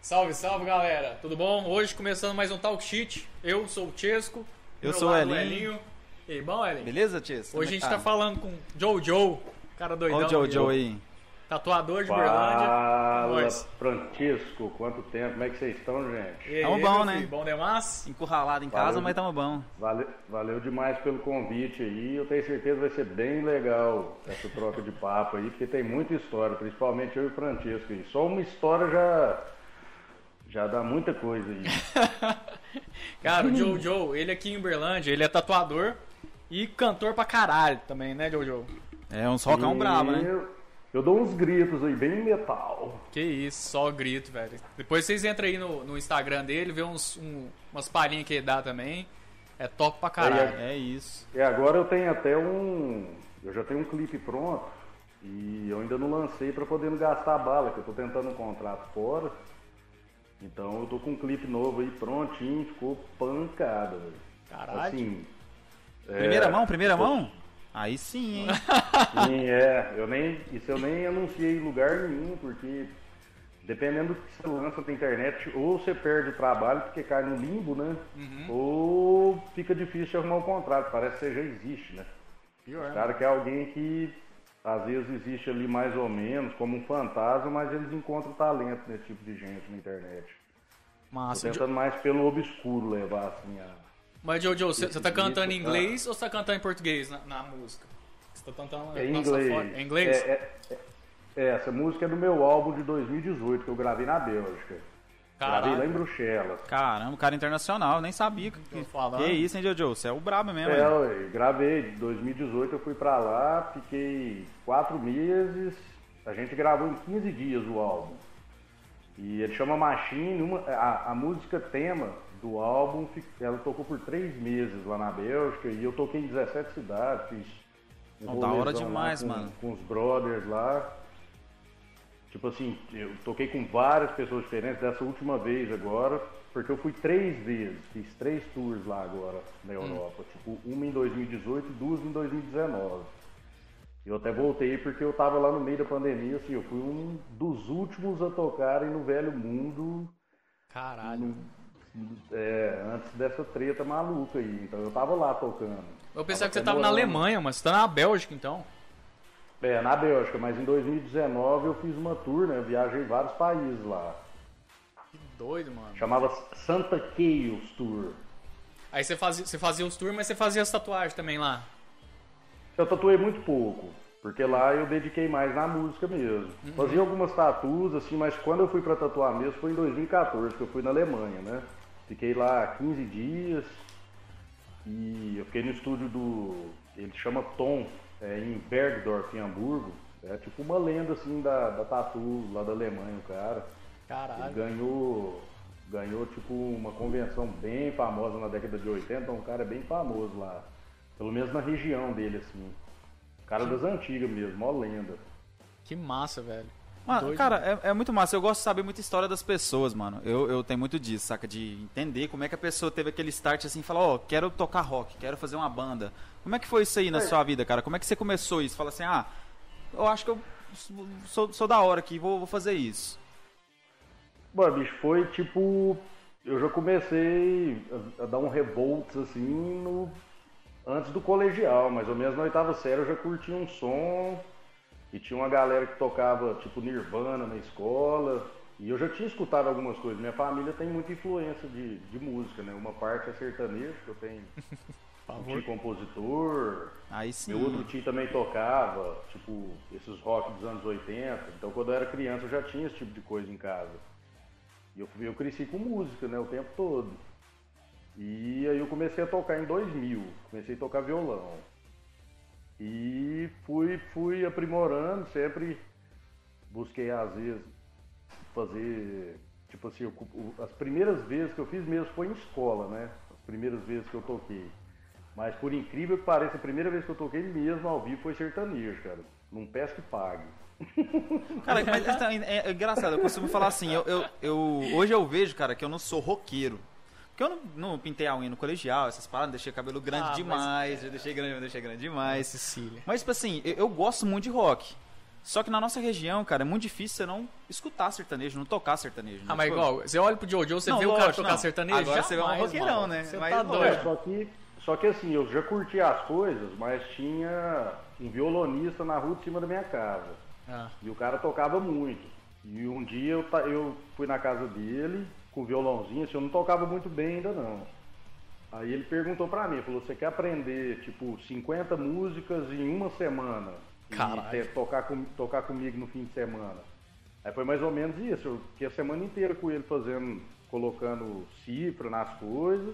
Salve, salve galera, tudo bom? Hoje começando mais um Talk Sheet. Eu sou o Chesco. do Eu meu sou o lado, Elinho. E aí, bom, Elinho? Beleza, Tias? Hoje a gente tá falando com Jojo, cara doidão. Olha o Jojo aí. Tatuador de Tá Fala, Berlândia. Nós. Francisco, quanto tempo, como é que vocês estão, gente? E aí, Tamo bom, meu né? filho, Bom demais? Encurralado em casa, Valeu. mas tamo bom. Vale- valeu demais pelo convite aí, eu tenho certeza que vai ser bem legal essa troca de papo aí, porque tem muita história, principalmente eu e o Francisco. E só uma história já, já dá muita coisa aí. Cara, o Uhum. Jojo, ele aqui em Uberlândia, ele é tatuador e cantor pra caralho também, né, Jojo? É uns rock é um E brabo, né? Eu, eu dou uns gritos aí, bem metal. Que isso, só grito, velho. Depois vocês entram aí no, no Instagram dele, vê uns, um- umas palhinhas que ele dá também. É top pra caralho. É isso. E agora eu tenho até um. Eu já tenho um clipe pronto e eu ainda não lancei pra poder não gastar bala, que eu tô tentando um contrato fora. Então eu tô com um clipe novo aí prontinho, ficou pancada, velho. Caralho. Assim. é, Primeira mão, primeira mão? Aí sim, hein? Sim, é. Eu nem, isso eu nem anunciei em lugar nenhum, porque dependendo do que você lança na internet, ou você perde o trabalho porque cai no limbo, né? Ou fica difícil de arrumar um contrato, parece que você já existe, né? Pior, né? Cara, que é alguém que às vezes existe ali mais ou menos, como um fantasma, mas eles encontram talento nesse tipo de gente na internet. Tô Massa. Jo- tentando mais pelo obscuro levar assim a. Mas, Jojo, você Esse tá disco, cantando em cara. inglês ou você tá cantando em português na, na música? Você tá cantando É em nossa, inglês. fora- É em inglês? É, é- é- essa música é do meu álbum de 2018, que eu gravei na Bélgica. Gravei lá em Caralho. Bruxelas. Caramba, cara é internacional, nem sabia. Que, Tô falando. que isso, hein, Jojo? Você é o brabo mesmo. É, hein? ué, gravei. Em 2018 eu fui pra lá, fiquei quatro meses. A gente gravou em 15 dias o álbum. E ele chama Machine. uma- a, a música tema do álbum, fi- ela tocou por três meses lá na Bélgica. E eu toquei em 17 cidades. Fiz um Não, da hora rolezão lá demais, com- mano. Com os brothers lá. Tipo assim, eu toquei com várias pessoas diferentes dessa última vez agora, porque eu fui três vezes, fiz três tours lá agora na Hum. Europa. Tipo, uma em 2018 e duas em 2019. Eu até voltei porque eu tava lá no meio da pandemia, assim, eu fui um dos últimos a tocarem no velho mundo Caralho. é, antes dessa treta maluca aí. Então eu tava lá tocando. Eu pensava Tava né? que você tava na comemorando. Alemanha, mas você tá na Bélgica, então. É, na Bélgica, mas em 2019 eu fiz uma tour, né? Eu viajei em vários países lá. Que doido, mano. Chamava Santa Chaos Tour. Aí você fazia, você fazia os tours, mas você fazia as tatuagens também lá. Eu tatuei muito pouco, porque lá eu dediquei mais na música mesmo. Fazia algumas tatuas, assim, mas quando eu fui pra tatuar mesmo foi em 2014, que eu fui na Alemanha, né? Fiquei lá 15 dias e eu fiquei no estúdio do. Ele chama Tom, é, em Bergdorf, em Hamburgo. É tipo uma lenda, assim, da, da tatu lá da Alemanha, o cara. Ele Caralho. ganhou, ganhou tipo uma convenção bem famosa na década de 80, então um cara bem famoso lá. Pelo menos na região dele, assim. Cara das antigas mesmo, mó lenda. Que massa, velho. Mano, Doido. cara, é, é muito massa. Eu gosto de saber muita história das pessoas, mano. Eu, eu tenho muito disso, saca? De entender como é que a pessoa teve aquele start assim, falar, ó, quero tocar rock, quero fazer uma banda. Como é que foi isso aí na sua vida, cara? Como é que você começou isso? Fala assim, ah, eu acho que eu sou- sou, sou da hora aqui, vou, vou fazer isso. Bom, bicho, foi tipo. Eu já comecei a, a dar um revolts assim no, antes do colegial, mais ou menos na oitava série eu já curti um som e tinha uma galera que tocava tipo Nirvana na escola. E eu já tinha escutado algumas coisas. Minha família tem muita influência de, de música, né? Uma parte é sertanejo, que eu tenho um tio compositor, Aí sim. meu outro tio também tocava, tipo, esses rock dos anos 80. Então, quando eu era criança, eu já tinha esse tipo de coisa em casa. E eu, eu cresci com música, né, o tempo todo. E aí eu comecei a tocar em 2000, comecei a tocar violão. E fui, fui aprimorando, sempre busquei, às vezes, fazer. Tipo assim, eu cu- o- as primeiras vezes que eu fiz mesmo foi em escola, né? As primeiras vezes que eu toquei. Mas por incrível que pareça, a primeira vez que eu toquei mesmo ao vivo foi sertanejo, cara. Num peço que pague. Cara, mas então, é, é engraçado, eu costumo falar assim, eu, eu, eu- hoje eu vejo, cara, que eu não sou roqueiro. Porque eu não, não pintei a unha no colegial, essas paradas, deixei o cabelo grande Ah, mas- demais, eu deixei grande, eu deixei grande demais. Cecília. Mas, tipo assim, eu, eu gosto muito de rock. Só que na nossa região, cara, é muito difícil você não escutar sertanejo, não tocar sertanejo. né? Tipo, Ah, mas igual, você olha pro Jojo, você vê o cara tocar sertanejo, Agora você vê um jamais, roqueirão, mano. né? Você mas, tá lógico. doido. É, só que, só que assim, eu já curti as coisas, mas tinha um violonista na rua de cima da minha casa. Ah, E o cara tocava muito. E um dia eu, ta- eu fui na casa dele com o violãozinho, assim, eu não tocava muito bem ainda não. Aí ele perguntou pra mim, falou, você quer aprender, tipo, 50 músicas em uma semana? Caralho. E ter- tocar, com- tocar comigo no fim de semana. Aí foi mais ou menos isso, eu fiquei a semana inteira com ele fazendo, colocando cifra nas coisas.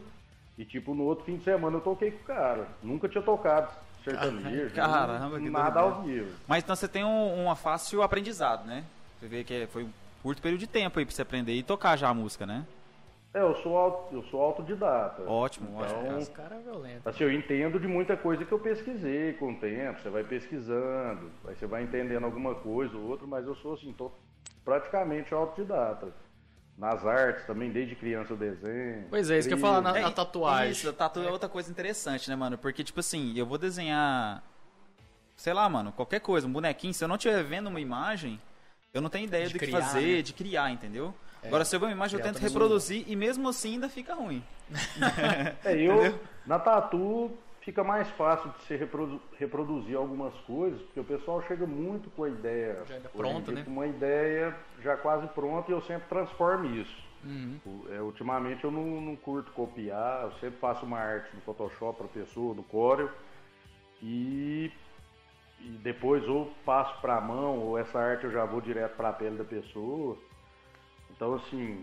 E tipo, no outro fim de semana eu toquei com o cara. Nunca tinha tocado sertanejo, Caramba, que nada doideira. ao vivo. Mas então você tem um, um fácil aprendizado, né? Você vê que é- foi um curto período de tempo aí pra você aprender e tocar já a música, né? É, eu sou, auto, eu sou autodidata. Ótimo, ótimo. Então, os caras é violento. assim, eu entendo de muita coisa que eu pesquisei com o tempo. Você vai pesquisando, aí você vai entendendo alguma coisa ou outra, mas eu sou assim, tô praticamente autodidata. Nas artes também, desde criança eu desenho. Pois é, isso que eu ia falar, na- É, a tatuagem. Isso, a tatu é outra coisa interessante, né, mano? Porque, tipo assim, eu vou desenhar, sei lá, mano, qualquer coisa, um bonequinho. Se eu não estiver vendo uma imagem, eu não tenho ideia De do criar, que fazer, né? de criar, entendeu? Agora, se eu ver uma imagem, eu É. criar tento também. reproduzir e mesmo assim ainda fica ruim. É, eu, na tatu fica mais fácil de se reprodu- reproduzir algumas coisas, porque o pessoal chega muito com a ideia. Já é hoje em pronto, dia, né? Com uma ideia já quase pronta e eu sempre transformo isso. Uhum. O- é, ultimamente eu não, não curto copiar, eu sempre faço uma arte do Photoshop para pessoa, do Corel, e, e depois ou passo para a mão, ou essa arte eu já vou direto para a pele da pessoa. Então, assim,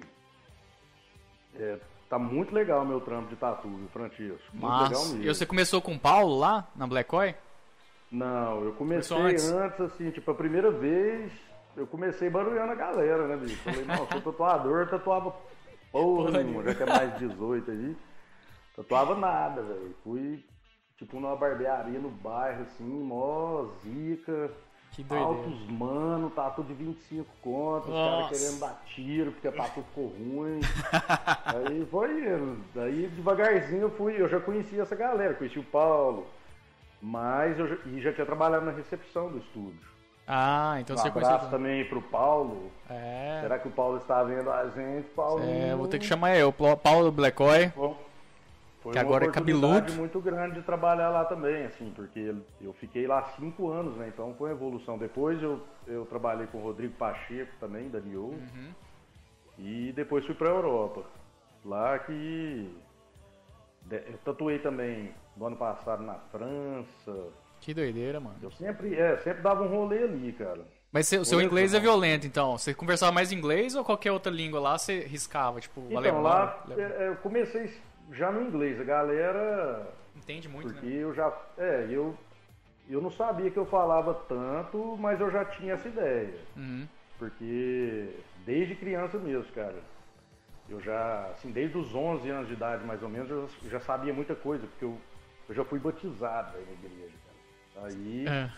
é, tá muito legal o meu trampo de tatu, viu, Francisco? Muito legal Mas, mesmo. e você começou com o Paulo lá, na Black Oy? Não, eu comecei Começou antes? antes. assim, tipo, a primeira vez eu comecei barulhando a galera, né, bicho? Falei, não, eu sou tatuador, eu tatuava porra nenhuma, já que é mais 18 aí. Tatuava nada, velho. Fui, tipo, numa barbearia no bairro, assim, mó zica. Que doideira. Altos mano, tatu de 25 contos, os caras Nossa. querendo dar tiro porque a tatu ficou ruim. Aí foi indo. Daí devagarzinho eu fui, eu já conhecia essa galera, conheci o Paulo, mas eu já, e já tinha trabalhado na recepção do estúdio. Ah, então Um você abraço conheceu. também pro Paulo. É. Será que o Paulo está vendo a gente, Paulo? É, vou ter que chamar eu, Plo- Paulo Black Oy. Bom, Foi Que uma agora é oportunidade cabeludo. muito grande de trabalhar lá também, assim, porque eu fiquei lá cinco anos, né? Então foi uma evolução. Depois eu, eu trabalhei com o Rodrigo Pacheco também, da Nioh. Uhum. E depois fui pra Europa. Lá que. de- Eu tatuei também no ano passado na França. Que doideira, mano. Eu sempre, é, sempre dava um rolê ali, cara. Mas seu, seu Beleza, inglês é mano. violento, então. Você conversava mais inglês ou qualquer outra língua lá você riscava? Tipo, Então, alemão. lá alemão. é, é, eu comecei já no inglês. A galera Entende muito, Porque né? eu já. É, eu. Eu não sabia que eu falava tanto, mas eu já tinha essa ideia. Uhum. Porque desde criança mesmo, cara. Eu já, assim, desde os 11 anos de idade, mais ou menos, eu já sabia muita coisa, porque eu, eu já fui batizado aí na igreja, cara. Aí, É.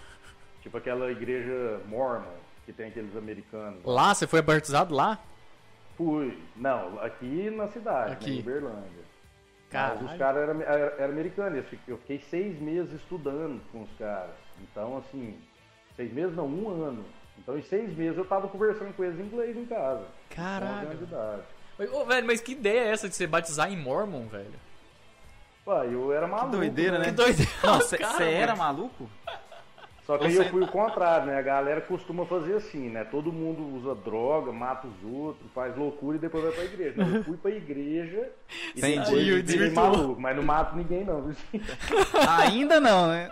tipo aquela igreja mormon, que tem aqueles americanos. Lá, você foi batizado lá? Fui. Não, aqui na cidade, Aqui. né, em Uberlândia. Caralho. Mas os caras eram era, era americanos. eu fiquei- Eu fiquei seis meses estudando com os caras. Então, assim, seis meses não, um ano. Então, em seis meses eu tava conversando com eles em inglês em casa. Com 11 anos Caralho. de idade. Mas, Ô, velho, mas que ideia é essa de você batizar em Mormon, velho? Pai, eu era maluco. doideira, né? Que doideira. Não, você cara, era mano. maluco? Só que Ou aí eu seja- fui o contrário, né? A galera costuma fazer assim, né? Todo mundo usa droga, mata os outros, faz loucura e depois vai pra igreja. Não, eu fui pra igreja e Entendi. depois E o eu virei desvirtuou. maluco. Mas não mato ninguém, não. Ainda não, né?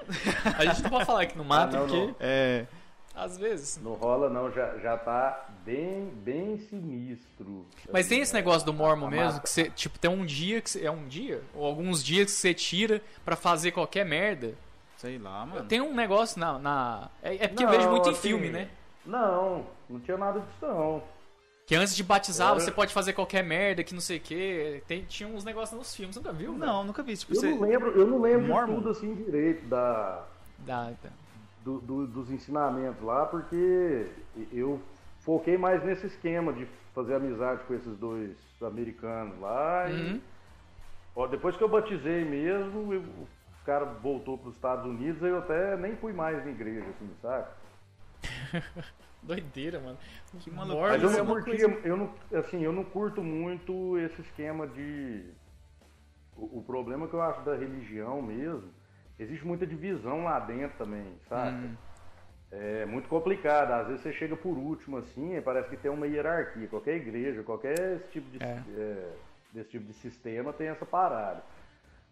A gente não pode falar que não mata, Ah, não, porque não. É. às vezes. Não rola não, já, já tá bem, bem sinistro. Mas tem esse negócio do Mormon A mesmo, mata. que você, tipo, tem um dia que você, é um dia? Ou alguns dias que você tira pra fazer qualquer merda. Sei lá, mano. Tem um negócio na. na- É, é porque eu Não, vejo muito em assim, filme, né? Não, não tinha nada disso não. Que antes de batizar Eu- você pode fazer qualquer merda, que não sei o quê. Tem, tinha uns negócios nos filmes, você nunca viu? Não, nunca vi. Tipo, Eu você... não lembro, eu não lembro Mormon? de tudo assim direito da, Dá, tá. do- do- dos ensinamentos lá, porque eu foquei mais nesse esquema de fazer amizade com esses dois americanos lá. e- Uhum. ó, depois que eu batizei mesmo, eu- o cara voltou para os Estados Unidos, aí eu até nem fui mais na igreja, assim, sabe? Doideira, mano. Que maluquice. Mas eu é não, uma curti, coisa- eu não, assim, eu não curto muito esse esquema de. O, o problema que eu acho da religião mesmo, existe muita divisão lá dentro também, sabe? Uhum. É muito complicado. Às vezes você chega por último, assim, e parece que tem uma hierarquia. Qualquer igreja, qualquer esse tipo de, É. é, desse tipo de sistema tem essa parada.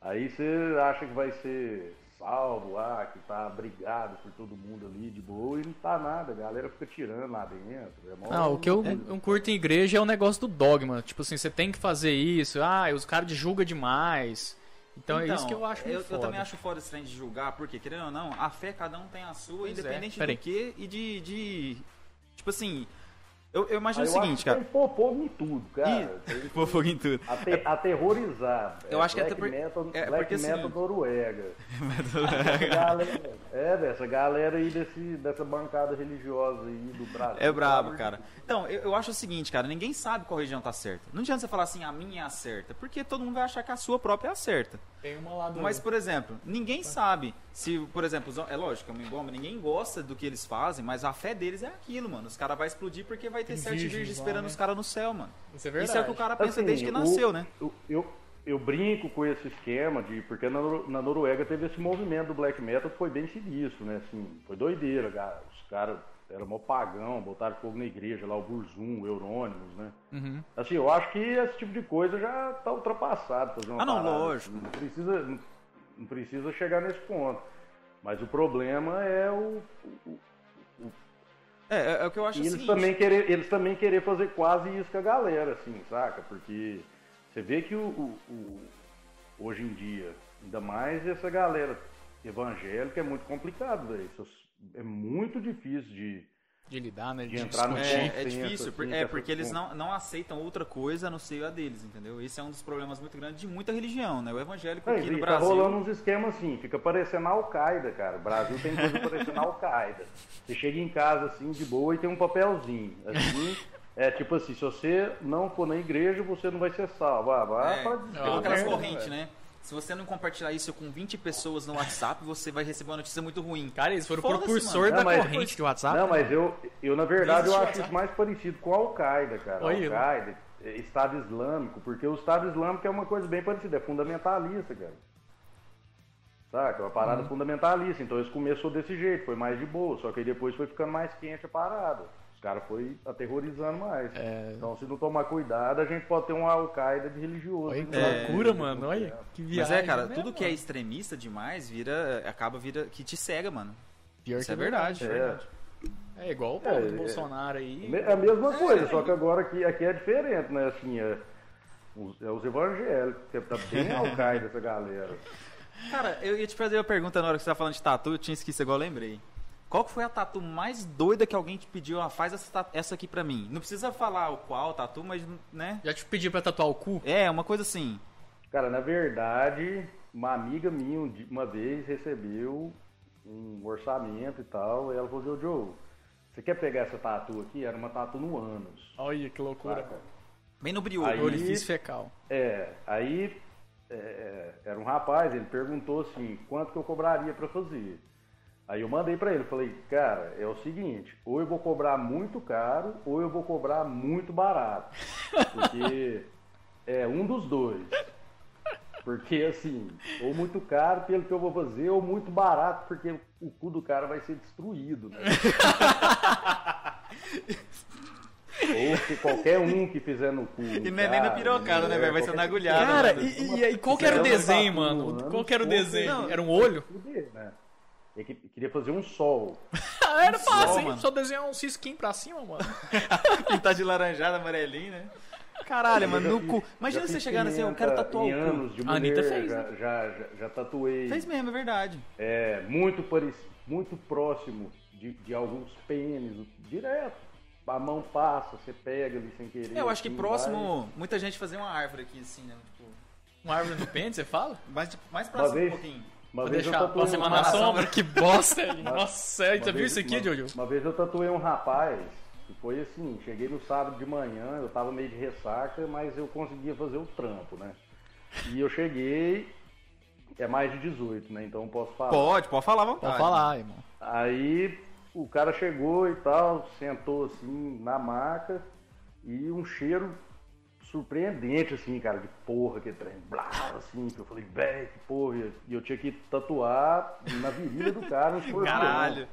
Aí você acha que vai ser salvo, ah, que tá brigado por todo mundo ali de boa e não tá nada, a galera fica tirando lá dentro. É mó- Não, Ah, o que eu eu curto em igreja é o negócio do dogma. Tipo assim, você tem que fazer isso. Ah, os caras te julgam demais. Então, é isso que eu acho Eu, meio foda. também acho foda esse trem de julgar, porque, querendo ou não, a fé cada um tem a sua, Pois é. independente Peraí. do que e de, de- Tipo assim, eu, eu Ah, eu imagino o acho seguinte, que cara. Tem que é pôr fogo em tudo, cara. Tem que Pôr fogo em tudo. ate- aterrorizar. Eu É acho que black até por- metal, é, black porque assim- metal Noruega. Essa galera, é, velho, essa galera aí desse, dessa bancada religiosa aí do Brasil. É brabo, sabe? cara. Então, eu, eu acho o seguinte, cara, ninguém sabe qual região tá certa. Não adianta você falar assim, a minha é a certa, porque todo mundo vai achar que a sua própria é a certa. Tem um uma lá do... Mas, por exemplo, ninguém sabe se, por exemplo, os hom- é lógico, é um engoma, ninguém gosta do que eles fazem, mas a fé deles é aquilo, mano. Os caras vão explodir porque vai ter Tem sete virgens virgens lá, esperando né? os caras no céu, mano. Isso é verdade. Isso é o que o cara pensa Assim, desde que o- nasceu, né? Eu, eu, eu brinco com esse esquema de. Porque na, Nor- na Noruega teve esse movimento do black metal que foi bem sinistro, né? Assim, foi doideira, cara. Os caras eram mó pagão, botaram fogo na igreja lá, o Burzum, o Eurônimos, né? Uhum. Assim, eu acho que esse tipo de coisa já tá ultrapassado. fazer uma Ah, não, parada. assim, lógico. Não precisa, não- não precisa chegar nesse ponto. Mas o problema é o. o- É, é, é o que eu acho e o eles seguinte. também querer, eles também querer fazer quase isso com a galera, assim, saca? Porque você vê que o, o- o- hoje em dia, ainda mais essa galera evangélica é muito complicado, velho. Isso É muito difícil de. De lidar, né? De, De entrar no discutir. time. É, é difícil, por- assim, é dessas porque eles coisas. não, não aceitam outra coisa a não ser a deles, entendeu? Esse é um dos problemas muito grandes de muita religião, né? O evangélico Aí, aqui no tá Brasil. rolando uns esquemas assim, fica parecendo a Al-Qaeda, cara. O Brasil tem coisa parecendo a Al-Qaeda. Você chega em casa assim, de boa, e tem um papelzinho. Assim, é tipo assim, se você não for na igreja, você não vai ser salvo. Ah, vai É, Tem pra Ah, desgraça, aquelas merda, correntes, né? Se você não compartilhar isso com 20 pessoas no WhatsApp, você vai receber uma notícia muito ruim. Cara, eles foram o Foda-se, precursor mano. da Não, mas- corrente de WhatsApp. Não, mas eu, eu na verdade, eu Existe acho isso mais parecido com a Al-Qaeda, cara. Olha. Al-Qaeda, eh, Estado Islâmico, porque o Estado Islâmico é uma coisa bem parecida, é fundamentalista, cara. Saca? É uma parada Uhum. fundamentalista. Então isso começou desse jeito, foi mais de boa, só que aí depois foi ficando mais quente a parada. Os caras foi aterrorizando mais. É. Então, se não tomar cuidado, a gente pode ter um Al-Qaeda de religioso. Olha que né? loucura, mano. Olha que Mas viagem. é, cara, né, tudo que é mano? extremista demais vira. acaba vira. que te cega, mano. Pior Isso que é verdade. É. É igual o povo do É, é. Bolsonaro aí. Me- É a mesma coisa, só que agora aqui, aqui é diferente, né? Assim, é, os, é os evangélicos, que tá bem al-Qaeda essa galera. Cara, eu ia te fazer uma pergunta na hora que você tava falando de tatu, eu tinha esquecido, igual eu lembrei. Qual que foi a tatu mais doida que alguém te pediu? Ah, faz essa, ta- essa aqui pra mim. Não precisa falar o qual tatu, mas, né? Já te pedi pra tatuar o cu? É, uma coisa assim. Cara, na verdade, uma amiga minha um di- uma vez recebeu um orçamento e tal, e ela falou, assim, "Ô, Joe, você quer pegar essa tatu aqui? Era uma tatu no ânus. Olha que loucura. saca? Bem no brioco. né? Aí- O orifício fecal. É, aí é, era um rapaz, ele perguntou assim, quanto que eu cobraria pra fazer? Aí eu mandei pra ele, falei, cara, é o seguinte, ou eu vou cobrar muito caro, ou eu vou cobrar muito barato. Porque é um dos dois. Porque assim, ou muito caro pelo que eu vou fazer, ou muito barato, porque o cu do cara vai ser destruído, né? ou se qualquer um que fizer no cu. E não é nem na pirocada, né, velho? Vai ser um na agulhada. Cara, mano. e, e- e qual que era o desenho, mano? Qual que era o desenho? Era um olho? Fuder, né? Ele que- queria fazer um sol. Ah, era Só, fácil, hein? mano. Só desenhar um cisquinho pra cima, mano. Pintar tá de laranjada, amarelinho, né? Caralho, mano, no cu. Imagina você chegando assim, eu quero tatuar o em cu. anos de A Anitta mulher, fez, né? já, já, já, já tatuei. Fez mesmo, é verdade. É, muito, parecido, muito próximo de, de alguns pênis, direto. A mão passa, você pega ali sem querer. É, eu acho que assim, próximo, muita gente fazia uma árvore aqui, assim, né? Tipo, Uma árvore do pênis, você fala? mais, mais vai. Uma próximo um vez, pouquinho. uma Vou vez deixar eu a tatuei um próxima na rapaz- sombra. Que bosta, hein? Nossa, Uma você viu vez- isso aqui, uma- Jojo? Uma vez eu tatuei um rapaz, que foi assim, cheguei no sábado de manhã, eu tava meio de ressaca, mas eu conseguia fazer o trampo, né? E eu cheguei, é mais de 18, né? Então eu posso falar. Pode, pode falar, vamos Pode falar, irmão. Aí o cara chegou e tal, sentou assim na maca e um cheiro surpreendente, assim, cara, de porra que trem, blá, assim, que eu falei, velho, que porra, e eu tinha que tatuar na virilha do cara um escorpião. Caralho.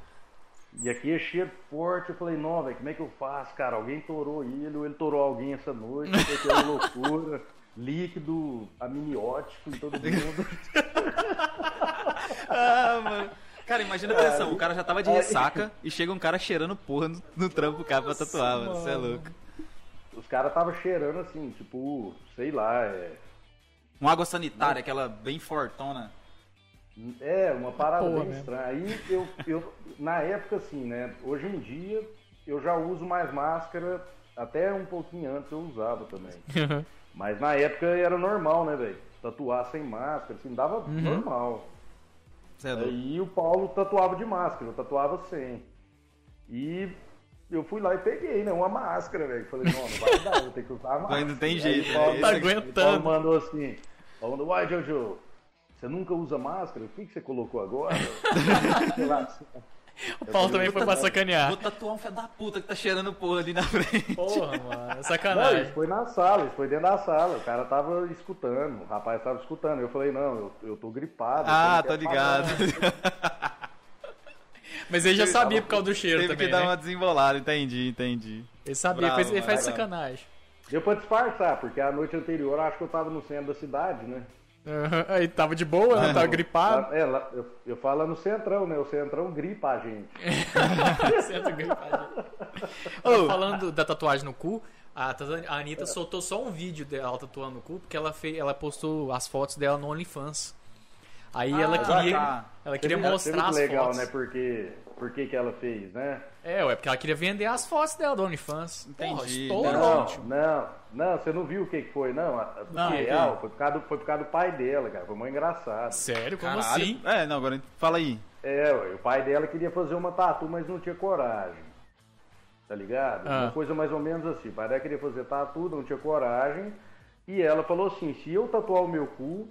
E aqui é cheiro forte, eu falei, não, velho, como é que eu faço, cara? Alguém torou ele, ou ele torou alguém essa noite, não sei o que é uma loucura, líquido amniótico em todo mundo. Ah, mano. Cara, imagina a pressão. O cara já tava de É. ressaca e chega um cara cheirando porra no, no trampo do cara pra tatuar, mano. Você é louco. Os caras estavam cheirando assim, tipo, sei lá, é, Uma água sanitária, aquela bem fortona. É, uma parada Porra, bem né? estranha. Aí eu, eu, na época, assim, né? Hoje em dia, eu já uso mais máscara. Até um pouquinho antes eu usava também. Mas na época era normal, né, velho? Tatuar sem máscara, assim, dava normal. Você é louco. Aí o Paulo tatuava de máscara, eu tatuava sem. E eu fui lá e peguei, né? Uma máscara, velho. Falei, não, não vai dar, vou ter que usar a máscara. Mas não tem Aí jeito, o Paulo- tá é esse- o Paulo aguentando. mandou assim, Paulo mandou, uai, Jojo, você nunca usa máscara? O que, que você colocou agora? Sei lá. assim. O Paulo também foi pra Vou sacanear. tatuar um filho da puta que tá cheirando porra ali na frente. Porra, mano. é Não, isso Sacanagem. foi na sala, isso foi dentro da sala. O cara tava escutando, o rapaz tava escutando. Eu falei, não, eu, eu tô gripado. Ah, eu tô não quero é falar, né? ligado. não. Mas ele já sabia por causa do cheiro Teve também, que dar né? uma desembolada, entendi, entendi. Ele sabia, Bravo, fez- ele faz mano. sacanagem. Deu pra disfarçar, porque a noite anterior eu acho que eu tava no centro da cidade, né? Aham, Aí tava de boa, né? Tá Tava gripado. Lá- é, lá- eu, eu falo lá no centrão, né? O centrão gripa a gente. Senta gripadinho. Ô, Falando da tatuagem no cu, a, tata- a Anitta soltou só um vídeo dela tatuando no cu, porque ela, fez, ela postou as fotos dela no OnlyFans. Aí ela tá. queria, ela queria Isso é mostrar as muito legal, fotos. né? Porque, porque que ela fez, né? É, ué, porque ela queria vender as fotos dela do OnlyFans. Porra, Entendi. estourou. Não, não, não, você não viu o que que foi, não. A- a- Não, o entendi. real foi por, causa do, foi por causa do pai dela, cara. Foi muito engraçado. Sério, como Caralho. assim? É, não, agora fala aí. É, ué, o pai dela queria fazer uma tatu, mas não tinha coragem. Tá ligado? Ah. Uma coisa mais ou menos assim. O pai dela queria fazer tatu, não tinha coragem. E ela falou assim: se eu tatuar o meu cu,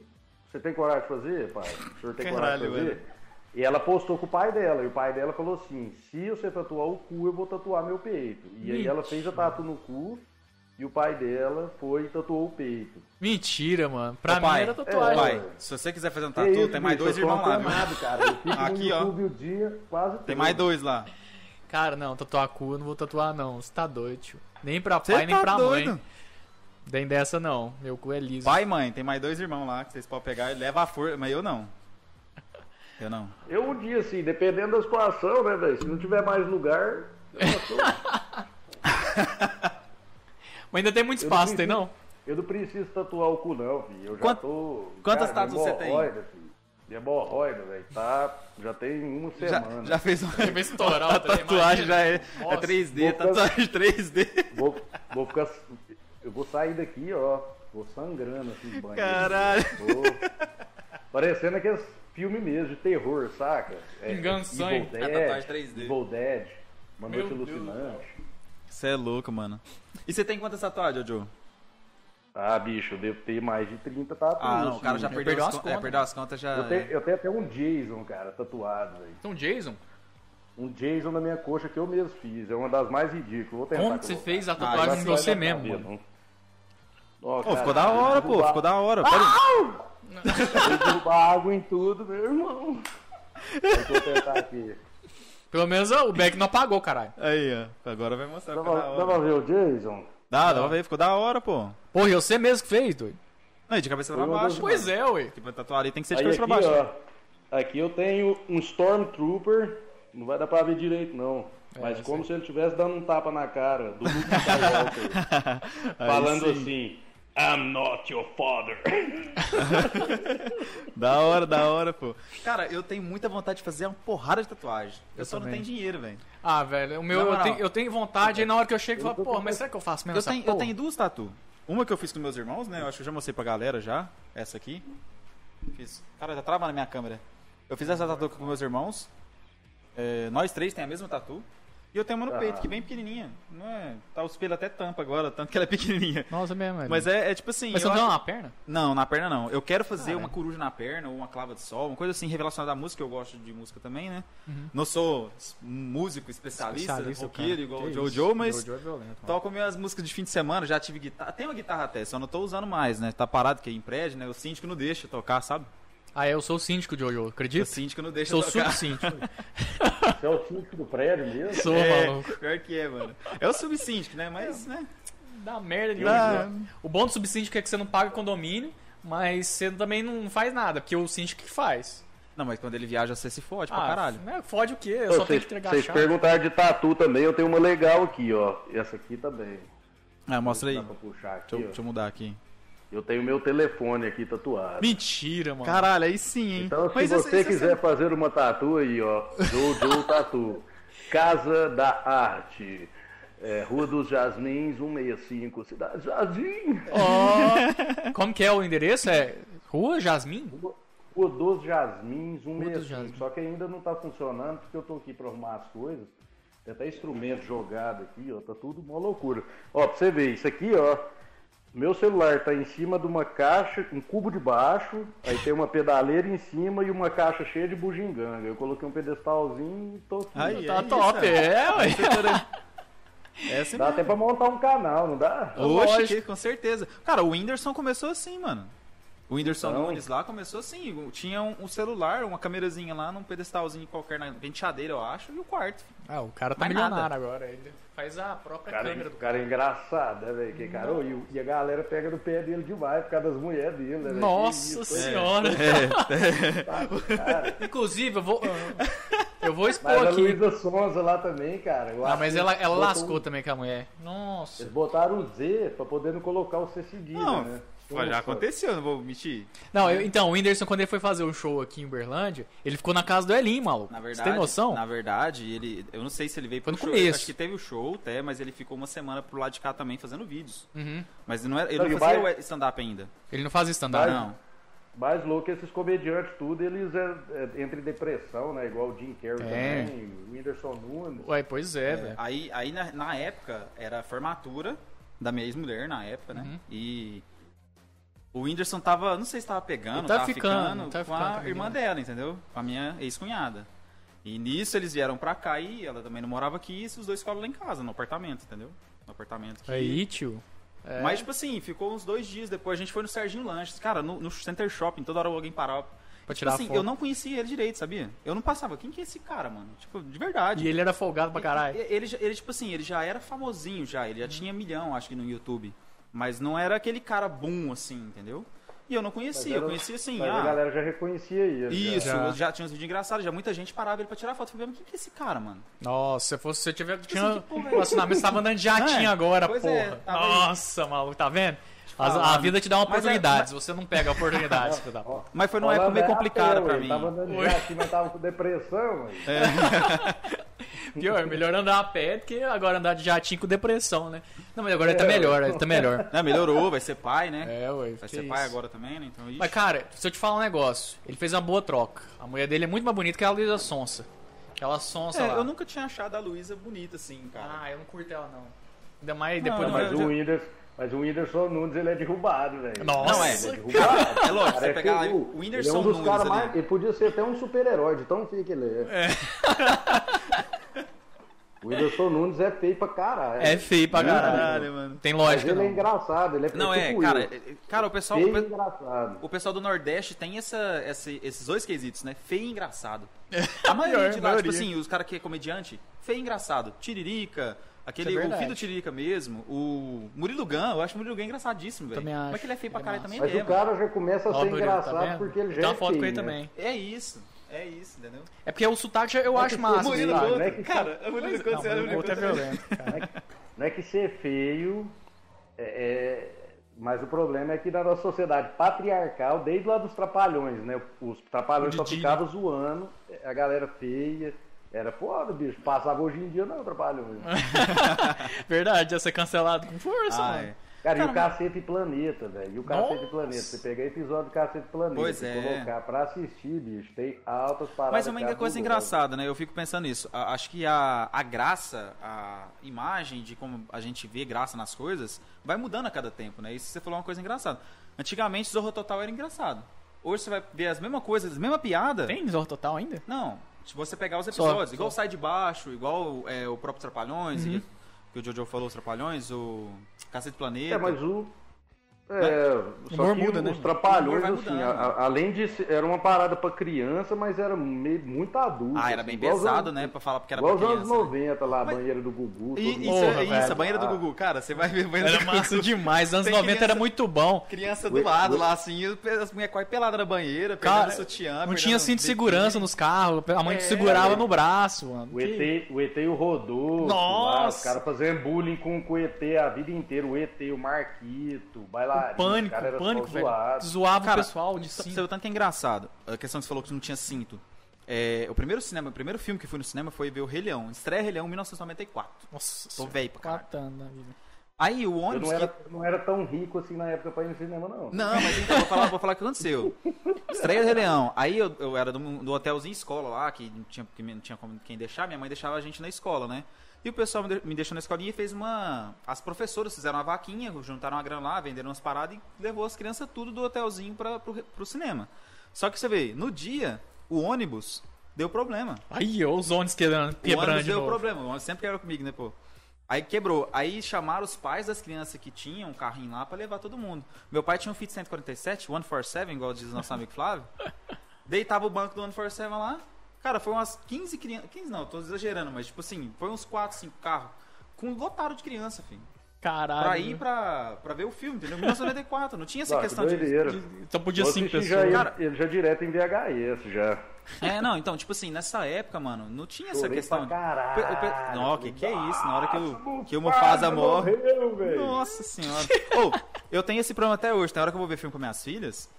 você tem coragem de fazer, pai? O senhor tem coragem Caralho, de fazer? E ela postou com o pai dela. E o pai dela falou assim: se você tatuar o cu, eu vou tatuar meu peito. E aí ela fez a tatu no cu. E o pai dela foi e tatuou o peito. Mentira, mano. Pra Ô, mim pai, era é, tatuagem. Pai, se você quiser fazer um Que tatu, isso, tem mais bicho, dois eu tô irmãos lá, viu? antenado, cara. Eu fico Aqui, no ó. YouTube o dia quase Tem todo. mais dois lá. Cara, não, tatuar cu eu não vou tatuar, não. Você tá doido, tio. Nem pra Cê pai, nem tá pra doido. mãe. Nem dessa, não. Meu cu é liso. Pai e mãe, tem mais dois irmãos lá que vocês podem pegar e leva a força, mas eu não. Eu não. Eu um dia, assim, dependendo da situação, né, velho? Se não tiver mais lugar, Mas ainda tem muito Eu espaço, não tem não? eu não preciso tatuar o cu, não, filho. Eu já Quant- tô. quantas cara, tatuas você tem? hemorroida, filho. De hemorroida, velho. Tá. Já tem uma Já, semana. já fez uma Vai estourar a outra, tatuagem, já imagina. é, é Nossa. 3D, Vou tatuagem 3D. Vou, vou ficar. Eu vou sair daqui, ó. Vou sangrando assim do banheiro. Caralho. Vou... Parecendo aqueles filmes mesmo de terror, saca? É, Engano sangue. É Evil tatuagem Dead, 3D. Evil Dead. Uma Meu noite Deus do alucinante. Você é louco, mano. E você tem quantas tatuagens, Jojo? Ah, bicho, eu devo ter mais de 30 tatuas. Ah, não, o cara assim. já já perdeu perdeu as as contas. É, contas. perdeu as contas já. Eu tenho, eu tenho até um Jason, cara, tatuado, velho. Então, Jason, Um Jason na minha coxa que eu mesmo fiz. É uma das mais ridículas. Vou tentar como que você colocar. fez a Ah, tatuagem vai em só você Olha mesmo, pra ver, mano? não. Ó, Pô, cara, ficou da hora, eu vou Ah! pô, derrubar- ficou da hora. Pera aí. eu vou derrubar água em tudo, meu irmão. Eu vou tentar aqui. Pelo menos ó, o Beck não apagou, caralho. Aí, ó. Agora vai mostrar. Dá Ficou da pra, dá hora. pra ver o Jason? Dá, dá pra ver, ficou da hora, pô. Porra, e você mesmo que fez, doido? Não, e de cabeça pra Foi uma baixo. das- mano. Pois é, ué. Que pra tatuar ali tem que ser de Aí cabeça aqui, pra baixo. ó, aqui eu tenho um Stormtrooper. Não vai dar pra ver direito, não. Mas É, eu como se ele estivesse dando um tapa na cara do Luke Skywalker. Aí falando sim. assim... I'm not your father. Da hora, da hora, pô. Cara, eu tenho muita vontade de fazer uma porrada de tatuagem. Eu, só não também. tenho dinheiro, velho. Ah, velho, o meu, Na eu, moral. tenho, eu tenho vontade, aí na hora que eu chego, eu falo, porra, mas será que eu faço mesmo Eu essa tenho, eu porra? tenho duas tatu. Uma que eu fiz com meus irmãos, né? Eu acho que eu já mostrei pra galera já. Essa aqui. Fiz. Cara, tá travando na minha câmera. Eu fiz essa tatu com meus irmãos. É, nós três tem a mesma tatu. E eu tenho uma no Ah. peito, que é bem pequenininha. Não é... Tá os pelos até tampa agora, tanto que ela é pequenininha. Nossa, mesmo. velho. Mas é, é tipo assim... Mas você eu não tem acho- uma perna? Não, na perna não. Eu quero fazer Cara. uma coruja na perna ou uma clava de sol, uma coisa assim relacionada à música. Eu gosto de música também, né? Não sou s- um músico especialista, Uhum. Especialista, roqueiro cara. igual Que o isso. Jojo, mas Jojo é violento. mano. toco minhas músicas de fim de semana. Já tive guitarra, tem uma guitarra até, só não tô usando mais, né? Tá parado que em prédio, né? O síndico não deixa tocar, sabe? Ah, é, eu sou o síndico, Jojo, O acredita? síndico não deixa Sou tocar. sub-síndico. Você é o síndico do prédio mesmo? sou, maluco. É, pior que é, mano. É o subsíndico, né? É. Mas, né? Dá merda nenhuma. Dá- Ah. O bom do subsíndico é que você não paga condomínio, mas você também não faz nada, porque o síndico que faz. Não, mas quando ele viaja, você se fode pra caralho. Né? Fode o quê? Eu Pô, só tenho Vocês, que entregar a vocês chave. perguntaram de tatu também, eu tenho uma legal aqui, ó. Essa aqui também. Ah, Tá mostra aí. Dá Deixa pra puxar aqui, eu, ó. deixa eu mudar aqui. Eu tenho meu telefone aqui tatuado. Mentira, mano. Caralho, aí sim, hein? Então, se Mas isso- você isso é quiser fazer uma tatu aí, ó, Jojo Tatu, Casa da Arte, é, Rua dos Jasmins, 165, Cidade Jardim. Ó, como que é o endereço? É Rua Jasmin? Rua dos Jasmins, 165. Rua dos Jasmins. Só que ainda não tá funcionando, porque eu tô aqui pra arrumar as coisas. Tem até instrumento jogado aqui, ó, tá tudo uma loucura. Ó, pra você ver, isso aqui, ó, meu celular tá em cima de uma caixa, um cubo de baixo, aí tem uma pedaleira em cima e uma caixa cheia de bugiganga. Eu coloquei um pedestalzinho e tô... aqui, ó. Aí, Tá é top, isso, é, ué. é Essa Dá até pra montar um canal, não dá? Oxe, Lógico. que- É com certeza. Cara, o Whindersson começou assim, mano. O Whindersson Então. Nunes lá começou assim. Tinha um, um celular, uma câmerazinha lá, num pedestalzinho qualquer, na penteadeira, eu acho, e o quarto. Ah, o cara tá Mais nada. milionário agora. Ele faz a própria Cara, câmera o do cara é engraçado, né, velho? Que cara, ô, e, o- e a galera pega no pé dele demais por causa das mulheres dele, né? velho? Que Nossa isso, né? senhora. Cara, Inclusive, eu vou. Eu vou expor Mas a aqui. Luísa Sonza lá também, cara. eu Ah, acho mas que ela, ela botou- um lascou também com a mulher. Nossa. Eles botaram o Z pra poder não colocar o C seguido, Não, né? Olha, já aconteceu, não vou mentir. Não, eu- então, o Whindersson, quando ele foi fazer o show aqui em Uberlândia, ele ficou na casa do Elinho, maluco. Na Você verdade, tem noção? Na verdade, ele. Eu não sei se ele veio Foi no pro show. começo. Acho que teve o show até, mas ele ficou uma semana pro lado de cá também fazendo vídeos. Uhum. Mas não era, ele Não, não, e o fazia bairro- o stand-up ainda. Ele não faz stand-up. Vai. Não. Mais louco que esses comediantes tudo, eles é, é, entram em depressão, né? Igual o Jim Carrey É. também, o Whindersson Nunes. Ué, pois é, velho. Aí, aí na, na época, era a formatura da minha ex-mulher na época, né? Uhum. E o Whindersson tava, não sei se tava pegando, Ele tá tava ficando, ficando, tá com ficando a com a irmã menina. dela, entendeu? Com a minha ex-cunhada. E nisso eles vieram pra cá e ela também não morava aqui e os dois ficaram lá em casa, no apartamento, entendeu? No apartamento. que- Aí, tio. É. Mas, tipo assim, ficou uns dois dias depois, a gente foi no Serginho Lanches. Cara, no, no Center Shopping, toda hora alguém parava. Pra Tipo tirar assim, foto. eu não conhecia ele direito, sabia? Eu não passava. Quem que é esse cara, mano? Tipo, de verdade. E ele era folgado pra caralho. Uhum. Ele, ele já- ele, tipo assim, ele já era famosinho já, ele já tinha milhão, acho que no YouTube. Mas não era aquele cara boom, assim, entendeu? E eu não conhecia, Mas eu era- conhecia assim, Mas a ah, galera já reconhecia ele. isso, já. já- já. tinha uns vídeos engraçados, já muita gente parava ele pra tirar foto. Eu falei, mas quem que é esse cara, mano? Nossa, se fosse você tiver. Tinha assim, que porra é um relacionamento, você tava andando de jatinho É, agora, pois porra. é, tava aí. Nossa, maluco, tá vendo? As- falar, a vida te dá Mas é- oportunidades, você não pega oportunidades, filho da puta. Mas foi numa época meio é complicada pra mim. É, Tava andando Oi. já aqui, mas tava com depressão, mano. Pior, é melhor andar a pé do que agora andar de jatinho com depressão, né? Não, mas agora ele tá É. melhor, ele tá melhor. Né, melhorou, vai ser pai, né? É, ué. vai que ser pai isso. agora também, né? Então, ixi. Mas, cara, se eu te falar um negócio, ele fez uma boa troca. A mulher dele é muito mais bonita que a Luísa Sonsa. Aquela Sonsa É, lá. eu nunca tinha achado a Luísa bonita, assim, cara. Ah, eu não curto ela, não. Ainda mais Não, é. depois Não, do... mas, eu- o Whindersson, mas o Whindersson Nunes, ele é derrubado, velho. Ah, Nossa, Não, é, Ele é derrubado. É lógico, Cara, você é pegar feio. o Whindersson ele é um dos Nunes caras ali. mais- Ele podia ser até um super-herói, de tão feio que ele é. É. O Whindersson Nunes é feio pra caralho. É feio pra caralho. Caralho, mano. Tem Mas lógica, ele é não. engraçado, ele é Não, é, tipo cara, eu. é- é- cara, o pessoal, Feio o e pe- engraçado. O pessoal do Nordeste tem essa, essa- esses dois quesitos, né? Feio e engraçado. É, A maioria de lá, maioria. tipo assim, os caras que é comediante, feio e engraçado. Tiririca, aquele, Isso é o filho verdade. do Tiririca mesmo, o Murilo Gun, eu acho o Murilo Gun engraçadíssimo, velho. Também Mas acho, que ele é feio pra ele é caralho massa. também, Mas ele é, o mano. cara já começa a Ó, ser Murilo, engraçado tá vendo? porque ele já Tem é uma foto feio, com ele né? também. É isso, é isso, entendeu? É porque o sotaque já- eu acho que massa. o Murilo dele. Gun- Não, Tá né, que- cara, o Murilo Gun, você era o o Murilo outro é Gun. violento. Não é que ser feio é- é- Mas o problema é que na nossa sociedade patriarcal, desde lá dos trapalhões, né? Os trapalhões O só Didi, ficavam zoando, é, a galera feia. Era foda, bicho. Passava hoje em dia, não, trapalhões. Verdade, ia ser cancelado com força, Ah, mano. é. Cara, e o Cacete Planeta, velho. E o Cacete Planeta. Você pegar episódio do Cacete Planeta Pois e é. colocar pra assistir, bicho, tem altas paradas. Mas é uma ainda cara, coisa do engraçada, né? Eu fico pensando nisso. A- acho que a, a graça, a imagem de como a gente vê graça nas coisas, vai mudando a cada tempo, né? Isso você falou uma coisa engraçada. Antigamente, Zorro Total era engraçado. Hoje você vai ver as mesmas coisas, a mesma é. piada. Tem Zorro Total ainda? Não, se você pegar os Só, episódios, só. igual Sai de Baixo, igual é, o próprio Trapalhões, Uhum. e- que o Jojo falou, os Trapalhões, o Cacete do Planeta. É, mas o. É, só humor que muda, os né? O humor trapalhões, vai assim, mudando. a- a- além de ser, era uma parada pra criança, mas era meio, muito adulto. Ah, era assim, bem igual os pesado, anos- né? Pra falar porque era pra Igual os criança. anos né? 90 lá, a Mas- banheiro do Gugu. E, todo isso, mundo- é- Porra, isso, velho. a banheira do Ah. Gugu, cara, você vai ver a banheira Era do massa Gugu. demais. Anos Tem 90 era criança- muito bom. Criança do Ui, lado ui. lá, assim, e as mulheres quase peladas na banheira, Cara, pegando sutiã. Não pegando tinha cinto de biquíni. segurança nos carros. A É, mãe te segurava no braço, mano. O ET, o ET e o Rodolfo. Nossa! lá, os caras fazendo bullying com, com o ET a vida inteira. O ET, o Marquito, o bailarino. O pânico, o cara era o pânico, só velho. zoado. Zoava Cara, o pessoal de Só pra cima. Você vê o tanto que é engraçado. A questão que você falou que não tinha cinto. É, o primeiro cinema, o primeiro filme que fui no cinema foi ver o Rei Leão. Estreia Rei Leão em 1994. Nossa, Tô senhora, velho pra caralho. Quatro anos na vida. Aí o Eu ônibus não que- era, não era tão rico assim na época pra ir no cinema, não. Não, mas então, vou falar, vou falar o que aconteceu. Estreia do Rei Leão. Aí eu, eu era do, do hotelzinho escola lá, que não tinha, que não tinha como quem deixar, minha mãe deixava a gente na escola, né? E o pessoal me de- me deixou na escolinha e fez uma. As professoras fizeram uma vaquinha, juntaram uma grana lá, venderam umas paradas e levou as crianças tudo do hotelzinho pra, pro, re- pro cinema. Só que você vê, no dia, o ônibus deu problema. Aí, ó, os ônibus quebrando, O quebrando ônibus de deu novo. problema, o ônibus sempre era comigo, né, pô? Aí quebrou. Aí chamaram os pais das crianças que tinham um carrinho lá pra levar todo mundo. Meu pai tinha um Fit 147, 147, igual diz o nosso amigo Flávio. Deitava o banco do 147 lá. Cara, foi umas 15 crianças. 15 não, tô exagerando, mas tipo assim, foi uns 4, 5 carros. Com um lotado de criança, filho. Caralho. Pra né? ir pra, pra ver o filme, entendeu? 1994. Não tinha essa Ah, que questão de, doideira. Só Então podia Vou cinco assistir pessoas. Já, Cara- ele, ele já direto em VHS, já. É, não, então, tipo assim, nessa época, mano, não tinha essa Chorei questão. pra caralho. Pe- pe- Não, que que é isso? Na hora que o, que o Mufasa Mufasa morre. morreu, velho. Nossa senhora. Ou, eu tenho esse problema até hoje. Tem hora que eu vou ver filme com minhas filhas.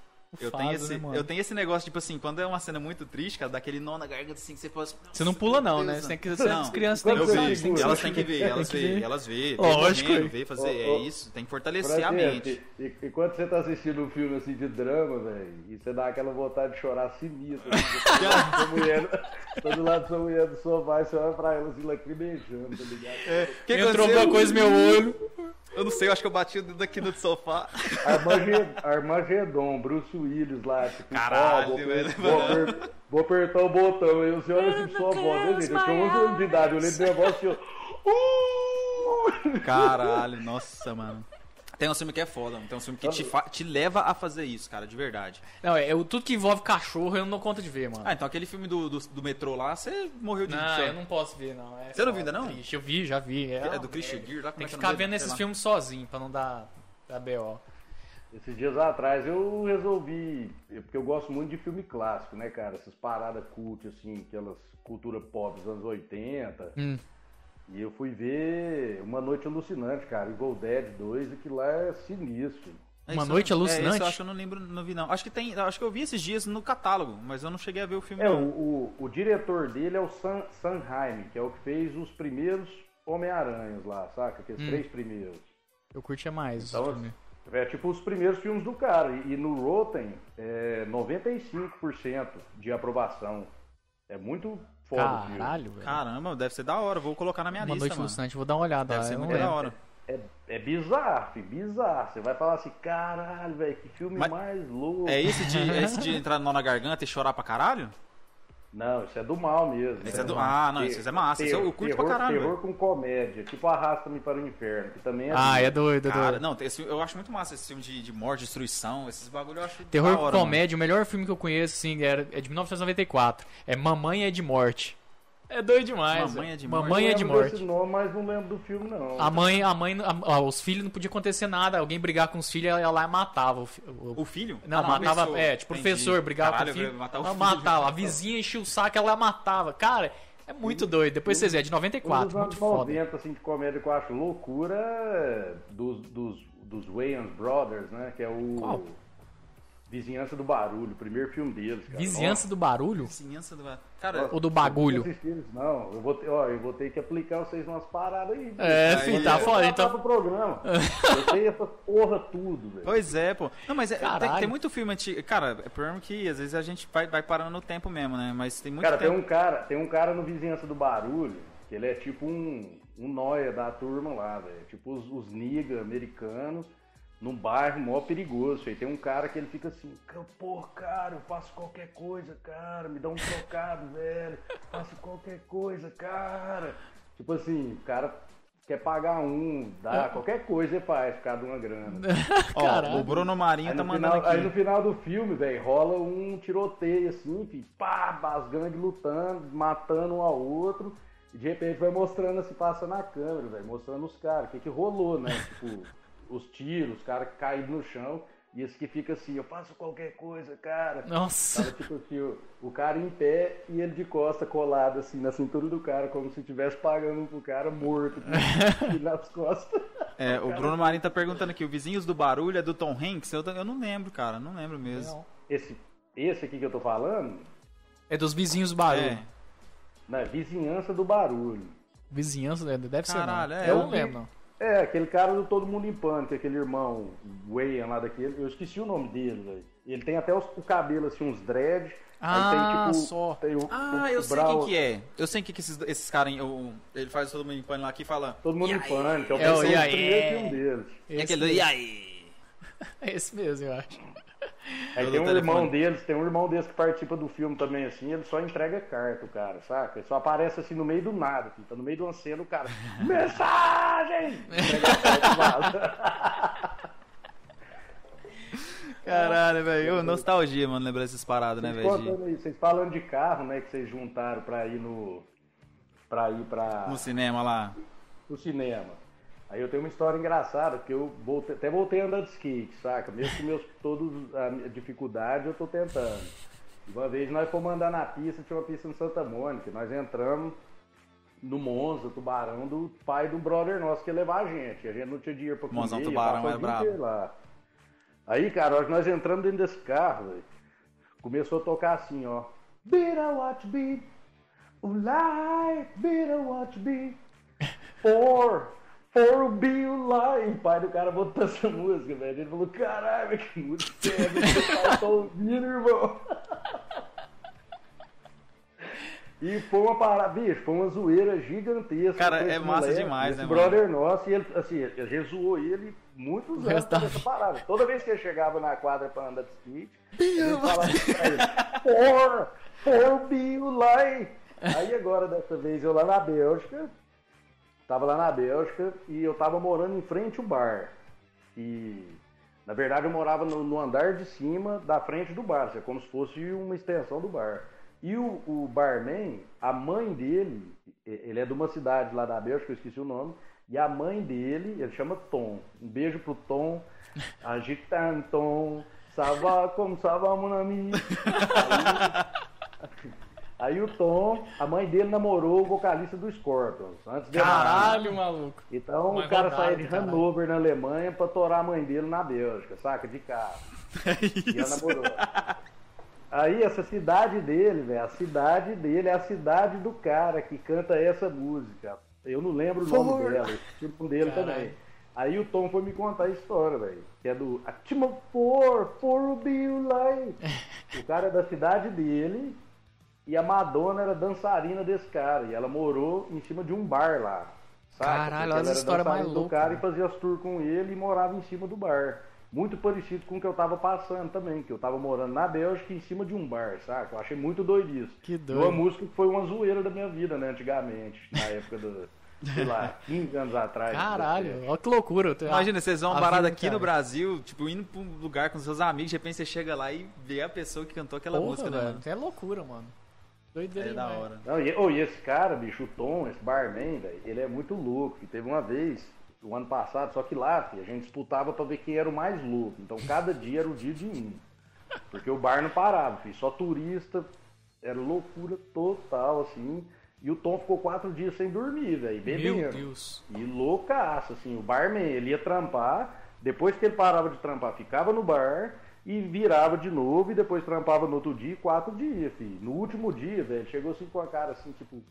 Eu Mufasa, tenho, esse, né, mano? eu tenho esse negócio, tipo assim, quando é uma cena muito triste, cara, daquele nó na garganta assim que você fala. assim, Você não "Nossa, pula, meu não, Deus, né? mano." Você tem que, você, as crianças têm Eu que Quantos saber. anos tem vi, que tem elas saber. têm que ver, elas Tem que ver. vê, elas vê. Lógico. Tem que ver, fazer, é Ô, ô, isso, tem que fortalecer é a Francesco, mente. e- e- Enquanto você tá assistindo um filme assim de drama, velho, e você dá aquela vontade de chorar sinistra. Assim, do lado da sua mulher, tá do lado da sua mulher do sofá e você olha pra ela assim, lacrimejando, tá ligado? O que Entrou aconteceu? alguma coisa no meu olho. Eu não sei, eu acho que eu bati o dedo aqui no sofá. Armaged- Armagedon, Bruce Willis lá, tipo, Caralho, ó, vou, velho. vou aper- vou apertar o botão, e você olha assim, sua voz, né, gente? Eu tinha 11 anos de idade, eu olhei pro negócio assim, ó. Uh! Caralho, nossa, mano. Tem um filme que é foda, mano. Tem um filme que Tá te, fa- te leva a fazer isso, cara, de verdade. Não, é, eu, tudo que envolve cachorro eu não dou conta de ver, mano. Ah, então aquele filme do, do, do metrô lá, você morreu de não, você- eu não posso ver, não. É Você não viu foda, ainda, não? triste. Eu vi, já vi. É, É do Christian Gear lá? Tem Como é que é o ficar nome dele? vendo esses Sei lá. filmes sozinho pra não dar, dar B.O. Esses dias atrás eu resolvi, porque eu gosto muito de filme clássico, né, cara? Essas paradas cult, assim, aquelas cultura pop dos anos 80. Hum. E eu fui ver Uma Noite Alucinante, cara, Evil Dead 2, e que lá é sinistro. É Uma isso, noite é, alucinante? É, isso eu acho que eu não lembro, não vi não. Acho que tem, acho que eu vi esses dias no catálogo, mas eu não cheguei a ver o filme. É, o, não. o, o diretor dele é o Sam, Sanheim, que é o que fez os primeiros Homem-Aranhas lá, saca? Aqueles três primeiros. Eu curtia mais. Então, os filmes. É tipo os primeiros filmes do cara. E, e no Rotten, é 95% de aprovação. É muito foda o filme. Caralho, velho. Caramba, deve ser da hora. Vou colocar na minha Uma lista, noite mano. alucinante, vou dar uma olhada. Deve lá, ser eu não muito da lembro. hora. É, é bizarro, filho, bizarro. Você vai falar assim, caralho, velho, que filme Mas- mais louco. É esse de, é esse de entrar nó na garganta e chorar pra caralho? Não, isso é do mal mesmo. Esse é do- ah, não, Ter- isso é massa, isso eu curto pra terror, caralho, Terror com comédia, tipo Arrasta-me para o Inferno, que também é... Ah, é doido, é Cara, doido. não, esse- eu acho muito massa esse filme de, de morte, destruição, esses bagulho eu acho Terror da hora, com comédia, o melhor filme que eu conheço, assim, era, é de 1994. É Mamãe é de Morte. É doido demais. Mamãe é de Mamãe Morte. Eu é de lembro Morte. desse nome, mas não lembro do filme, não. A mãe, a mãe, a- a- os filhos não podia acontecer nada. Alguém brigar com os filhos, ela, ela matava o, fi- o- mano. O filho? Não, Ah, matava, a pessoa. é, tipo, Entendi. professor brigava Caralho, com o filho. vai matar o ela filho. matava, a vizinha enchia o saco, ela matava. Cara, é muito doido. Depois vocês veem, é de Os 94, anos muito foda. 90, assim, de comédia que eu acho loucura é dos, dos, dos Wayans Brothers, né? Que é o. Qual? Vizinhança do Barulho, primeiro filme deles, cara. Vizinhança do barulho? Vizinhança do. Cara, Ou do bagulho? Não assisti eles, não. Eu vou, ter, ó, eu vou ter que aplicar vocês umas paradas aí. É, bicho. filho, Aí, tá é. foda. Tá Então, do programa. Eu sei essa porra tudo, velho. Pois é, pô. Não, mas é- tem, Caralho. tem muito filme antigo. Cara, é problema que às vezes a gente vai, vai parando no tempo mesmo, né? Mas tem muito Cara, tem tempo. um cara, tem um cara no Vizinhança do Barulho, que ele é tipo um, um noia da turma lá, velho. Tipo os, os niga americanos num bairro mó perigoso. Aí tem um cara que ele fica assim, pô, cara, eu faço qualquer coisa, cara, me dá um trocado, velho. Faço qualquer coisa, cara. Tipo assim, o cara quer pagar um, dá qualquer coisa ele faz por causa de uma grana. Ó, Caralho. o Bruno um- Aí Marinho tá no, mandando final, aí no aqui. final do filme, velho, rola um tiroteio assim, fi, pá, as gangues lutando, matando um ao outro. E de repente vai mostrando assim, passa na câmera, velho, mostrando os caras, o que, que rolou, né? Tipo, os tiros, os caras caídos no chão, e esse que fica assim, eu faço qualquer coisa, cara. nossa. Tava, tipo assim, o, o cara em pé e ele de costa colado assim na cintura do cara, como se estivesse pagando pro cara morto assim, nas costas. É, o Bruno Marinho tá perguntando aqui: o Vizinhos do Barulho é do Tom Hanks? Eu, eu não lembro, cara. Não lembro mesmo. Não. Esse, esse aqui que eu tô falando, É dos vizinhos do barulho. É. na vizinhança do barulho. Vizinhança, né? deve ser. não. Caralho, é, eu eu não vi. lembro, não. É, aquele cara do Todo Mundo em Pânico, aquele irmão Wayan lá daquele. Eu esqueci o nome dele, velho. Ele tem até os- o cabelo, assim, uns dread. Ah, aí tem, tipo, só. Tem o, Ah, o, eu o sei quem que é. Eu sei quem que esses, esses caras. eu- Ele faz todo mundo em pânico lá aqui e fala. Todo Mundo E em aí? Pânico. Eu É o pensei e no aí? primeiro filme deles. E Esse, aquele, mesmo. É e aí? Esse mesmo, eu acho. Aí Pelo tem um telefone. irmão deles, tem um irmão deles que participa do filme também, assim, ele só entrega carta, o cara, saca? Ele só aparece assim no meio do nada, assim, tá no meio de uma cena, o cara. Mensagem! Entrega a carta e vaza. Caralho, velho. Ô, Nostalgia, mano, lembrar essas paradas, né, Vocês velho? de- contando aí, Vocês falando de carro, né, que vocês juntaram pra ir no. pra ir pra. No cinema lá. pro cinema. Aí eu tenho uma história engraçada, porque eu voltei- até voltei a andar de skate, saca? Mesmo com meus, todos a minha dificuldade, eu tô tentando. E Uma vez nós fomos andar na pista, tinha uma pista em Santa Mônica, nós entramos no Monza, Tubarão, do pai do brother nosso que ia levar a gente. A gente não tinha dinheiro pra comer, Monzão ia Tubarão passar o era dia brabo. inteiro lá. Aí, cara, a hora que nós entramos dentro desse carro, velho, começou a tocar assim, ó. Better watch me, life, better watch me. For, for be alive. O pai do cara botou essa música, velho. Ele falou, caralho, velho, que música é essa? Eu tô ouvindo, irmão. E foi uma parada, bicho, foi uma zoeira gigantesca. Cara, com é esse massa moleque, demais, esse né, mano? brother nosso, e ele, assim, a gente zoou ele muitos anos resto da nessa parada. Toda vez que ele chegava na quadra pra andar de skate, ele falava assim pra ele, for, for be alive. Aí agora, dessa vez, eu lá na Bélgica, tava lá na Bélgica e eu tava morando em frente ao bar. E, na verdade, eu morava no, no andar de cima da frente do bar, assim, como se fosse uma extensão do bar. E o, o barman, a mãe dele, e- ele é de uma cidade lá da Bélgica, eu esqueci o nome, e a mãe dele, ele chama Tom. Um beijo pro Tom, agitando Tom, salva como salva mon ami. Aí, aí o Tom, a mãe dele namorou o vocalista do Scorpions. Antes de Caralho, maluco. então Mas o cara rodado, saía de caralho. Hanover na Alemanha pra torar a mãe dele na Bélgica, saca? De carro. É E ela namorou. Aí essa cidade dele, velho, a cidade dele é a cidade do cara que canta essa música. Eu não lembro o nome dela, eu esqueci o tipo dele Caralho. também. Aí o Tom foi me contar a história, velho. Que é do Atimo For, For Bill Light. O cara é da cidade dele, e a Madonna era dançarina desse cara. E ela morou em cima de um bar lá. Saca? Caralho, Porque olha ela essa era história mais dançarina do louca, cara né? e fazia as tours com ele e morava em cima do bar. Muito parecido com o que eu tava passando também, que eu tava morando na Bélgica em cima de um bar, saca? Eu achei muito doido isso. Que E doido. Uma música que foi uma zoeira da minha vida, né, antigamente, na época do, sei lá, 15 anos atrás. Caralho, olha que loucura. Eu tenho- Imagina, vocês vão a uma parada vida, aqui no cara. Brasil, tipo, indo pra um lugar com seus amigos, de repente você chega lá e vê a pessoa que cantou aquela Porra, música, né, velho. mano? É loucura, mano. Doideira É da demais. hora. Não, e, oh, e esse cara, bicho, o Tom, esse barman, velho, ele é muito louco. E teve uma vez, o ano passado, só que lá, filho, a gente disputava pra ver quem era o mais louco. Então cada dia era o dia de um. Porque o bar não parava, filho, só turista, era loucura total, assim. E o Tom ficou quatro dias sem dormir, velho, bebendo. Meu Deus. E loucaço, assim, o barman, ele ia trampar, depois que ele parava de trampar, ficava no bar, e virava de novo e depois trampava no outro dia, quatro dias, filho. No último dia, velho, chegou assim com a cara assim, tipo.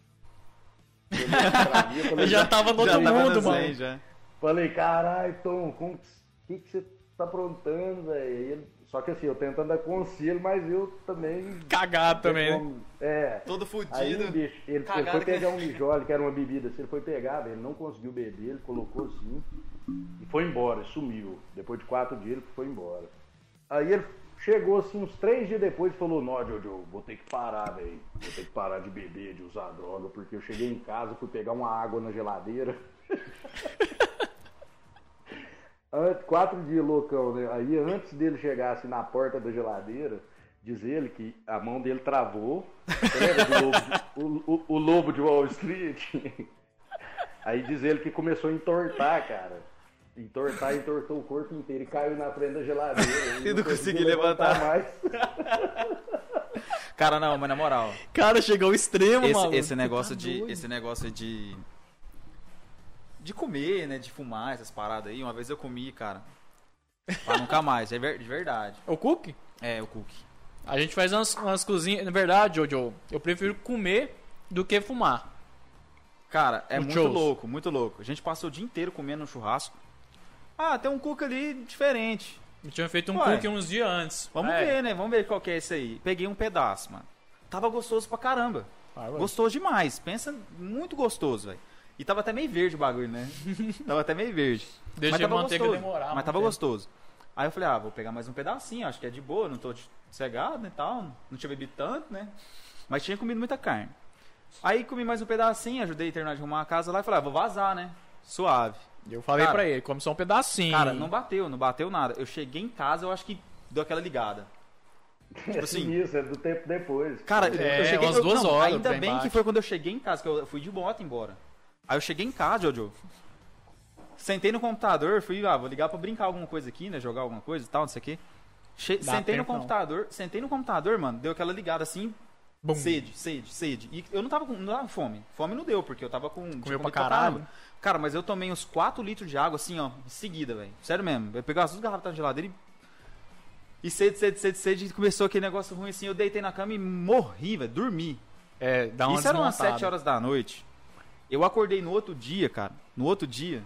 Eu, falei, eu já tava no outro Já tava mundo, no mano. Zen, já. Falei, caralho, Tom, o que, que você tá aprontando, velho? E ele- Só que assim, eu tentando dar conselho, mas eu também. Cagado também, né? Como- É. Todo Aí, fudido. bicho, ele foi- Cagado foi que- pegar um mijole, que era uma bebida. assim, Ele foi pegar, velho, ele não conseguiu beber, ele colocou assim e foi embora, sumiu. Depois de quatro dias, ele foi embora. Aí ele chegou assim uns três dias depois e falou: Nó, Jojo, vou ter que parar, velho. Vou ter que parar de beber, de usar droga, porque eu cheguei em casa, fui pegar uma água na geladeira. An- Quatro dias loucão, né? Aí antes dele chegar assim na porta da geladeira, diz ele que a mão dele travou. Lembra do lobo de- o, o- o lobo de Wall Street? Aí diz ele que começou a entortar, cara. Entortar, entortou o corpo inteiro e caiu na frente da geladeira. E não conseguiu consegui levantar. mais. Cara, não, mas na moral. Cara, chegou ao extremo, esse, mano. tá esse negócio de esse negócio de de comer, né, de fumar essas paradas aí. Uma vez eu comi, cara. Pra nunca mais, é ver- de verdade. O cookie? É, o cookie. A gente faz umas, umas cozinhas. Na verdade, Jojo, eu prefiro comer do que fumar. Cara, é O muito Joe's. louco, muito louco. A gente passou o dia inteiro comendo um churrasco. Ah, tem um cookie ali diferente. Eu tinha feito um Ué. cookie uns dias antes. Vamos É. ver, né? Vamos ver qual que é esse aí. Peguei um pedaço, mano. Tava gostoso pra caramba. Ah, ué. Gostoso demais. Pensa, muito gostoso, velho. E tava até meio verde o bagulho, né? tava até meio verde. Deixa mas a tava manteiga gostoso. demorar Mas muito tava tempo. gostoso. Aí eu falei, ah, vou pegar mais um pedacinho, acho que é de boa, não tô cegado e tal. Não tinha bebido tanto, né? Mas tinha comido muita carne. Aí comi mais um pedacinho, ajudei a terminar de arrumar a casa lá e falei, ah, vou vazar, né? Suave. Eu falei Cara, pra ele, come só um pedacinho. Cara, não bateu, não bateu nada. Eu cheguei em casa, eu acho que deu aquela ligada. É assim- sinistro, é do tempo depois. Cara, É, eu cheguei umas duas não, horas, Ainda bem bem baixo. que foi quando eu cheguei em casa, que eu fui de moto embora. Aí eu cheguei em casa, Jojo. Sentei no computador, fui, ah, vou ligar pra brincar alguma coisa aqui, né? Jogar alguma coisa e tal, não sei o quê. Che- Dá sentei no tempo, não. computador, sentei no computador, mano, deu aquela ligada assim, Bum. sede, sede, sede. E eu não tava com não tava com fome. Fome não deu, porque eu tava com. tinha Comeu pra comido caralho. caramba. Cara, mas eu tomei uns 4 litros de água, assim, ó, em seguida, velho. Sério mesmo. Eu peguei as duas garrafas da geladeira e. E sede, sede, sede, sede, e começou aquele negócio ruim assim. Eu deitei na cama e morri, velho. Dormi. É, dá uma Isso era umas 7 desmontada. horas da noite. Eu acordei no outro dia, cara. No outro dia,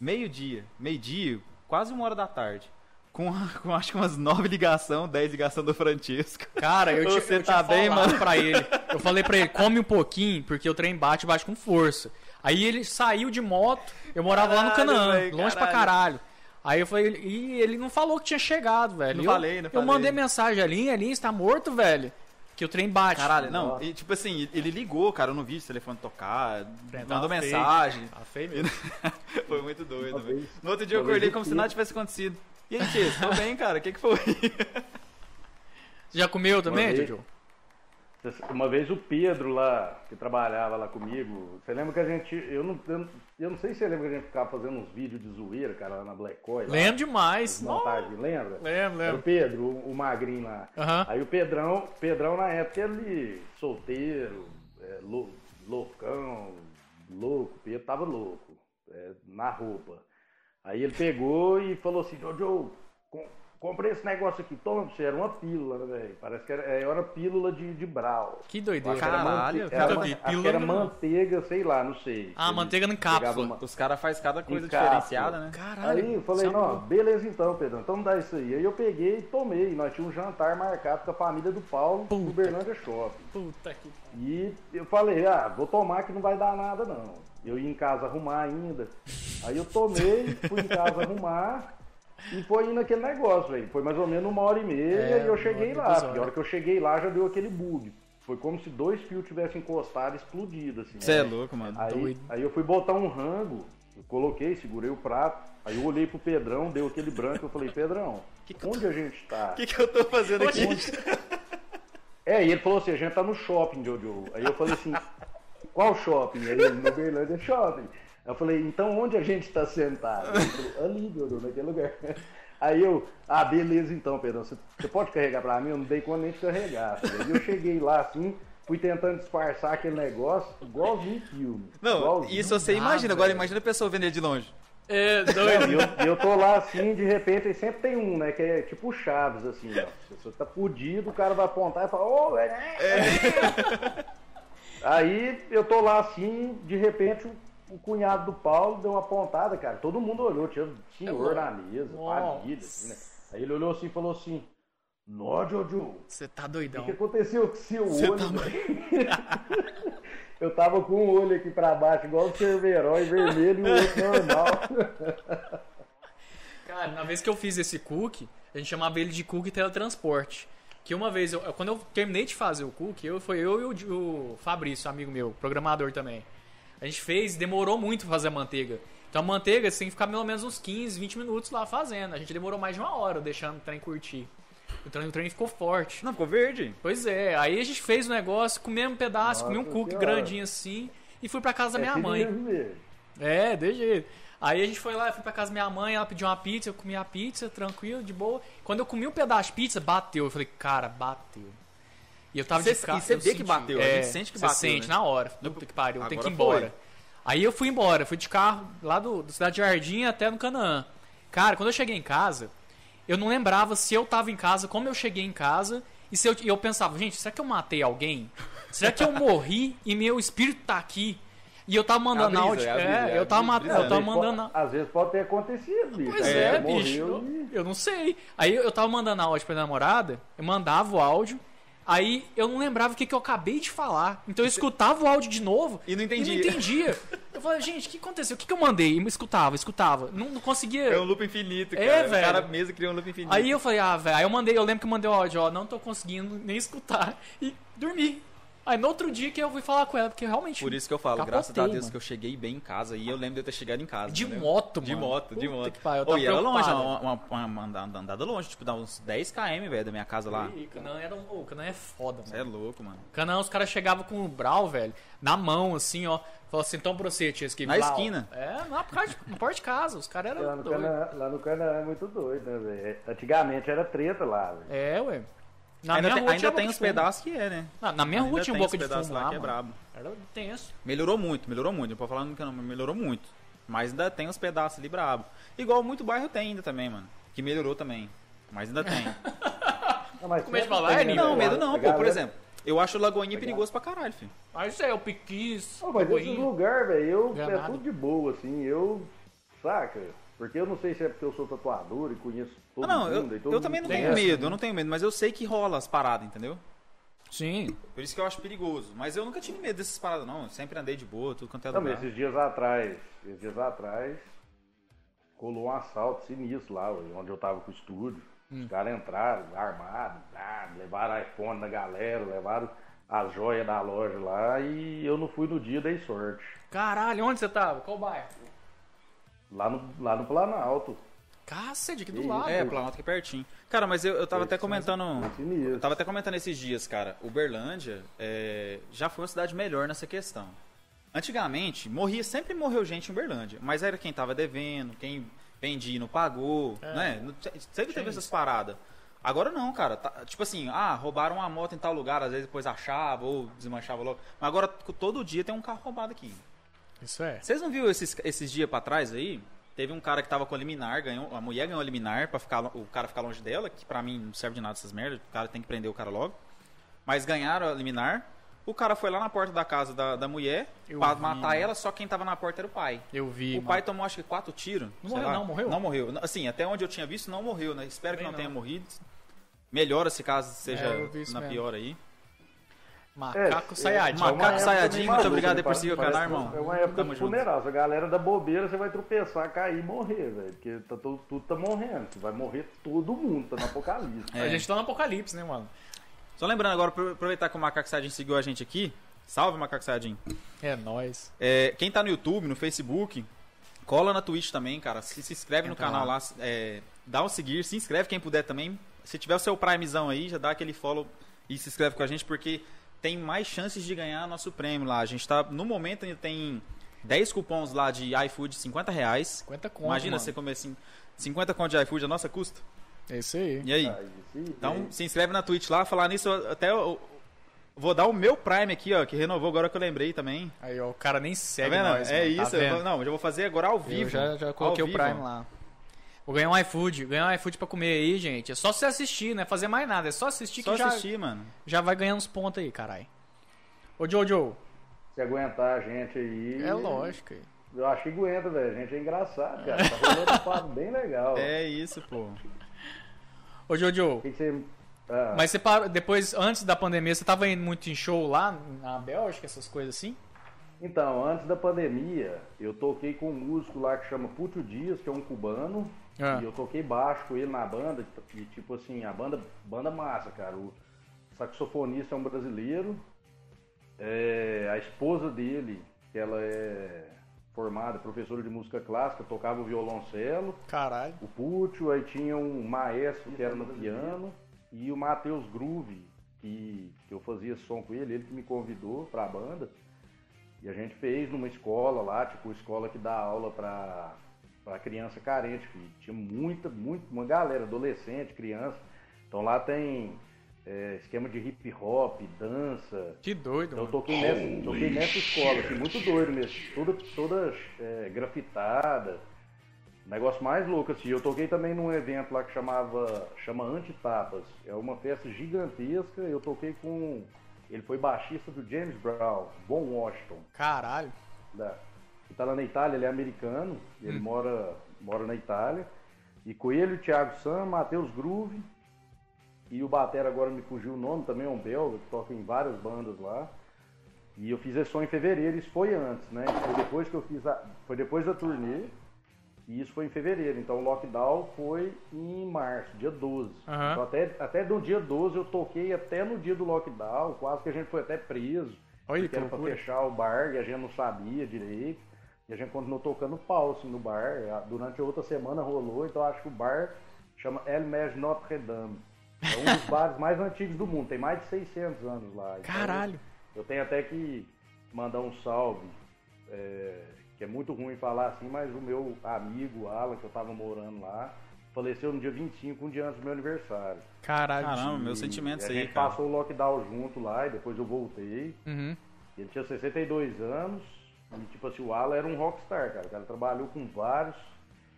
meio-dia, meio-dia, quase uma hora da tarde. Com, com acho que umas 9 ligação, 10 ligação do Francisco. Cara, eu tinha, Você eu tinha tá bem, falado mano? pra ele. Eu falei pra ele, come um pouquinho, porque o trem bate, bate com força. Aí ele saiu de moto, eu morava lá no Caralho, Canaã, velho, longe pra caralho. Aí eu falei, e ele não falou que tinha chegado, velho. Não eu, falei, não Eu falei. mandei mensagem ali, ali está morto, velho. Que o trem bate. Caralho, não, Nossa. e, tipo assim, ele ligou, cara, eu não vi esse telefone tocar, Enfrentava mandou feio. mensagem. Tá feio mesmo. Foi muito doido, Talvez- velho. No outro dia eu talvez acordei eu como se queira. nada tivesse acontecido. E aí, Tia, tô bem, cara, o que que foi? Você já comeu também, Mandei. Jojo? Uma vez o Pedro lá, que trabalhava lá comigo, você lembra que a gente. Eu não, eu não- eu não sei se você lembra que a gente ficava fazendo uns vídeos de zoeira, cara, lá na Black Oil. lá, Lembro as demais. montagens, lembra? Lembro, Era o lembro. Pedro, o, o magrinho lá. Aham. Aí o Pedrão, Pedrão na época ele solteiro, é, lou- loucão, louco, o Pedro tava louco, é, na roupa. Aí ele pegou e falou assim, Jojo, com- comprei esse negócio aqui, toma, pra você era uma pílula, né, velho? Parece que era, era pílula de, de brau. Que doideira. Cara, Caralho, era, cara, man- que acho que pílula era não. manteiga, sei lá, não sei. Ah, Ele manteiga em pegava cápsula. uma- Os caras fazem cada coisa E cara, diferenciada, né? Caralho. Aí eu falei, sabe- não, beleza então, Pedro, então me dá isso aí. Aí eu peguei e tomei. Nós tínhamos um jantar marcado com a família do Paulo Puta no Berlândia Shopping. Puta que E eu falei, ah, vou tomar que não vai dar nada não. Eu ia em casa arrumar ainda. Aí eu tomei, fui em casa arrumar e foi indo aquele negócio, velho. Foi mais ou menos uma hora e meia É, e eu cheguei uma lá. hora e duas Porque a hora que eu cheguei lá já deu aquele bug. Foi como se dois fios tivessem encostado e explodido, assim. Você é né? louco, mano. Aí, Doido. aí eu fui botar um rango, eu coloquei, segurei o prato, aí eu olhei pro Pedrão, deu aquele branco, eu falei, Pedrão, onde a gente tá? O que que eu tô fazendo aqui? É, e ele falou assim, a gente tá no shopping, Jojo. Aí eu falei assim, qual shopping? Aí ele, no Berlândia Shopping. Eu falei, então onde a gente tá sentado? Ele falou, ali, Jojo, naquele lugar. Aí eu, ah, beleza então, Pedrão, você, você pode carregar pra mim? Eu não dei conta nem de carregar. filho. Aí eu cheguei lá assim, fui tentando disfarçar aquele negócio, igualzinho filme. Não, igualzinho. isso você dá, imagina, agora velho. imagina a pessoa vendo ele de longe. É, Não, e doido. eu, e eu tô lá assim, de repente, aí sempre tem um, né? Que é tipo o Chaves, assim, ó. Se você tá fudido, o cara vai apontar e fala, ô, é, é, é." Aí eu tô lá assim, de repente, o, o cunhado do Paulo deu uma apontada, cara. Todo mundo olhou, tinha um senhor na mesa, Nossa. família, assim, né? Aí ele olhou assim e falou assim: Nó, Jojo, Você tá o que doidão. aconteceu com seu olho? Eu tava com o olho aqui pra baixo, igual o Cerverói vermelho e o outro normal. Cara, na vez que eu fiz esse cookie, a gente chamava ele de cookie teletransporte. Que uma vez, eu, quando eu terminei de fazer o cookie, eu, foi eu e o, Di- o Fabrício, amigo meu, programador também. A gente fez, demorou muito pra fazer a manteiga. Então a manteiga você tem que ficar pelo menos uns 15, 20 minutos lá fazendo. A gente demorou mais de uma hora deixando o trem curtir. O trem, o trem ficou forte. Não, ficou verde. Pois é, aí a gente fez o negócio, comemos um pedaço, comi um Nossa cookie Senhora. grandinho assim e fui pra casa da minha É mãe. perigo mesmo. É, de jeito. Aí a gente foi lá, eu fui pra casa da minha mãe, ela pediu uma pizza, eu comi a pizza, tranquilo, de boa. Quando eu comi um pedaço de pizza, bateu. Eu falei, cara, bateu. E eu tava Cê- de cara. e cê eu É, vê que bateu, a gente sente que cê bateu, sente né? na hora. Puta que pariu, eu tenho que ir Agora embora. foi. Aí eu fui embora, fui de carro lá do, do Cidade Jardim até no Canaã. Cara, quando eu cheguei em casa, eu não lembrava se eu tava em casa, como eu cheguei em casa, e se eu, e eu pensava, gente, será que eu matei alguém? Será que eu morri e meu espírito tá aqui? E eu tava mandando brisa, áudio. é a brisa, é, é a eu tava brisa, matando, brisa, eu tava Às vezes mandando. po- Às vezes pode ter acontecido, bicho. Pois Você é, morreu bicho. Eu, e- eu não sei. Aí eu tava mandando áudio pra minha namorada, eu mandava o áudio, aí eu não lembrava o que, que eu acabei de falar. Então eu escutava o áudio de novo E não e entendia. não entendia. Eu falei, gente, o que aconteceu? O que, que eu mandei? E escutava, escutava. Não, não conseguia. É um loop infinito, cara. É, O velho. cara mesmo criou um loop infinito. Aí eu falei, ah, velho, aí eu mandei, eu lembro que eu mandei o áudio, ó, não tô conseguindo nem escutar. E dormi. Aí no outro dia que eu fui falar com ela, porque realmente. Por isso que eu falo, Capotei, graças a Deus mano. que eu cheguei bem em casa. E eu lembro de eu ter chegado em casa. De entendeu? moto, De mano. moto, de Puta moto. que pariu, eu Ô, tava e era longe, preocupado. uma, uma, uma andada- andada longe, tipo, dá uns 10 km, velho, da minha casa lá. Ih, Canaã era um. Ô, Canaã é foda, mano. Você é louco, mano. Canaã, os caras chegavam com o Brau, velho, na mão, assim, ó. Falou assim, então pra você, Tia Esquivel. Na lá, ó. esquina. É, na porta de, na porta de casa. Os Tá caras Lá eram no, doidos. Canaã, lá no Canaã é muito doido, né, velho? Antigamente era treta lá, velho. É, ué. Na ainda minha tem, rua ainda tinha boca tem de uns fumo. pedaços que é, né? Na, na minha Ainda rua tinha um tem uns boca de pedaços fumo lá lá, que é mano. brabo. Era tenso. Melhorou muito, melhorou muito. Não pode falar nunca não, mas melhorou muito. Mas ainda tem uns pedaços ali brabo. Igual muito bairro tem ainda também, mano. Que melhorou também. Mas ainda tem. Não, mas Com medo de sempre falar, tem, é né, nível. não, velho? medo não, A pô. Por galera- exemplo, eu acho o Tá Lagoinha perigoso pra caralho, filho. Aí isso aí, o Piquis. Não, Tipo mas esses Goiânia. lugares, velho, eu- é Gramado. tudo de boa, assim. Eu. Saca? Porque eu não sei se é porque eu sou tatuador e conheço todo Ah, não, mundo. eu, e todo eu mundo também não tem tenho essa. né? medo, eu não tenho medo, mas eu sei que rola as paradas, entendeu? Sim. Por isso que eu acho perigoso. Mas eu nunca tive medo dessas paradas, não. Eu sempre andei de boa, tudo quanto é Não, mas lugar. esses dias atrás, esses dias atrás, rolou um assalto sinistro lá, ué, onde eu tava com o estúdio. Hum. Os caras entraram armados, ah, levaram iPhone da galera, levaram as joias da loja lá e eu não fui no dia, dei sorte. Caralho, onde você tava? Qual bairro? Lá no, lá no Planalto. Cacete, aqui do lado. É, Planalto aqui pertinho. Cara, mas eu, eu tava até comentando. sinistro. Eu tava até comentando esses dias, cara. Uberlândia é, já foi uma cidade melhor nessa questão. Antigamente, morria, sempre morreu gente em Uberlândia. Mas era quem tava devendo, quem vendia e não pagou, né? Não- Sempre teve essas paradas. Agora não, cara. Tá- tipo assim, ah, roubaram uma moto em tal lugar, às vezes depois achava ou desmanchava logo. Mas agora todo dia tem um carro roubado aqui. Isso é. Vocês não viram esses, esses dias pra trás aí? Teve um cara que tava com a liminar, ganhou, a mulher ganhou a liminar pra ficar, lo- o cara ficar longe dela, que pra mim não serve de nada essas merdas, o cara tem que prender o cara logo. Mas ganharam a liminar, o cara foi lá na porta da casa da, da mulher Eu pra vi, matar mano. ela, só quem tava na porta era o pai. Eu vi. o pai tomou acho que quatro tiros. Não sei morreu, lá. não morreu? Não morreu. Não, Assim, até onde eu tinha visto, não morreu, né? Espero que Também não, não. tenha morrido. Melhora se caso seja É, eu vi isso na mesmo. pior aí. mano. É, Macaco é, Sayajin. é uma Macaco época Sayajin, meio muito maluca, obrigado né? aí por seguir o Parece- canal, parece irmão. que É uma época Tamo de junto. funeral. Se a galera da bobeira, você vai tropeçar, cair e morrer, velho. Porque tá, todo, tudo tá morrendo. Vai morrer todo mundo, tá no apocalipse. É A gente tá no apocalipse, né, mano? Só lembrando agora, apro- aproveitar que o Macaco Sadin seguiu a gente aqui. Salve, Macaco Sadin. É nóis. É, quem tá no YouTube, no Facebook, cola na Twitch também, cara. Se, se inscreve Entra no canal lá. lá, se- é, dá um seguir, se inscreve quem puder também. Se tiver o seu Primezão aí, já dá aquele follow e se inscreve com a gente, porque tem mais chances de ganhar nosso prêmio lá. A gente tá, no momento, ainda tem 10 cupons lá de iFood, 50 reais. 50 conto, Imagina mano. você comer assim, 50 conto de iFood, a nossa custa. É isso aí. E aí? Aí, sim, Então, né? se inscreve na Twitch lá. Falar nisso, até o, Vou dar o meu Prime aqui, ó, que renovou agora que eu lembrei também. Aí, ó, o cara nem Tá segue vendo? nós. é mano, tá isso. eu vendo? vou- não, eu já vou fazer agora ao Eu vivo. já, já coloquei Ao o vivo. Prime lá. Vou ganhar um iFood, ganhar um iFood pra comer aí, gente. É só você assistir, não é fazer mais nada. É só assistir Só que já, assistir, mano. já vai ganhando uns pontos aí, caralho. Ô, Joe, Joe. Se aguentar a gente aí. É lógico. aí. Eu acho que aguenta, velho. A gente é engraçado, cara. Tá rolando um papo bem legal. É isso, pô. Ô, Joe, Joe. O que que você. Ah, Mas você parou, depois, antes da pandemia, você tava indo muito em show lá na Bélgica, essas coisas assim? Então, antes da pandemia, eu toquei com um músico lá que chama Puto Dias, que é um cubano. Ah. E eu toquei baixo com ele na banda. E, tipo assim, a banda, banda massa, cara. O saxofonista é um brasileiro. É, a esposa dele, que ela é formada, professora de música clássica, tocava o violoncelo. Caralho. o Púcio, aí tinha um maestro que era no piano e o Matheus Groove, que, que eu fazia som com ele, ele que me convidou para a banda. E a gente fez numa escola lá, tipo, escola que dá aula para para criança carente, que tinha muita, muito, uma galera, adolescente, criança. Então lá tem é, esquema de hip hop, dança, Que doido, então eu mano. toquei nessa, toquei nessa escola, assim, muito doido mesmo. Toda, toda é, grafitada. Negócio mais louco, assim. Eu toquei também num evento lá que chamava. Chama Antitapas. É uma festa gigantesca. Eu toquei com. Ele foi baixista do James Brown, Von Washington. Caralho. Da, que tá lá na Itália, ele é americano, Hum. ele mora, mora na Itália. E Coelho, Thiago Sam, Matheus Groove e o Batera agora me fugiu o nome, também é um belga, que toca em várias bandas lá. E eu fiz esse som em fevereiro, isso foi antes, né? Isso Foi depois que eu fiz a. Foi depois da turnê. E isso foi em fevereiro. Então o lockdown foi em março, dia 12. Aham. Então, até, até do dia 12 eu toquei até no dia do lockdown, quase que a gente foi até preso. Olha porque que era pra loucura. fechar o bar e a gente não sabia direito. E a gente continuou tocando pau assim, no bar. Durante a outra semana rolou, então acho que o bar chama El Merge Notre Dame. É um dos bares mais antigos do mundo, tem mais de 600 anos lá. Então, Caralho. eu tenho até que mandar um salve, é, que é muito ruim falar assim, mas o meu amigo Alan, que eu tava morando lá, faleceu no dia 25, um dia antes do meu aniversário. Caralho. Caramba, meus E sentimentos a aí, gente cara. passou o lockdown junto lá e depois eu voltei. Uhum. Ele tinha 62 anos e, tipo assim, o Alan era um rockstar, cara. O cara trabalhou com vários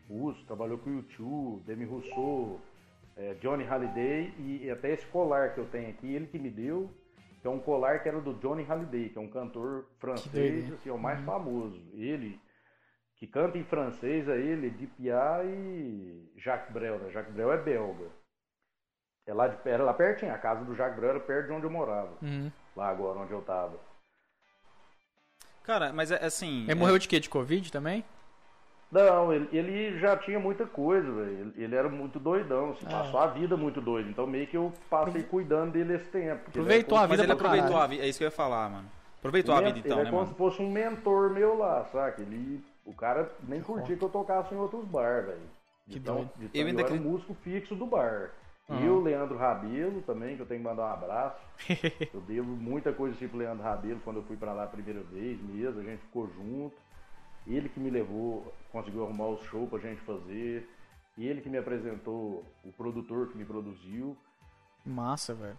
russos, trabalhou com o U2, Demi Rousseau, eh, Johnny Halliday e, e até esse colar que eu tenho aqui, ele que me deu, que é um colar que era do Johnny Halliday, que é um cantor francês, doideira. assim, é o mais famoso. Ele, que canta em francês, aí ele, de Piá e Jacques Brel, né? Jacques Brel é belga. É lá de, era lá pertinho, a casa do Jacques Brel era perto de onde eu morava, Hum, Uhum. lá agora onde eu tava. Cara, mas é assim. Ele morreu de quê? De Covid também? Não, ele, ele já tinha muita coisa, velho. Ele, ele era muito doidão, Ah. assim, passou a vida muito doido. Então meio que eu passei cuidando dele esse tempo. porque ele era Aproveitou como- a Mas vida ele pra aproveitou caralho. a vida. É isso que eu ia falar, mano. Aproveitou a ele é- vida então, ele né, é como mano? se fosse um mentor meu lá, saca? Ele, o cara nem curtia que eu tocasse em outros bar, velho. Que Então, doido. então, Eu eu ainda era um acre- músico fixo do bar. E o Leandro Rabelo também, que eu tenho que mandar um abraço. eu devo muita coisa assim pro Leandro Rabelo quando eu fui pra lá a primeira vez mesmo, a gente ficou junto. Ele que me levou, conseguiu arrumar o show pra gente fazer. Ele que me apresentou, o produtor que me produziu. Massa, velho.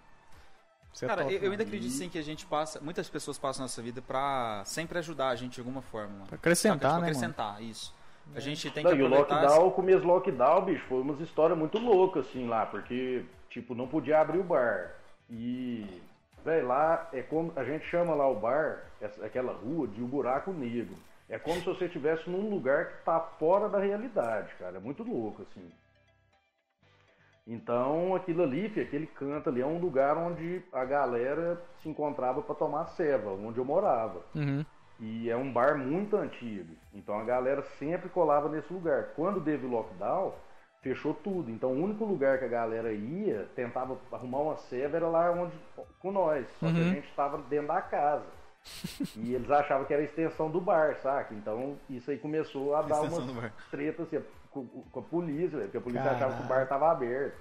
Você é Cara, top, eu, eu mano. ainda acredito sim que a gente passa. Muitas pessoas passam a nossa vida pra sempre ajudar a gente de alguma forma, mano. Pra Saca? acrescentar, Tipo, né, mano? É. acrescentar, isso. A gente tem que Não, e o aproveitar. lockdown, o começo do lockdown, bicho, foi umas histórias muito loucas, assim, lá, porque, tipo, não podia abrir o bar. E, velho, lá é como. A gente chama lá o bar, essa- aquela rua, de o buraco negro. É como se você estivesse num lugar que tá fora da realidade, cara. É muito louco, assim. Então, aquilo ali, fi, aquele canto ali, é um lugar onde a galera se encontrava pra tomar ceva, onde eu morava. Uhum. E é um bar muito antigo. Então a galera sempre colava nesse lugar. Quando teve o lockdown, fechou tudo. Então o único lugar que a galera ia, tentava arrumar uma ceva, era lá onde, com nós. Só que Uhum. a gente estava dentro da casa. E eles achavam que era a extensão do bar, saca? Então isso aí começou a dar Extensão do umas bar. tretas assim, com, com a polícia, velho, porque a polícia Caralho. achava que o bar estava aberto.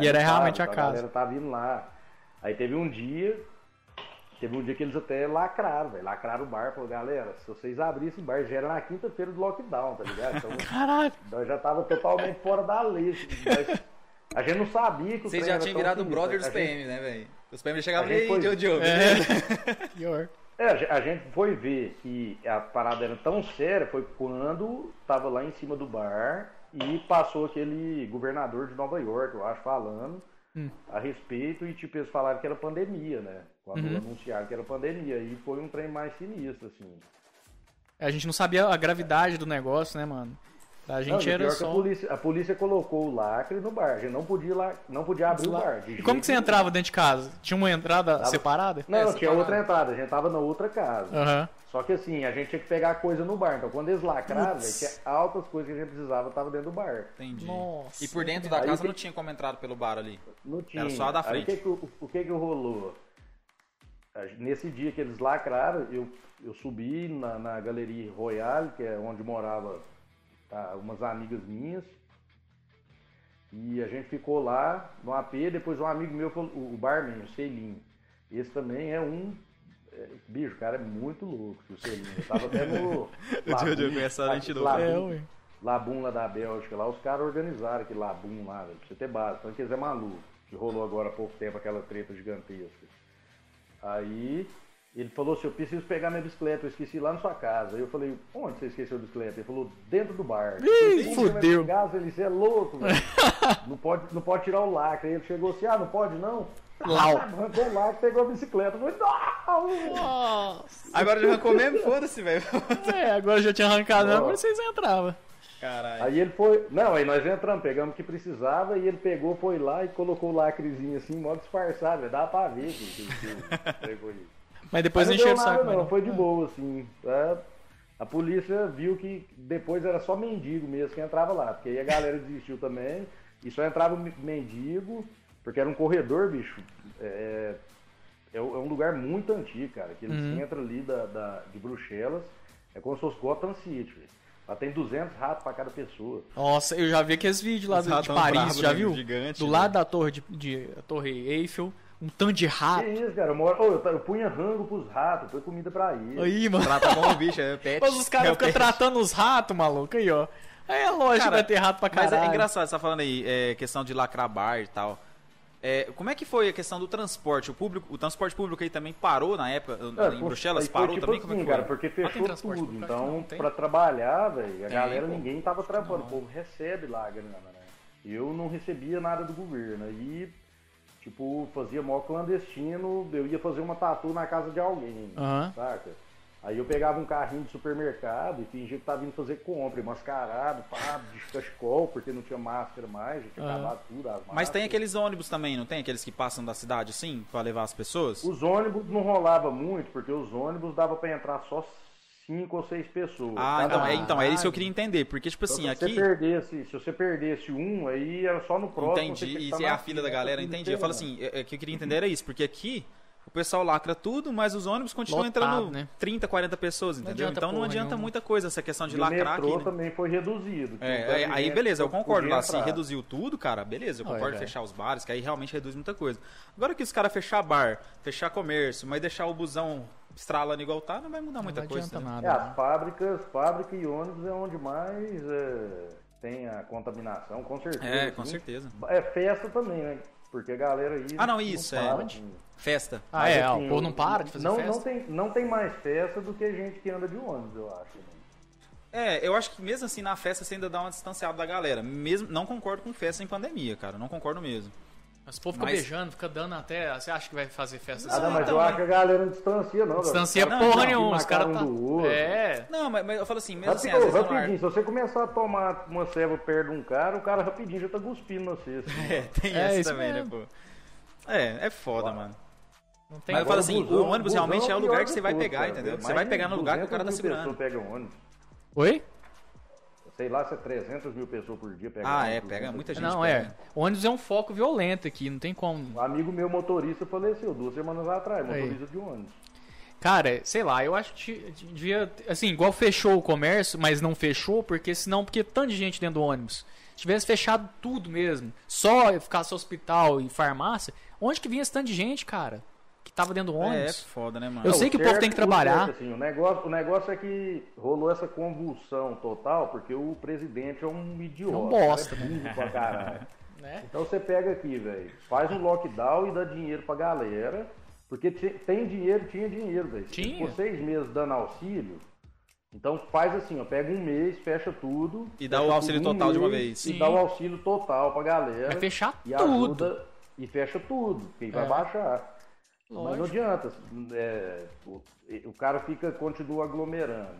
E era não tava, realmente a então casa. galera tava indo lá. Aí teve um dia Teve um dia que eles até lacraram, velho. Lacraram o bar, falou, galera, se vocês abrirem esse bar, já era na quinta-feira do lockdown, tá ligado? Então, Caralho. nós já tava totalmente fora da lei. Nós, assim, A gente não sabia que o Vocês trem já era tinham é tão virado o sinistro. brother dos A gente- PM, né, velho? Os PM chegavam A gente e foi- aí, Joe, Joe. É. Pior. É, a ge- a gente foi ver que a parada era tão séria, foi quando tava lá em cima do bar e passou aquele governador de Nova York, eu acho, falando Hum. a respeito, e tipo, eles falaram que era pandemia, né? Quando Uhum. anunciaram que era pandemia, e foi um trem mais sinistro, assim. É, A gente não sabia a gravidade do negócio, né, mano? A Não, gente e era pior é que a só. polícia, a polícia colocou o lacre no bar, a gente não podia, lá, não podia abrir o bar. de E jeito como que você nenhum. entrava dentro de casa? Tinha uma entrada separada? Não, Essa tinha parada. outra entrada, a gente tava na outra casa. Aham. Só que assim, a gente tinha que pegar coisa no bar. Então quando eles lacraram, velho, tinha altas coisas que a gente precisava tava dentro do bar. Entendi. Nossa. E por dentro da Aí casa tem- não tinha como entrar pelo bar ali. Não tinha. só a da Aí, frente. o que que o, o que que rolou? A gen- Nesse dia que eles lacraram, eu, eu subi na, na Galeria Royale, que é onde morava tá, umas amigas minhas. E a gente ficou lá no AP, depois um amigo meu, falou- o o barman, o Celinho. Esse também é um... é, bicho, o cara é muito louco, o Celinho. Eu tava até no... Diogo, eu conheço a gente do- É, ué. Labum lá da Bélgica, lá os caras organizaram aquele Labum lá, velho, pra você ter base. Então, que eles é maluco, que rolou agora há pouco tempo aquela treta gigantesca. Aí ele falou assim: Eu preciso pegar minha bicicleta, eu esqueci lá na sua casa. Aí eu falei: Onde você esqueceu a bicicleta? Ele falou: Dentro do bar. Ih, "Como você vai fudeu." pegar, Zé? Ele "Você é louco, velho. não, pode, não pode tirar o lacre. Aí ele chegou assim: Ah, não pode não? Lau. Arrancou o lacre, pegou a bicicleta. Eu falei: Não! Nossa. Agora já arrancou mesmo? Foda-se, velho. É, agora já tinha arrancado, Ó. agora vocês entravam. Caralho. É. Aí ele foi. Não, aí nós entramos, pegamos o que precisava e ele pegou, foi lá e colocou o lacrezinho assim, mó disfarçado, velho. Dá pra ver que, que, que pegou isso. Mas Ah. depois Mas encheu não o deu nada, saco, não, mano. foi de boa, assim. tá? A polícia viu que depois era só mendigo mesmo que entrava lá, porque aí a galera desistiu também e só entrava me- mendigo, porque era um corredor, bicho. É, é, um é um lugar muito antigo, cara, que eles Uhum. entram ali da, da- de Bruxelas, é como se fosse Gotham City, velho. Lá tem 200 ratos pra cada pessoa. Nossa, eu já vi aqueles vídeos lá Os do- de ratão Paris, brabo, já né, viu? gigante, do né? lado da torre de, de- a torre Eiffel, um tanto de Que rato. isso, cara? Eu, moro... Ô, eu, ta- eu punha rango pros ratos, põe comida pra eles. Aí, mano. Trata bom o bicho, é pet. Mas os É caras o ficam pet. tratando os ratos, maluco, aí, ó. É lógico que Cara, vai ter rato pra Mas caralho. é engraçado, você tá falando aí, é, questão de lacrar bar e tal. É, como é que foi a questão do transporte? O público, o transporte público aí também parou na época, É, em pô, Bruxelas? aí foi Parou tipo também? assim, como é que foi? cara, porque fechou transporte tudo. público, acho que não, Então, tem? pra trabalhar, velho, a galera, pô. ninguém tava trampando. O povo recebe lá a grana, né? Eu não recebia nada do governo. Aí, tipo, fazia mó clandestino. Eu ia fazer uma tatu na casa de alguém, Aham. saca? Aí eu pegava um carrinho de supermercado e fingia que tava indo fazer compra, e mascarado, pá, de cachecol, porque não tinha máscara mais, já tinha Aham. acabado tudo. as Mas tem máscaras. aqueles ônibus também, não tem? Aqueles que passam da cidade, assim, pra levar as pessoas? Os ônibus não rolava muito, porque os ônibus dava pra entrar só cinco ou seis pessoas. Ah, Cada então é, um. então, é isso que eu queria entender. Porque, tipo Então, assim, se aqui. Você perdesse, se você perdesse um, aí era só no próximo. você tinha Entendi. que E estar é na a fila da galera, fila né? entendi. Eu falo inteira. assim, é, é que eu queria entender era isso, porque aqui o pessoal lacra tudo, mas os ônibus continuam Lotado, entrando né? 30, 40 pessoas, entendeu? adianta então não porra adianta nenhuma. muita coisa essa questão de E o lacrar metrô aqui. Né? também foi reduzido. É, Então, é, aí gente beleza, eu concordo podia lá. Se entrar. reduziu tudo, cara, beleza, eu Olha, concordo em velho. fechar os bares, que aí realmente reduz muita coisa. Agora que os caras fechar bar, fechar comércio, mas deixar o busão estralando igual tá, não vai mudar muita não coisa. adianta entendeu? É, nada. as né? fábricas, fábrica e ônibus é onde mais é, tem a contaminação, com certeza. É, com assim. certeza. É festa também, né? Porque a galera aí. Ah, não, isso, é. para, Onde? assim. Festa. Ah, Mas, é, ó, assim, o povo não para de fazer não, festa. Não tem, não tem mais festa do que gente que anda de ônibus, eu acho. né? É, eu acho que mesmo assim na festa você ainda dá uma distanciada da galera. Mesmo, não concordo com festa em pandemia, cara. Não concordo mesmo. Mas o povo fica Mas- beijando, fica dando até. Você acha que vai fazer festa Ah, assim? não, mas então, eu né? acho que a galera não distancia, não. Distancia Os caras porra ficam nenhuma, na os caras cara tá. um do outro. É. Não, mas, mas eu falo assim, mesmo assim, Rapidinho, às vezes eu não rapidinho, se você começar a tomar uma ceva perto de um cara, o cara rapidinho já tá cuspindo na cesta. É, tem É, isso essa também, mesmo. né, pô? É, é foda, mano. Não tem Mas eu falo Agora, assim, busão- o ônibus busão realmente é o pior lugar de que você vai tudo, pegar, cara. entendeu? Mais Você vai de pegar no lugar que o 200 cara tá mil segurando. pessoas pegam ônibus. Oi? Sei lá se é 300 mil pessoas por dia pegam Ah, ônibus. é, pega muita gente. Não, pega. é. Ônibus é um foco violento aqui, não tem como. Um amigo meu motorista faleceu duas semanas atrás, Aí. motorista de ônibus. Cara, sei lá, eu acho que te- te- devia. Assim, igual fechou o comércio, mas não fechou, porque senão, porque tanto de gente dentro do ônibus. Se tivesse fechado tudo mesmo, só ficasse hospital e farmácia, onde que vinha esse tanto de gente, cara? Que tava dentro do É, é ônibus. foda, né, mano? Eu sei que o povo certo- tem que trabalhar. certo, assim, o, negócio, o negócio é que rolou essa convulsão total, porque o presidente é um idiota. É um bosta, né? burro pra caralho. né? Então você pega aqui, velho, faz um lockdown e dá dinheiro pra galera, porque ti- tem dinheiro, tinha dinheiro, velho. Tinha. Ficou seis meses dando auxílio, então faz assim, ó, pega um mês, fecha tudo. E dá fecha o tudo auxílio um total de uma mês vez. E Sim. dá o auxílio total pra galera. Vai fechar e tudo. ajuda e fecha tudo, quem vai É. baixar. Mas não Lógico. adianta, é, o, o cara fica, continua aglomerando,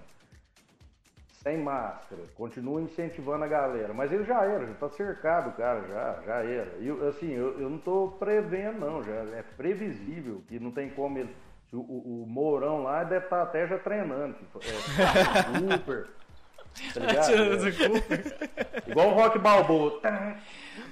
sem máscara, continua incentivando a galera, mas ele já era, já tá cercado o cara, já, já era. E eu, assim, eu, eu não tô prevendo não, já é previsível que não tem como ele... O, o- o Mourão lá deve estar até já treinando, tipo, é, super, tá ligado? Tirando É, essa culpa. igual o Rock Balboa, tá,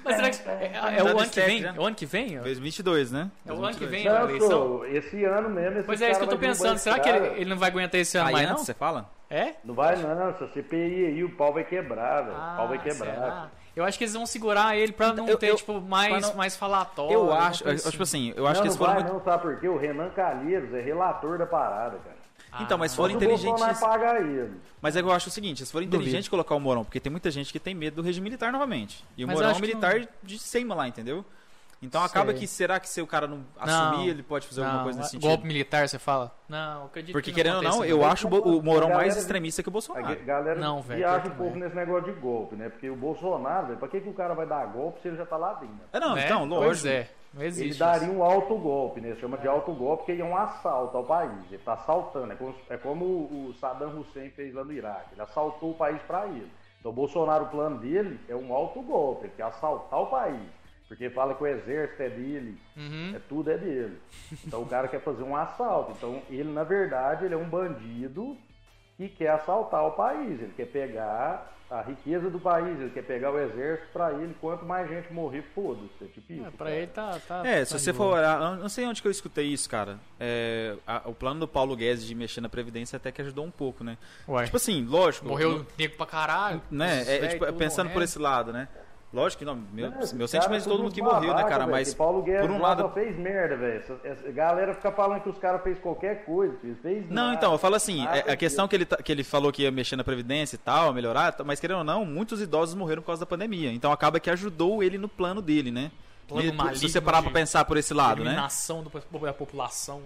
Mas será que é, é Dando o ano que step, vem? né? É o ano que vem? ó? 2022, né? É o ano que vem a Não, eleição? pô, esse ano mesmo. Esse Pois é, isso que eu tô cara vai derrubar pensando. esse Será que cara. ele, ele não vai aguentar esse ano Aí mais, antes, não? você fala? É? Não vai, não. Essa CPI aí, o pau vai quebrar, velho. o pau vai quebrar. será? Eu acho que eles vão segurar ele pra não Eu- ter, eu- tipo, mais, pra não- mais falatório. Eu alguma acho, eu, coisa tipo assim. assim, eu acho não, que eles não foram vai, muito. não, sabe por quê? O Renan Calheiros é relator da parada, cara. Então, mas Só foram que O inteligentes. Bolsonaro paga ele. Mas é que eu acho o seguinte, eles foram inteligentes de colocar o Mourão, porque tem muita gente que tem medo do regime militar novamente. E o Mas Mourão é acho um que militar de seima lá, entendeu? Então acaba Sei. que, será que se o cara não assumir, ele pode fazer alguma Não, coisa nesse a- sentido? golpe militar, você fala? Não, né? eu acredito Porque que querendo ou não, aconteça, eu acho o Bo- o Mourão Galera, mais né? extremista que o A Bolsonaro. ga- galera Ah. Não, velho, viaja pior um que pouco não. é. nesse negócio de golpe, né? Porque o Bolsonaro, velho, pra que, que o cara vai dar golpe se ele já tá lá dentro? né? É, não, né? então, Pois lógico. é, não existe. Ele isso. daria um alto golpe, né? Chama de alto golpe, porque é um assalto ao país. Ele tá assaltando. É como, é como o Saddam Hussein fez lá no Iraque. Ele assaltou o país para ele. Então, o Bolsonaro, o plano dele é um alto golpe. Ele quer assaltar o país. Porque fala que o exército é dele, Uhum. é tudo é dele. Então, o cara quer fazer um assalto. Então, ele, na verdade, ele é um bandido que quer assaltar o país. Ele quer pegar a riqueza do país, ele quer pegar o exército para ele. Quanto mais gente morrer, foda-se. É tipo isso. É, pra cara. ele tá. tá É, tá se de você boa. for olhar, eu não sei onde que eu escutei isso, cara. É, a- o plano do Paulo Guedes de mexer na Previdência até que ajudou um pouco, né? Ué, Tipo assim, lógico. morreu nego pra caralho. né? os É, velhos tipo, tudo pensando por morrendo. esse lado, né? Lógico que não, meu, Não, esse meu cara sentimento de todo é tudo mundo que um morreu, né, babaca, cara? velho, Mas que Paulo Guedes por um lá lado. só fez merda, velho. Essa, essa galera fica falando que os caras fez qualquer coisa, filho. fez Não, nada. então, eu falo assim, Nada é- a questão disso. que ele, tá- que ele falou que ia mexer na Previdência e tal, melhorar, tá- mas querendo ou não, muitos idosos morreram por causa da pandemia. Então acaba que ajudou ele no plano dele, né? Plano Me- se maligno você parar de pra pensar por esse lado, né? Eliminação do- da população.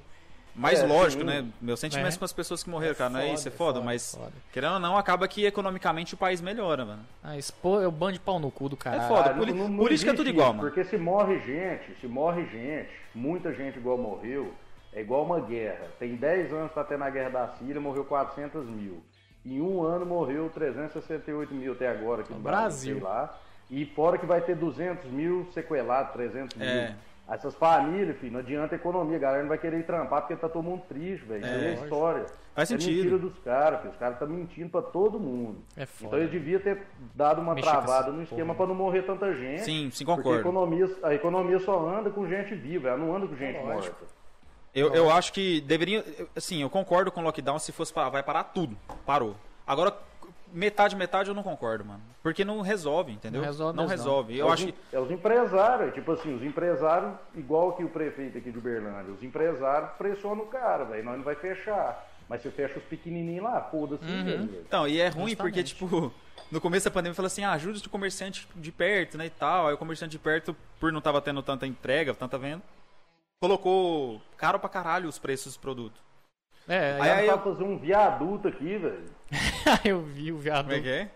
Mais É, lógico, sim. né? Meu sentimento É. com as pessoas que morreram, cara, não é foda, isso? É é foda, foda, mas foda. querendo ou não, acaba que economicamente o país melhora, mano. Ah, expor é o bando de pau no cu do cara. É foda, Ah, não- poli- não- não política é tudo existe igual, isso, mano. Porque se morre gente, se morre gente, muita gente igual morreu, é igual uma guerra. Tem 10 anos tá tendo a guerra da Síria, morreu 400 mil. Em um ano morreu 368 mil até agora aqui no No Brasil. Brasil. sei lá. E fora que vai ter 200 mil sequelados, 300 É. mil. Essas famílias, filho, não adianta a economia, a galera não vai querer ir trampar porque tá todo mundo triste, velho. Isso aí É, a história. Faz é sentido. mentira dos caras, filho. os caras estão mentindo pra todo mundo. É foda. Então ele devia ter dado uma Mexer com travada essa no esquema pra não morrer tanta gente. Sim, sim, É. Porque a concordo. economia, a economia só anda com gente viva, ela não anda com gente morta. Eu, Então, é. eu acho que deveria. eu- Assim, eu concordo com o lockdown se fosse parar. Vai parar tudo. Parou. Agora, metade, metade eu não concordo, mano. Porque não resolve, entendeu? Não resolve mesmo, resolve. Eu é, acho os, que. é os empresários, tipo assim, os empresários, igual que o prefeito aqui de Uberlândia, os empresários pressionam o cara, velho, nós não vai fechar. Mas você fecha os pequenininhos lá, foda-se. velho. Então, e é ruim porque, Justamente. tipo, no começo da pandemia falou assim: ah, ajuda o comerciante de perto, né? E tal. Aí o comerciante de perto, por não tava tendo tanta entrega, tanta venda, colocou caro pra caralho os preços dos produtos. É, Aí- Aí, eu... fazer um viaduto aqui, velho. eu vi o viado. Como é que é?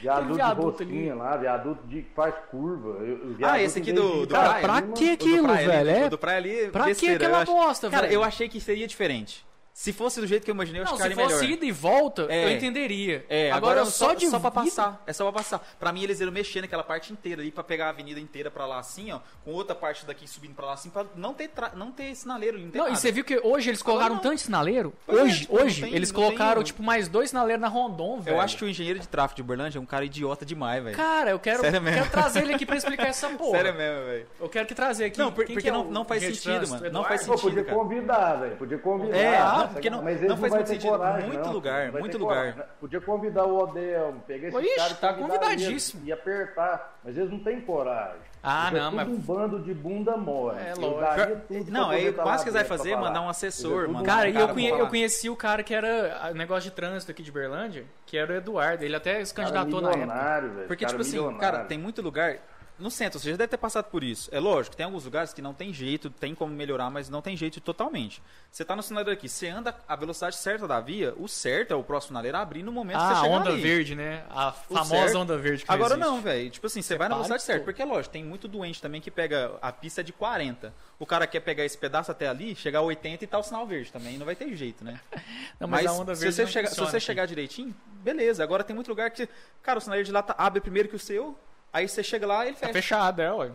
Viaduto, um viaduto de rosquinha lá, viaduto de que faz curva. Eu- eu- Ah, viaduto esse aqui em vez do- de- do Cara, Praia? pra prima- que O do aquilo, Praia ali, velho? É? o do praia ali, Pra que besteira, eu aquela acho- bosta, Cara, velho? eu achei que seria diferente. Se fosse do jeito que eu imaginei, eu acho Não, que se ficaria fosse melhor. ida e volta, É. eu entenderia. É, agora, agora, só, de só pra vida- passar. É só pra passar. Pra mim, eles iam mexer naquela parte inteira ali pra pegar a avenida inteira pra lá assim, ó. Com outra parte daqui subindo pra lá assim, pra não ter, tra- não ter sinaleiro. Não, ter Não, e nada. você viu que hoje eles colocaram não. tanto sinaleiro? Pois é, hoje, tipo, não hoje, tem- eles não colocaram, tem- tipo, mais dois sinaleiros na Rondon, velho. Eu acho que o engenheiro de tráfego de Uberlândia é um É. cara idiota demais, velho. Cara, eu quero, Sério mesmo. quero trazer ele aqui pra explicar essa porra. Sério mesmo, velho. Eu quero que trazer aqui. Não, por- Quem porque que é não- o não faz rei de sentido, trânsito? mano. Não Eduardo? faz Pô, sentido, podia cara. convidar, velho. Podia convidar. É, não, Nossa, porque não- mas eles não faz vai muito ter sentido. coragem, Muito não. lugar, Não vai muito ter lugar. coragem. Podia convidar o Odel, pegar esse Ixi, cara e tá convidar convidadíssimo. ele E apertar. Mas eles não têm coragem. Ah, Porque não, tudo mas- Um bando de bunda mole. É, Eu lógico. daria tudo pra Não, poder aí o tá mais lá que eles vai dentro pra fazer é falar. mandar um assessor, Quer dizer, mano. tudo Cara, e Cara, eu, conhe- vamos eu falar. conheci o cara que era ah, negócio de trânsito aqui de Berlândia, que era o Eduardo. Ele até se um cara candidatou na época. milionário, velho, Porque, cara tipo assim, milionário. cara, tem muito lugar. no centro, você já deve ter passado por isso. É lógico, tem alguns lugares que não tem jeito, tem como melhorar, mas não tem jeito totalmente. Você tá no sinaleiro aqui, você anda a velocidade certa da via, o certo é o próximo sinaleiro abrir no momento que Ah, você a chegar onda ali. verde, né? A famosa certo- onda verde que Agora existe. não, velho. Tipo assim, você vai para na velocidade e certa. pô. Porque é lógico, tem muito doente também que pega a pista de 40. O cara quer pegar esse pedaço até ali, chegar a 80 e tá o sinal verde também. Não vai ter jeito, né? Não, mas mas, a onda se verde você, não chegar, se funciona você aqui. chegar direitinho, beleza. Agora tem muito lugar que, cara, o sinaleiro de lá tá- abre primeiro que o seu, aí você chega lá e ele Tá fecha. fechado, é, ué.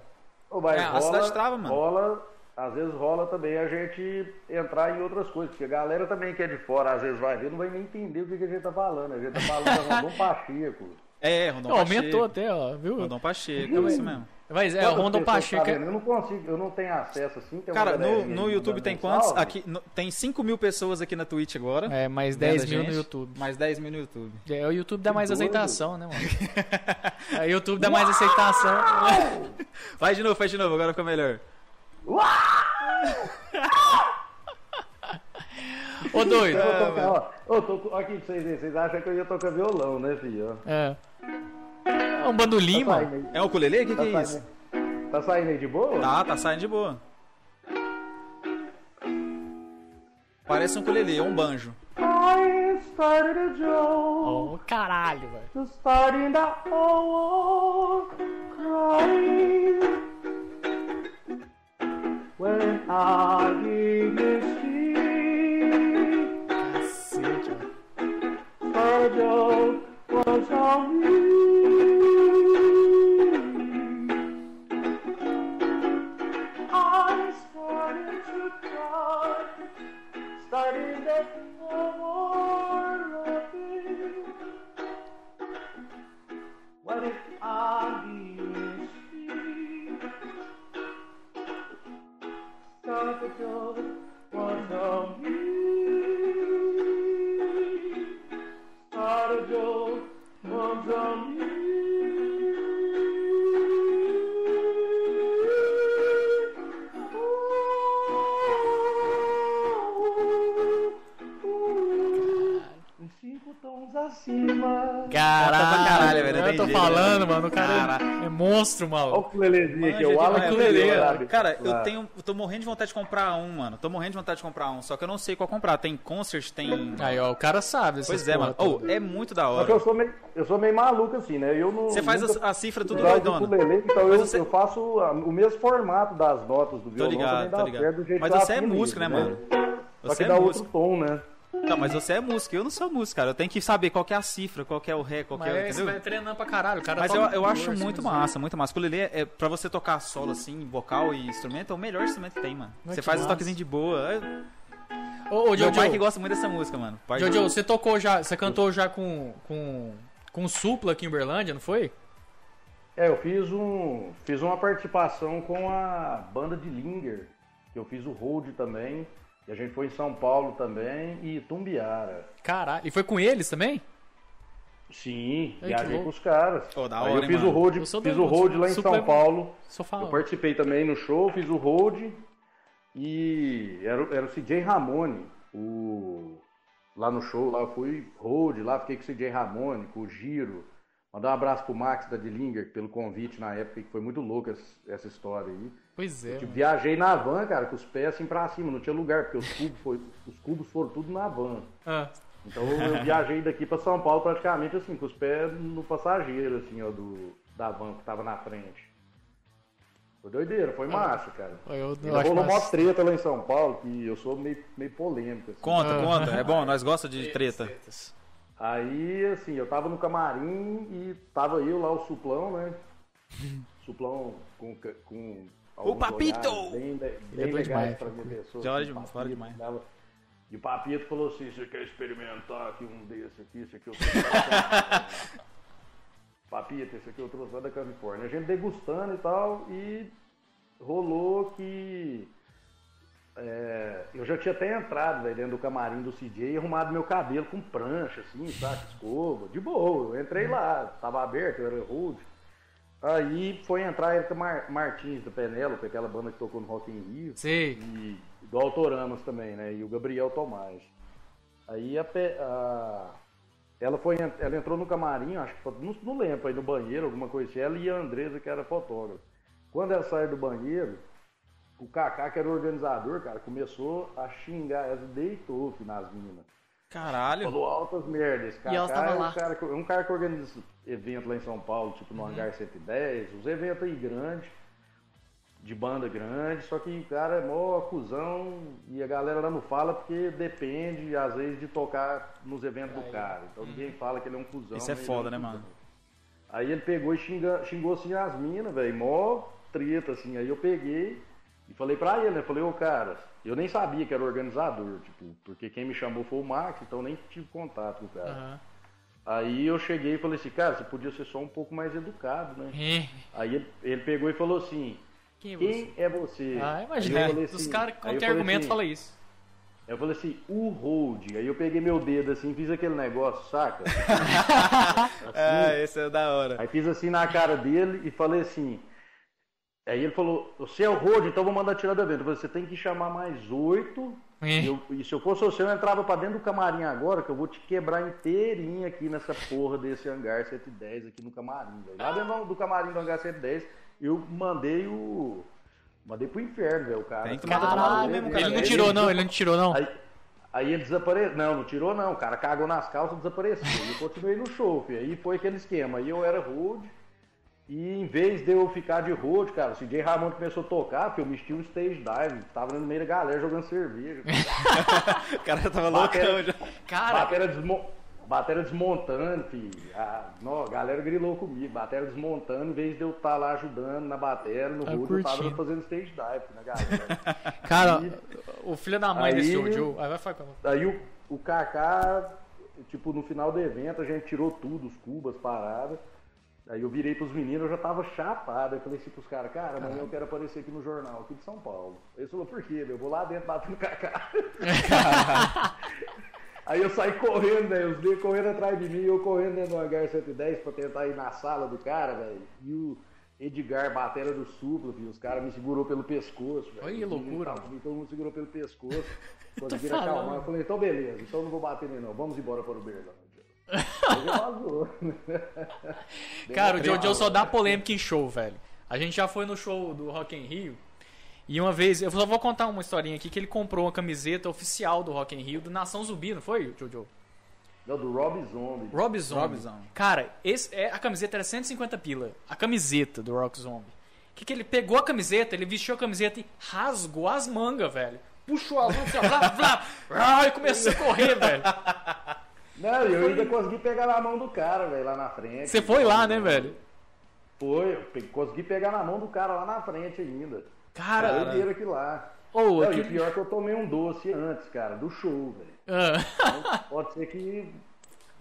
Ô, mas É, a cidade trava, mano. Rola, às vezes rola também a gente entrar em outras coisas, porque a galera também que é de fora, às vezes vai ver, não vai nem entender o que, que a gente tá falando. A gente tá falando da Rondon Pacheco. É, Rondon Ó, aumentou Pacheco. até, ó, viu? Rondon Pacheco, é isso mesmo. Mas é, Quantas o Rondon pessoas tá Pacheco. é- vendo? Eu não consigo, eu não tenho acesso assim. tem uma Cara, galerinha no, aí no mandando YouTube tem um quantos? salve. Aqui, no- tem 5 mil pessoas aqui na Twitch agora. É, mais vendo 10 a mil no gente. YouTube. Mais 10 mil no YouTube. É, o YouTube dá mais doido. aceitação, né, mano? É, o YouTube dá mais aceitação. Vai de novo, faz de novo, agora fica melhor. Ô, doido. Eu é, vou tocar, ó. Eu tô, com- ó aqui pra vocês verem, vocês acham que eu ia tocar violão, né, filho? Ó. É. É um bandolim, Tá mano. saindo aí- É um ukulele? O que, que é tá isso? saindo aí- Tá saindo aí de boa? Tá, tá saindo de boa. Parece um ukulele, é um banjo. I started a joke, Ô, caralho, velho. starting the whole crying. When I did this thing, Cacete, velho. her joke was on me. I started to cry, starting the whole thing. What if I be Stop the door, one of me. Start a door, one of me. Oh, oh, oh. Em Cinco tons acima. Caralho, Tá pra caralho, velho, né? Eu tem tô jeito, falando, mano. O cara Caralho. é monstro, Olha o maluco. culelezinho aqui, Manja é o Alan demais, Culelê, cara. sabe? Cara, eu Lá. tenho. Eu tô morrendo de vontade de comprar um, mano. Tô morrendo de vontade de comprar um. Só que eu não sei qual comprar. Tem concert, tem. Aí, ó, o cara sabe. essas Pois é, porra mano. toda. Oh, é muito da Só que eu hora. sou meio, eu sou meio maluco assim, né? Eu não. Você faz nunca a, a cifra tudo usava doidona. ukulele, então eu, Mas você- eu faço a- o mesmo formato das notas do Tô violão. ligado, também dá tô certo do ligado. jeito Mas que eu você é afino músico, né, isso, mano? Só Você que é dá músico. outro tom, né? Tá, mas você é músico. Eu não sou músico, cara. Eu tenho que saber qual que é a cifra, qual que é o ré, qual que é o. Mas você entendeu? vai treinando pra caralho. O cara Mas eu, toca eu tudo, acho assim, muito assim. massa, muito massa. Ukulele é, é pra você tocar solo assim, vocal e instrumento, é o melhor instrumento que tem, mano. Ai, você que faz os massa. toquezinhos de boa. É, Ô, ô, Meu Jojo, pai que gosta muito dessa música, mano. Pai Jojo, um- você tocou já, você cantou já com, com, com supla aqui em Uberlândia, não foi? É, eu fiz um. Fiz uma participação com a banda de Linger, que eu fiz o Hold também. E a gente foi em São Paulo também e Tumbiara. Caralho. E foi com eles também? Sim, Ai, que viajei louco. com os caras. Ô, da Aí hora, eu hein, fiz o mano? Hold, Eu sou fiz doido o por Hold su- lá em suplemento. São Paulo. Só Eu fala. um- participei também no show, fiz o hold e era, o- era o CJ Ramone, o lá no show, lá eu fui hold, lá fiquei com o CJ Ramone, com o Giro. Mandar um abraço pro Max da Dilinger pelo convite na época, que foi muito louca essa, essa história aí. Pois é. Tipo, mano. viajei na van, cara, com os pés assim pra cima, não tinha lugar, porque os cubos, foi- os cubos foram tudo na van. Ah, Então eu viajei daqui pra São Paulo praticamente assim, com os pés no passageiro, assim, ó, do, da van que tava na frente. Foi doideira, foi massa, cara. eu, É. eu Ainda acho rolou massa. uma treta lá em São Paulo, que eu sou meio, meio polêmico, assim. Conta, Ah. conta. É bom, nós gostamos de treta. Aí, assim, eu tava no camarim e tava eu lá, o Suplão, né? Suplão com. ca- com alguns Papito! olhares Bem, le- é bem doido legais demais, pra minha pessoa. Já olha assim, demais, o fala Papito demais. dava- E o Papito falou assim: você quer experimentar aqui um desse aqui, esse aqui eu trouxe. Papito, esse aqui eu trouxe lá da Califórnia. A gente degustando e tal, e rolou que. É, eu já tinha até entrado velho, dentro do camarim do CJ e arrumado meu cabelo com prancha, assim, saca, escova, de boa. Eu entrei lá, tava aberto, eu era rude. Aí foi entrar a Erika Mar- Martins do Penélope, aquela banda que tocou no Rock in Rio, Sei. e do Autoramas também, né? E o Gabriel Tomás. Aí a, Pe- a- Ela, foi, ela entrou no camarim, acho que não, não lembro, aí no banheiro, alguma coisa assim, ela e a Andresa, que era fotógrafa. Quando ela saiu do banheiro, o Kaká, que era o organizador, cara, começou a xingar, ela deitou filho, nas minas. Caralho. Falou altas merdas. Kaká ela estava é um lá. cara que- é um cara que organiza esse evento lá em São Paulo, tipo Uhum. no Hangar 110, os eventos aí grandes, de banda grande, só que o cara é mó acusão e a galera lá não fala porque depende, às vezes, de tocar nos eventos do cara. Então ninguém fala que ele é um cuzão. Uhum. Isso é mas ele foda, um né, cuzão. mano? Aí ele pegou e xinga- xingou assim as minas, velho, mó treta, assim. Aí eu peguei e falei pra ele, né? Falei, ô cara, eu nem sabia que era organizador, tipo, porque quem me chamou foi o Max, então nem tive contato com o cara. Aham. Aí eu cheguei e falei assim, cara, você podia ser só um pouco mais educado, né? É. Aí ele, ele pegou e falou assim, Quem é você? quem é você? Ah, Aí imagina. eu falei Os assim- caras, aí eu qualquer falei argumento, assim, fala isso. eu falei assim, o hold. Aí eu peguei meu dedo assim, fiz aquele negócio, saca? Ah, esse é da hora. Aí fiz assim na cara dele e falei assim. Aí ele falou, você é o Rode, então eu vou mandar tirar do evento. Eu falei, você tem que chamar mais oito. É. E, eu- e se eu fosse você, eu entrava pra dentro do camarim agora, que eu vou te quebrar inteirinha aqui nessa porra desse hangar 110 aqui no camarim. velho." Lá dentro do camarim do hangar 110, eu mandei o. Mandei pro inferno, velho, o cara. Tem que Cara, mandar tá tomar no cu maluco, mesmo, velho. Ele não tirou, não, ele não tirou, não. Aí, aí ele desapareceu. Não, não tirou não. O cara cagou nas calças e desapareceu. E eu continuei no show, filho. Aí foi aquele esquema. Aí eu era rude. E em vez de eu ficar de rude, cara, o DJ Ramon começou a tocar, porque eu meti um stage dive. Tava no meio da galera jogando cerveja. O cara tava Batera, loucão já. Cara, batera, desmo... batera desmontando, filho. A... Não, a galera grilou comigo. Batera desmontando, em vez de eu estar lá ajudando na batera, no Tá rude, eu tava curtindo. fazendo stage dive filho, na galera. cara, o filho da mãe Aí- desse Joe, Joe. Aí vai falar. Aí o, o Kaká, tipo, no final do evento, a gente tirou tudo, os cubas, paradas. Aí eu virei pros meninos, eu já tava chapado. Eu falei assim pros caras, cara, amanhã eu quero aparecer aqui no jornal, aqui de São Paulo. Aí eles falaram, por quê? meu? Eu vou lá dentro bater no Kaká. Aí eu saí correndo, velho. Os negros correndo atrás de mim, eu correndo dentro do hangar 110 pra tentar ir na sala do cara, velho. E o Edgar, batera do supla, filho, os caras me segurou pelo pescoço, velho. Tá Olha que Os meninos loucura, tavam mano. comigo, Todo mundo segurou pelo pescoço. Conseguiram falando. acalmar. Eu falei, então beleza, então não vou bater nele não. Vamos embora para o Berlândia. Aí vazou. né? Cara, o Jojo só dá polêmica em show, velho. A gente já foi no show do Rock in Rio. E uma vez, eu só vou contar uma historinha aqui, que ele comprou uma camiseta oficial do Rock in Rio, do Nação Zumbi, não foi, Jojo? Não, do Rob Zombie. Rob Zombie. Rob Zombie. Cara, esse, é, a camiseta era 150 pila. A camiseta do Rock Zombie. O que, que ele pegou a camiseta, ele vestiu a camiseta e rasgou as mangas, velho. Puxou as mãos, blá, blá, blá, e começou a correr, velho. Não, eu ainda consegui pegar na mão do cara, velho, lá na frente. Você foi lá, né, velho? Foi, eu pe- consegui pegar na mão do cara lá na frente ainda. Cara, Eu dinheiro aqui lá. ou Não, e o aquele- pior é que eu tomei um doce antes, cara, do show, velho. Ah, Então, Pode ser que.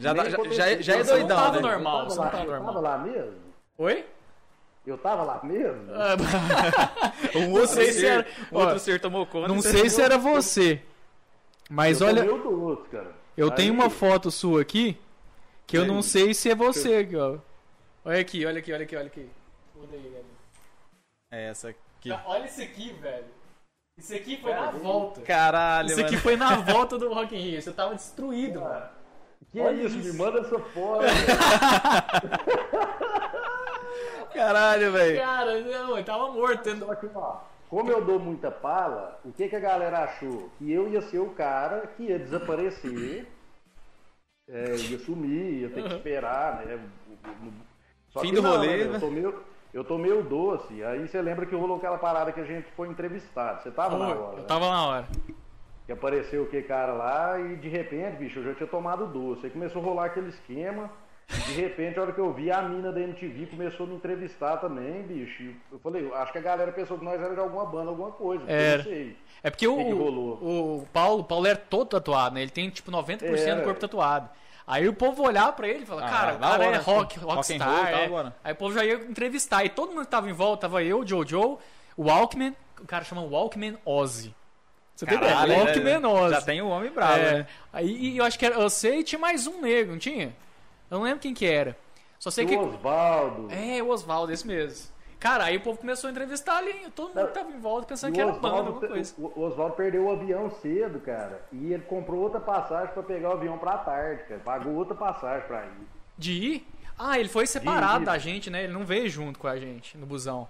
Já, nem dá- já- aconteceu. já- já é Você não doidão, tava né? normal. eu você tava, não tá lá, eu normal. tava lá mesmo? Oi? Eu tava lá mesmo? Um Não outro sei se ser, era- um outro ó, ser tomou conta. Não e você sei tomou- se era você. Mas eu olha, tomei o doce, cara. eu Aí- tenho uma foto sua aqui que eu Aí. não sei se é você, aqui, ó. Olha aqui, olha aqui, olha aqui, olha aqui. Olha aí, velho. É, essa aqui. Tá, Olha isso aqui, velho. Isso aqui foi na volta. Caralho, Isso aqui mano. foi na volta do Rock in Rio. Você tava destruído, mano. Que é isso, me manda essa foto. Caralho, velho. Cara, não, ele tava morto. Só que, Então, assim, ó, como eu dou muita pala, o que, que a galera achou? Que eu ia ser o cara que ia desaparecer, é, ia sumir, ia ter que esperar, né? O- o- Só Fim que do não, rolê, né, né? Eu tomei, o- eu tomei o doce, aí você lembra que rolou aquela parada que a gente foi entrevistado. Você tava na hora, Eu né? tava na hora. Que apareceu o que cara lá e de repente, bicho, eu já tinha tomado doce. Aí começou a rolar aquele esquema. e De repente, a hora que eu vi a mina da MTV começou a me entrevistar também, bicho. E Eu falei, eu acho que a galera pensou que nós era de alguma banda, alguma coisa. porque Eu Era. não sei. É porque o, que que rolou? o Paulo, o Paulo era todo tatuado, né? Ele tem tipo 90% do Era. corpo tatuado. Aí o povo olhar pra ele e falar, Ah, cara, o da cara hora, é rock, rock and rockstar. roll, tá é. agora. Aí o povo já ia entrevistar. E todo mundo que tava em volta, tava eu, o Jojo, o Walkman, o cara chama Walkman Ozzy. Você tem ideia? Caralho, Walkman né? Ozzy. Já tem um homem bravo, É. né? Aí e eu acho que era, eu sei, tinha mais um negro, não tinha? Eu não lembro quem que era. Só sei que O Osvaldo. é, o Oswaldo, esse mesmo. Cara, aí o povo começou a entrevistar ali, todo mundo Não. que tava em volta pensando E que o era banda, Oswaldo- alguma coisa. o- O Oswaldo perdeu o avião cedo, cara. E ele comprou outra passagem pra pegar o avião pra tarde, cara. Pagou outra passagem pra ir. De ir? Ah, ele foi separado ir. da gente, né? Ele não veio junto com a gente no busão.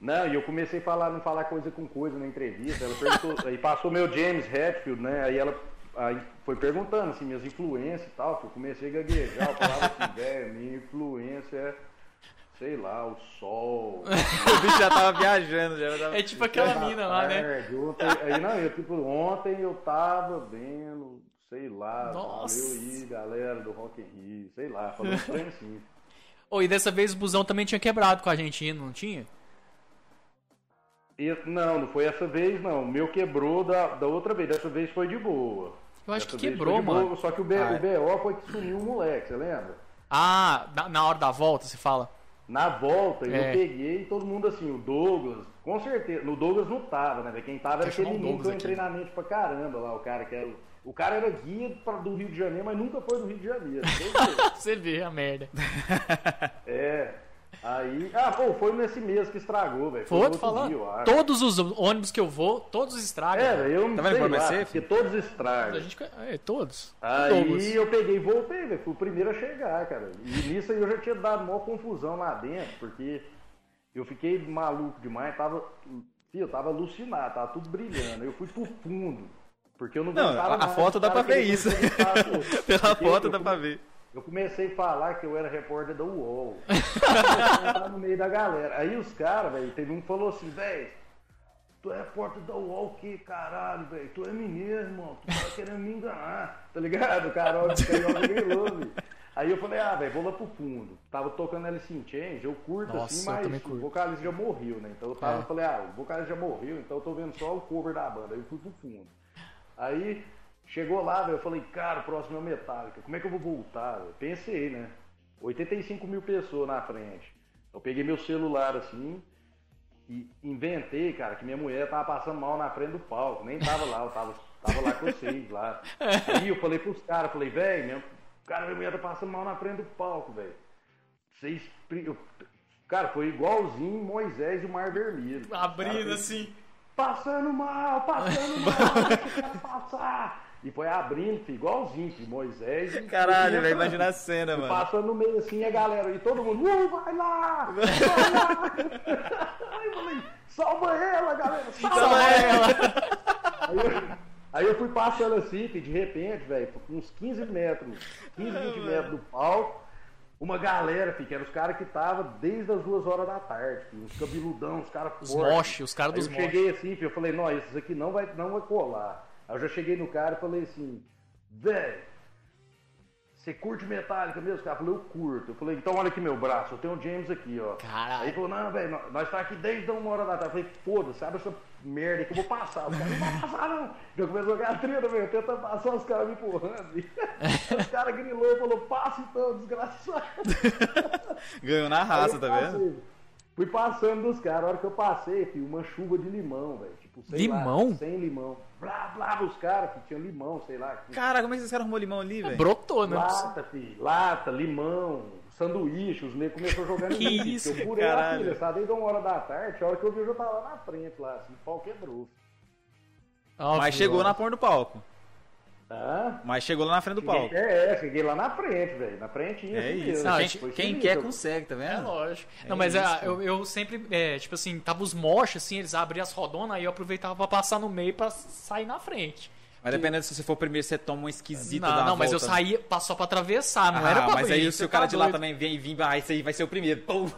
Não, e eu comecei a falar, não falar coisa com coisa na entrevista. Ela perguntou, aí passou meu James Hetfield, né? Aí ela aí foi perguntando assim, minhas influências e tal. Eu comecei a gaguejar, eu falava assim, velho, minha influência é, sei lá, o sol. O bicho já tava viajando, já tava... É tipo aquela mina lá, né? tarde, Ontem, aí não, eu tipo, ontem eu tava vendo, sei lá, Nossa. valeu aí, galera do Rock in Rio, sei lá, falando um trem assim. Oh, e dessa vez o busão também tinha quebrado com a gente, não tinha? E- não, não foi essa vez, não. O meu quebrou da, da outra vez. Dessa vez foi de boa. Eu acho Dessa que vez quebrou, foi de mano. é. boa, só que o, B- o BO foi que sumiu o moleque, você lembra? Ah, na, na hora da volta, você fala. Na volta, É. eu peguei e todo mundo assim, o Douglas, com certeza. No Douglas não tava, né? velho? Quem tava era Deixa eu chamar aquele o menino que eu Douglas entrei aqui. né? na mente pra caramba lá, o cara que era. o- O cara era guia pra, do Rio de Janeiro, mas nunca foi do Rio de Janeiro. entendeu? Você vê a merda. é. Aí. Ah, pô, foi nesse mês que estragou, velho. Foi outro no outro falando. dia, eu acho. Todos os ônibus que eu vou, todos estragam. É, velho. velho, eu não Tá vendo sei como é lá, ser, porque todos a estragam. gente, é, todos. Aí Então, Douglas. eu peguei e voltei, velho. Fui o primeiro a chegar, cara. E nisso aí eu já tinha dado maior confusão lá dentro, porque eu fiquei maluco demais, tava. Fio, eu tava alucinado, tava tudo brilhando. Eu fui pro fundo. Porque eu não Não, aguentava a- a mais, foto dá cara, pra ver aquele isso. jeito que eu tava, pô. Pela Porque foto eu dá fui- pra ver. Eu comecei a falar que eu era repórter da UOL. Eu comecei a entrar no meio da galera. Aí os caras, velho, teve um que falou assim, velho, tu é repórter da UOL o que, caralho, velho? Tu é mineiro, irmão. Tu tá querendo me enganar, tá ligado? O cara olha pro canhão e ganhou, velho. Aí eu falei, ah, velho, vou lá pro fundo. Tava tocando Alice in Chains, eu curto Nossa, assim, eu também mas o curto. vocalista já morreu, né? Então eu tava, É. falei, ah, o vocalista já morreu, então eu tô vendo só o cover da banda. Aí eu fui pro fundo. Aí chegou lá, velho, eu falei, cara, o próximo é o Metallica, como é que eu vou voltar? velho? Pensei, né? 85 mil pessoas na frente. Eu peguei meu celular assim e inventei, cara, que minha mulher tava passando mal na frente do palco. Nem tava lá, eu tava, tava lá com vocês lá. Aí eu falei pros caras, falei, velho, minha... cara, minha mulher tá passando mal na frente do palco, velho. Vocês. pri- eu- Cara, foi igualzinho Moisés e o Mar Vermelho. Ah. Abrindo Cara, assim. passando mal, passando mal, deixa o cara passar. E foi abrindo, filho, igualzinho, filho, Moisés. e- Caralho, e- velho, imagina a cena, mano. Passando no meio assim, a galera, e todo mundo, uh, vai lá, vai lá. Aí eu falei, salva ela, galera, salva, ela. Aí eu, aí eu fui passando assim, filho, de repente, velho, uns 15 metros, 15, 20 metros do palco, uma galera, filho, que eram os caras que estavam desde as duas horas da tarde, filho, uns cabeludão, os caras Os fortes. moche, os caras Aí dos eu moche. cheguei assim, filho, eu falei, não, esses aqui não vai, não vai colar. Aí eu já cheguei no cara e falei assim, velho, você curte Metallica mesmo? O cara falou, eu curto. Eu falei, então olha aqui meu braço, eu tenho o James aqui, ó. Caralho. Aí ele falou, não, velho, nó- nós tá aqui desde uma hora da tarde. Eu falei, foda-se, sabe essa merda que eu vou passar. Os caras não vão passar, não. Já começou a jogar trilha, velho, tenta passar, os caras me empurrando. os caras grilou e falou, passa então, desgraçado. Ganhou na Aí eu raça, tá vendo? passei. Fui passando dos caras, a hora que eu passei, filho, uma chuva de limão, velho. Tipo, sei lá, Limão? sem limão. Blá, blá, os caras que tinha limão, sei lá. que- Caraca, como é que esses caras arrumou limão ali, velho? Brotou, né? Lata, filho, lata, limão, sanduíche, os negros começaram jogando Que em mim, isso, filho. Eu furei a caralho. filha, sabe? Desde uma hora da tarde, a hora que eu vi, eu já tava lá na frente, lá, assim, o pau quebrou. Óbvio. Mas chegou na porta do palco. Ah, Mas chegou lá na frente do palco. é, é, cheguei lá na frente, velho, na frente assim É isso. Não, quem gente, Foi quem sinistro. quer consegue, tá É vendo? lógico. É não, mas isso, ah, cara. eu, eu sempre, é, tipo assim, tava os moches, assim, eles abriam as rodonas, aí eu aproveitava pra passar no meio pra sair na frente. Mas dependendo se você for primeiro, você toma um esquisito não, da não, mas eu volta. né? saía pra- só pra atravessar, não era Ah, pra mas abrir, aí se você o cara tá de lá doido. também vem e vem, ah, esse aí vai ser o primeiro. Pum.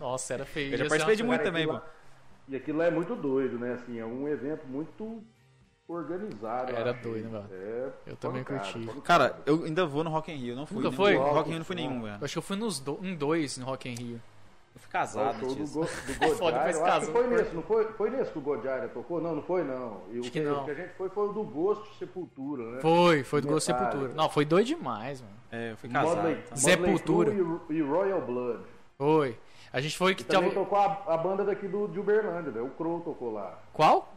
Nossa, era feio. Eu já Ia ser participei de uma- muito Cara, também, aquilo pô. lá- E aquilo lá é muito doido, né? Assim, é um evento muito organizado. eu Era achei. doido, velho. É, Eu também curti. Cara, eu ainda vou no Rock in Rio, não fui. Nunca né? foi? Rock in Rio não fui nenhum, velho. Eu acho que eu fui nos do- em dois no Rock in Rio. Eu fui é O casado, show do, tio. Go, do Gojira, Foda, depois eu acho casou. que foi nesse, não foi? Foi nesse que o Gojira tocou? Não, não foi não. E o Acho que, que não. o que a gente foi foi o do Gosto de Sepultura, né? Foi, foi do Gosto Detalhe. Sepultura. Não, foi doido demais, mano. É, eu fui casado. Motley- então. Motley Sepultura. Crue E, e Royal Blood. Foi. A gente foi que Também tava. tocou a, a banda daqui do, de Uberlândia, velho. O Crow tocou lá. um- Qual?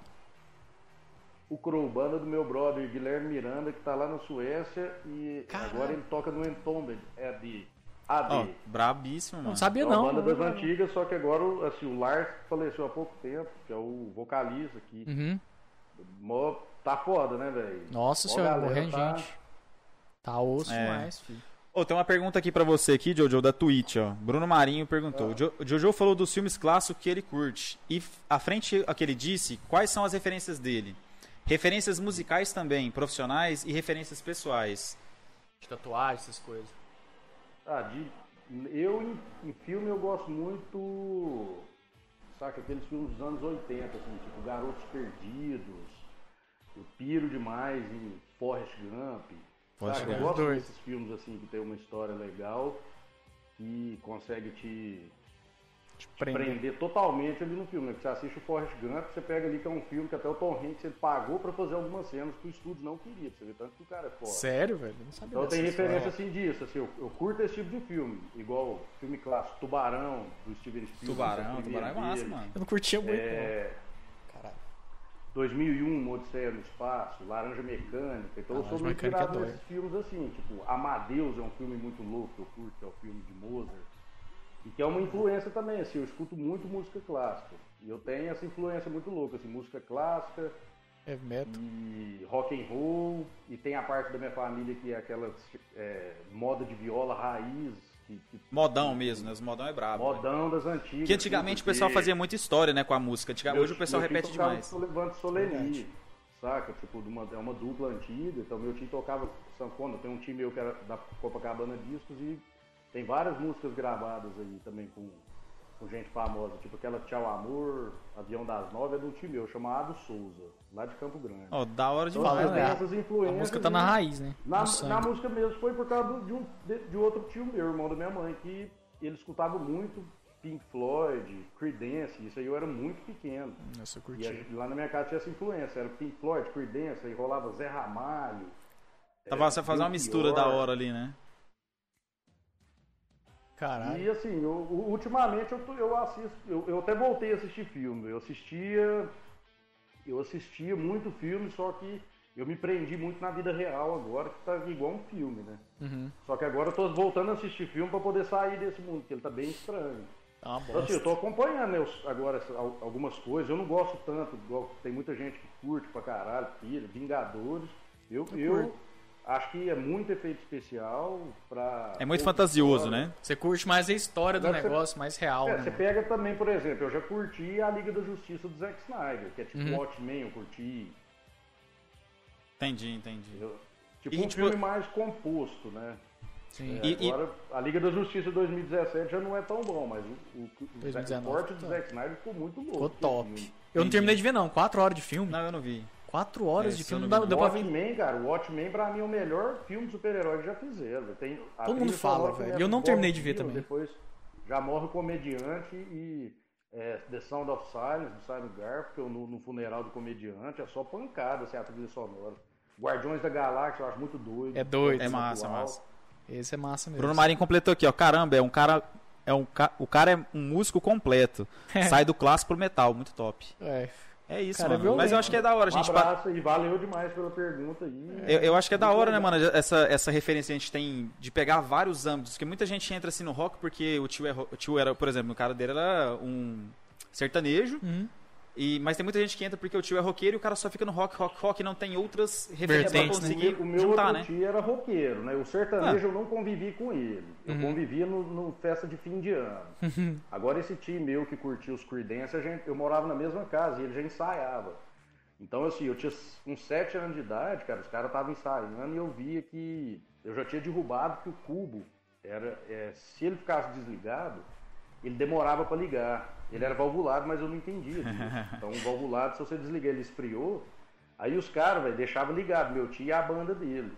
O Crow, banda do meu brother Guilherme Miranda, que tá lá na Suécia e Caralho. agora ele toca no Entombed. É de AD. Ó, brabíssimo, Ah. mano. Não sabia É uma banda não. das antigas, só que agora o- assim, o Lars faleceu há pouco tempo, que é o vocalista aqui. Uhum. Mó- tá foda, né, velho? Nossa Mó senhora, galera morrendo tá- gente. Tá osso É. demais, filho. Ô, tem uma pergunta aqui pra você aqui, Jojo, da Twitch, ó. Bruno Marinho perguntou. "Jo- Jojo falou dos filmes clássicos que ele curte. E f- à frente a que ele disse, quais são as referências dele? Referências musicais também, profissionais e referências pessoais. De tatuagem, essas coisas. Ah, de- eu em, em filme eu gosto muito, saca, aqueles filmes dos anos 80, assim, tipo Garotos Perdidos, eu piro demais em Forrest Gump. Forrest saca, eu Gump. gosto Dois. desses filmes assim que tem uma história legal e consegue te Te prender. prender totalmente ali no filme. né? Porque Você assiste o Forrest Gump, você pega ali que é um filme que até o Tom Hanks ele pagou pra fazer algumas cenas que o estúdio não queria, pra você vê tanto que o cara é foda. Sério, velho? Não sabia Então dessa tem história. referência assim disso, assim, eu, eu curto esse tipo de filme, igual filme clássico, Tubarão, do Steven Spielberg. Tubarão, o Tubarão é primeiro massa, dele. mano. Eu não curtia muito, não. É, Caralho. 2001, Uma Odisseia no Espaço, Laranja Mecânica, então eu Laranja sou Mecânica muito é inspirado doido. nesses filmes assim, tipo, Amadeus é um filme muito louco que eu curto, que é o filme de Mozart, e que é uma influência também, assim, eu escuto muito música clássica, e eu tenho essa influência muito louca, assim, música clássica, É metal. e rock and roll e tem a parte da minha família que é aquela é, moda de viola raiz que, que Modão mesmo, né? Os modão é brabo. né? modão das antigas Que antigamente o pessoal fazia muita história, né, com a música. Antiga- Hoje o pessoal repete demais. levante soleni saca tipo de uma é uma dupla antiga então meu time tocava sanfona tem um time meu que era da Copacabana Discos e tem várias músicas gravadas aí também com com gente famosa, tipo aquela Tchau Amor, Avião das Nove, é de um time meu, chamado Souza, lá de Campo Grande. Ó, da hora Então, demais. você tem né? essas A influências música tá na e- raiz, né? Na, No sangue. na música mesmo foi por causa de, um, de, de outro tio meu, irmão da minha mãe, que ele escutava muito Pink Floyd, Creedence, isso aí eu era muito pequeno. Nossa, eu E a curti. gente- lá na minha casa tinha essa influência, era Pink Floyd, Creedence, aí rolava Zé Ramalho. Tava só fazer uma Belchior. mistura da hora ali, né? Caralho. E assim, eu- u- ultimamente eu, tô- eu assisto, eu, eu até voltei a assistir filme. Eu assistia, eu assistia muito filme, só que eu me prendi muito na vida real agora, que tá igual um filme, né? Uhum. Só que agora eu tô voltando a assistir filme pra poder sair desse mundo, que ele tá bem estranho. Tá uma Então, assim, bosta. eu tô acompanhando né, os- agora essa- al- algumas coisas, eu não gosto tanto, igual tem muita gente que curte pra caralho, filho, Vingadores. Eu, eu acho que é muito efeito especial pra. É muito pra- fantasioso, né? Você curte mais a história do Deve ser- negócio, mais real, É, né? você mano? pega também, por exemplo, eu já curti a Liga da Justiça do Zack Snyder, que é tipo Uhum. Watchmen, eu curti. Entendi, entendi. entendeu? Tipo, E, um tipo, filme mais composto, né? Sim. É, E- e- agora, a Liga da Justiça 2017 já não é tão bom, mas o, o, o, Zack- o 2019 corte do tá. Zack Snyder ficou muito louco. Ficou esse top. filme. Eu não terminei de ver, não. Quatro horas de filme. Não, eu não vi. Quatro horas É, de se filme. eu Não não dá, me dá pra ver. Watchmen, cara, o Watchmen pra mim é o melhor filme de super-herói que já fizeram. Tem, a Todo mundo trilha fala, sonora é velho. começa Eu não com terminei de ver Bob Dylan, também. Depois já morre o comediante e é, The Sound of Silence, do Simon Garfunkel, no, no funeral do comediante, é só pancada assim, a trilha sonora. Guardiões da Galáxia eu acho muito doido. É doido. É massa, Atual. massa. Esse é massa mesmo. Bruno Marinho completou aqui, ó. Caramba, é um cara. É um ca... O cara é um músico completo. Sai do clássico pro metal, muito top. É. É isso, Cara, é mano. Mas violento. eu acho que é da hora, a Um gente. pa- abraço e valeu demais pela pergunta aí. Eu, eu acho que é da hora, né, mano? Essa, essa referência que a gente tem de pegar vários âmbitos. Porque muita gente entra assim no rock porque o tio, é ro- o tio era, por exemplo, o cara dele era um sertanejo. Uhum. E, mas tem muita gente que entra porque o tio é roqueiro e o cara só fica no rock, rock, rock e não tem outras referências pra Vertentes, né? conseguir o meu juntar, outro né? tio era roqueiro, né? O sertanejo eu não convivi com ele. Eu convivia no, no festa de fim de ano. Agora esse tio meu que curtia os Creedence, a gente- eu morava na mesma casa e ele já ensaiava. Então, assim, eu tinha uns sete anos de idade, cara, os caras estavam ensaiando e eu via que eu já tinha derrubado que o cubo era. é, se ele ficasse desligado, ele demorava para ligar. Ele era valvulado, mas eu não entendia. disso. Então, o valvulado, se você desligar, ele esfriou. Aí os caras, velho, deixavam ligado, meu tio e a banda dele.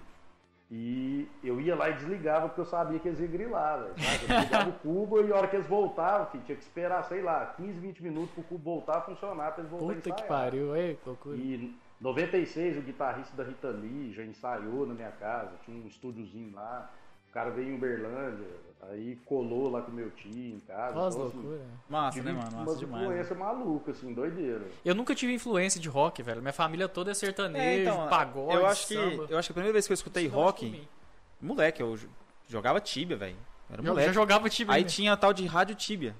E eu ia lá e desligava porque eu sabia que eles iam grilar, velho. sabe? Eu desligava o cubo e a hora que eles voltavam, filho, tinha que esperar, sei lá, 15, 20 minutos pro cubo voltar a funcionar pra eles voltarem Puta a que ensaiar. pariu. Ei, que loucura. E 96 o guitarrista da Rita Lee já ensaiou na minha casa, tinha um estúdiozinho lá. O cara veio em Uberlândia, aí colou lá com meu tio em casa. tá Nossa, Então, assim, loucura. Massa, tive né, mano? umas Massa demais. né? influência maluca, assim, doideira. Eu nunca tive influência de rock, velho. Minha família toda é sertanejo, pagode, então, eu acho que samba. eu acho que a primeira vez que eu escutei Isso não é rock, por mim. moleque, eu jo- jogava Tibia, velho. Era Eu já moleque. jogava time. Aí né? tinha a tal de Rádio Tibia.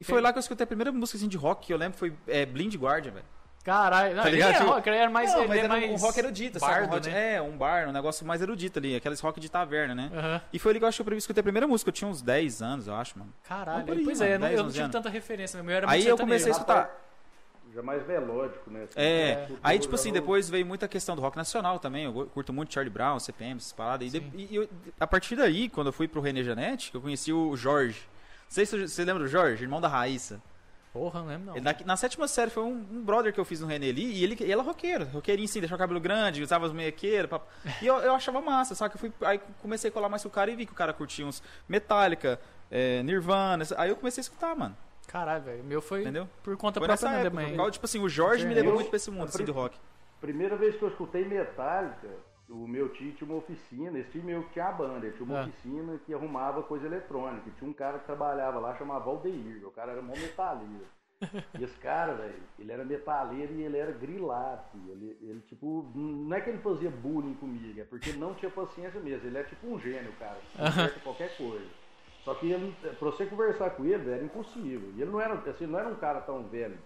E foi Quem? lá que eu escutei a primeira música assim, de rock que eu lembro, foi é, Blind Guardian, velho. Caralho, não, Tá ele ligado? era Tipo- rock, ele era mais. Não, ele mas é era mais um rock erudito, sabe? Um bardo, rock- né? É, um bar, um negócio mais erudito ali, aqueles rock de taverna, né? Aham. E foi ali que eu acho que eu escutei a primeira música, eu tinha uns 10 anos, eu acho, mano. Caralho, Por aí, pois mano, é, eu não- 10, eu não 11 tive anos. tanta referência mesmo. Eu era Aí muito eu comecei a sertanejo. escutar. Já mais melódico, né? É, Futuro, aí tipo já assim, não- depois veio muita questão do rock nacional também, eu go- curto muito Charlie Brown, CPM, essas paradas. E, de- e eu- a partir daí, quando eu fui pro René Janete, que eu conheci o Jorge. Não sei se você lembra do Jorge, irmão da Raíssa. Porra, não lembro não. Ele Na, na sétima série foi um, um brother que eu fiz no René ali, e ele e ela é roqueira, roqueirinho sim, deixava o cabelo grande, usava as mequeiras, pá. e eu, eu achava massa, só que eu fui, aí comecei a colar mais com o cara e vi que o cara curtia uns Metallica, é, Nirvana, essa- aí eu comecei a escutar, mano, Caralho, velho. O meu foi entendeu? por conta Foi própria nessa né, época, também. por causa, tipo assim, o Jorge me levou Eu- muito pra esse mundo, assim, do rock. Primeira vez que eu escutei Metallica, o meu tio tinha uma oficina, esse tio meu que tinha a banda, ele tinha uma Ah. oficina que arrumava coisa eletrônica. E tinha um cara que trabalhava lá, chamava Aldeir, o cara era mó metaleiro. E esse cara, velho, ele era metaleiro e ele era grilado. filho. Ele, ele, tipo, não é que ele fazia bullying comigo, é porque não tinha paciência mesmo. Ele é tipo um gênio, cara, que acerta qualquer coisa. Só que ele, pra você conversar com ele, era impossível. E ele não era, assim, não era um cara tão velho,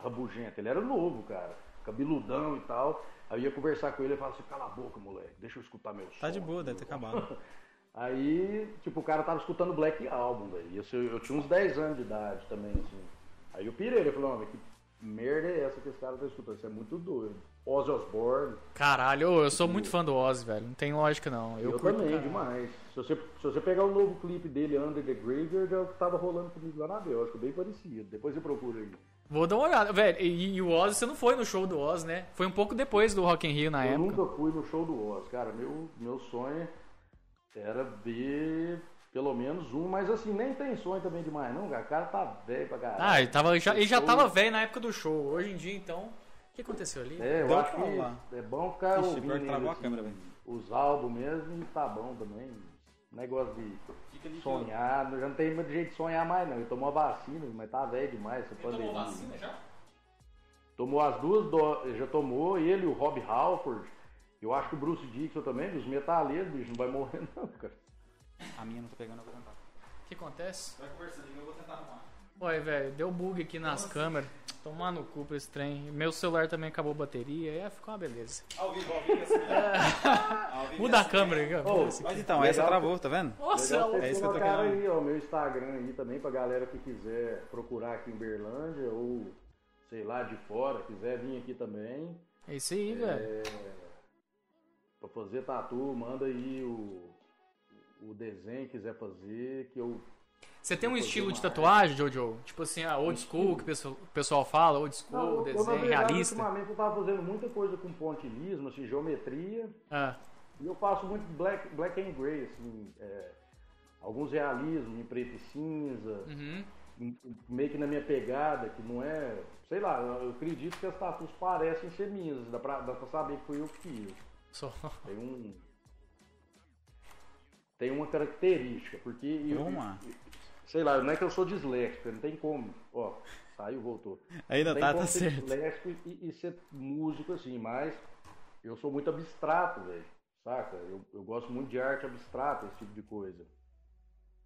rabugento, ele era novo, cara, cabeludão e tal. Aí eu ia conversar com ele e falava assim, cala a boca, moleque, deixa eu escutar meu som. Tá de boa, aqui, deve ter meu." acabado. Aí, tipo, o cara tava escutando Black Album, velho. E isso Eu, eu tinha uns 10 anos de idade também, assim. Aí eu pirei, eu falei, "Ó, velho, que merda é essa que esse cara tá escutando? Isso é muito doido. Ozzy Osbourne, Caralho, ô, eu sou muito fã do Ozzy, velho. Não tem lógica não. Eu, eu, curto também, caralho. demais. Se você, se você pegar o novo clipe dele, Under the Graveyard, é o que tava rolando comigo lá na Bélgica, é bem parecido. Depois eu procuro aí. Vou dar uma olhada, velho. E, e o Ozzy, você não foi no show do Ozzy, né? Foi um pouco depois do Rock in Rio na eu época. nunca fui no show do Oz, cara. Meu, meu sonho era ver pelo menos um, mas assim, nem tem sonho também demais, não, cara. O cara tá velho pra caralho. Ah, ele, tava, já, ele já Show. tava velho na época do show. Hoje em dia, então... O que aconteceu ali? É, eu Então, acho vamos lá. que é bom Ixi, ficar pior ouvindo que travou a assim, câmera, velho. os álbuns mesmo e tá bom também. Negócio de sonhar, já não tem muito jeito de sonhar mais não. Eu tomou a vacina, mas tá velho demais essa pandemia. já? Tomou as duas doses, já tomou ele, o Rob Halford. Eu acho que o Bruce Dixon também, dos metaleiros, bicho, não vai morrer não, cara. A minha não tá pegando, eu vou tentar. O que acontece? Vai conversando, eu vou tentar arrumar. Ué, velho, deu bug aqui nas câmeras. Tomar no cu pra esse trem. Meu celular também acabou a bateria. É, ficou uma beleza. Ao vivo, ao vivo, assim, né? Muda a câmera, cara. Ô, Mas então, essa Legal. travou, tá vendo? Nossa, Legal ela- é vocês isso que eu tô colocaram querendo. aí, ó, meu Instagram aí também pra galera que quiser procurar aqui em Berlândia ou sei lá, de fora, quiser vir aqui também. é isso aí, velho. Pra fazer tatu, manda aí o, o desenho que quiser fazer, que eu. Você tem um Depois estilo eu de marco. tatuagem, Jojo? Tipo assim, a old school que o pessoal- o pessoal fala, old Não, school, eu- eu, na desenho verdade, realista. ultimamente eu tava fazendo muita coisa com pontilismo, assim, geometria. Ah, E eu faço muito black, black and grey, assim. é, alguns realismos em preto e cinza. uhum. em- meio que na minha pegada, que não é. Sei lá, eu acredito que as tatuas parecem ser minhas, dá pra, dá pra saber que fui eu que fiz. Só. Tem um. Tem uma característica, porque. eu- Uma? Sei lá, não é que eu sou disléxico, não tem como. Ó, saiu, voltou. Ainda Não tá, tem tá como ser certo. disléxico e, e ser músico assim, mas eu sou muito abstrato, velho. Saca? Eu, eu gosto muito de arte abstrata, esse tipo de coisa.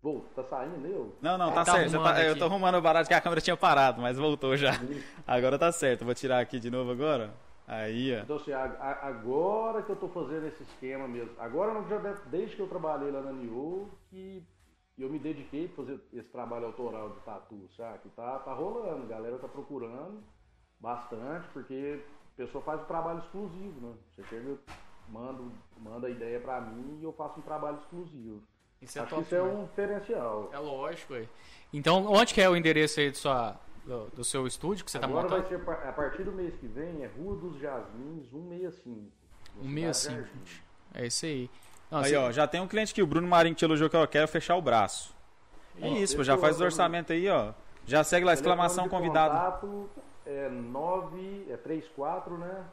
Pô, tá saindo eu? Não, não, É, tá, tá certo. você arrumando tá- eu aqui. tô arrumando o barato que a câmera tinha parado, mas voltou já. Agora tá certo. Vou tirar aqui de novo agora. Aí, ó. Então, assim, a- a- agora que eu tô fazendo esse esquema mesmo, agora não já deve- desde que eu trabalhei lá na Nioh, que eu me dediquei a fazer esse trabalho autoral de tatu, saca? E Tá, tá rolando, a galera tá procurando bastante, porque a pessoa faz um trabalho exclusivo, né? Você chega, eu mando, manda a ideia pra mim e eu faço um trabalho exclusivo. Isso é Acho que top. isso é velho. um diferencial. É lógico aí. Então, onde que é o endereço aí do, sua, do, do seu estúdio que você tá agora montando? vai ser, par- a partir do mês que vem, é Rua dos Jasmins 165. no 165. Cidade Jardim. É isso aí. Não, Aí, você- ó, já tem um cliente que o Bruno Marinho que te elogiou que eu quero fechar o braço. É Ó, isso, pô, deixa já eu faz o também. orçamento aí, ó. Já segue lá, exclamação Telefone é de convidado. Contato é 9, é 34, né?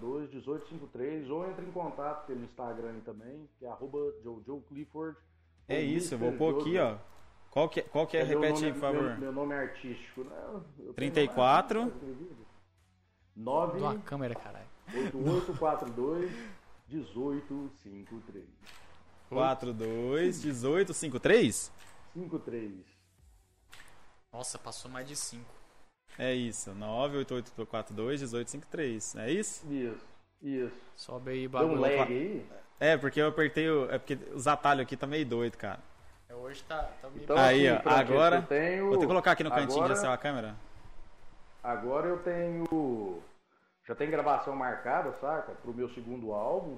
988421853 ou entre em contato pelo Instagram também, que é arroba Jojo Clifford. É ou isso, eu vou Mr. pôr aqui, Jojo. ó. Qual que, é- qual que é? É meu Repete nome- aí, por favor. Meu, meu nome é artístico, né? Eu tenho 34. nome artístico, Dou uma câmera, caralho. 988421853. 4, 2, 18, 5, 3? 5-3. Nossa, passou mais de 5. É isso. 9, 8, 8, 4, 2, 18, 5, 3. É isso? Isso, isso. Sobe aí, Deu um bagulho. lag aí? É, porque eu apertei o. É porque os atalhos aqui tá meio doido, cara. Hoje tá, tá meio... Então, Aí, ó, Francisco, agora- eu tenho- Vou ter que colocar aqui no cantinho agora, já saiu a câmera. Agora eu tenho. Já tem gravação marcada, saca? Pro meu segundo álbum.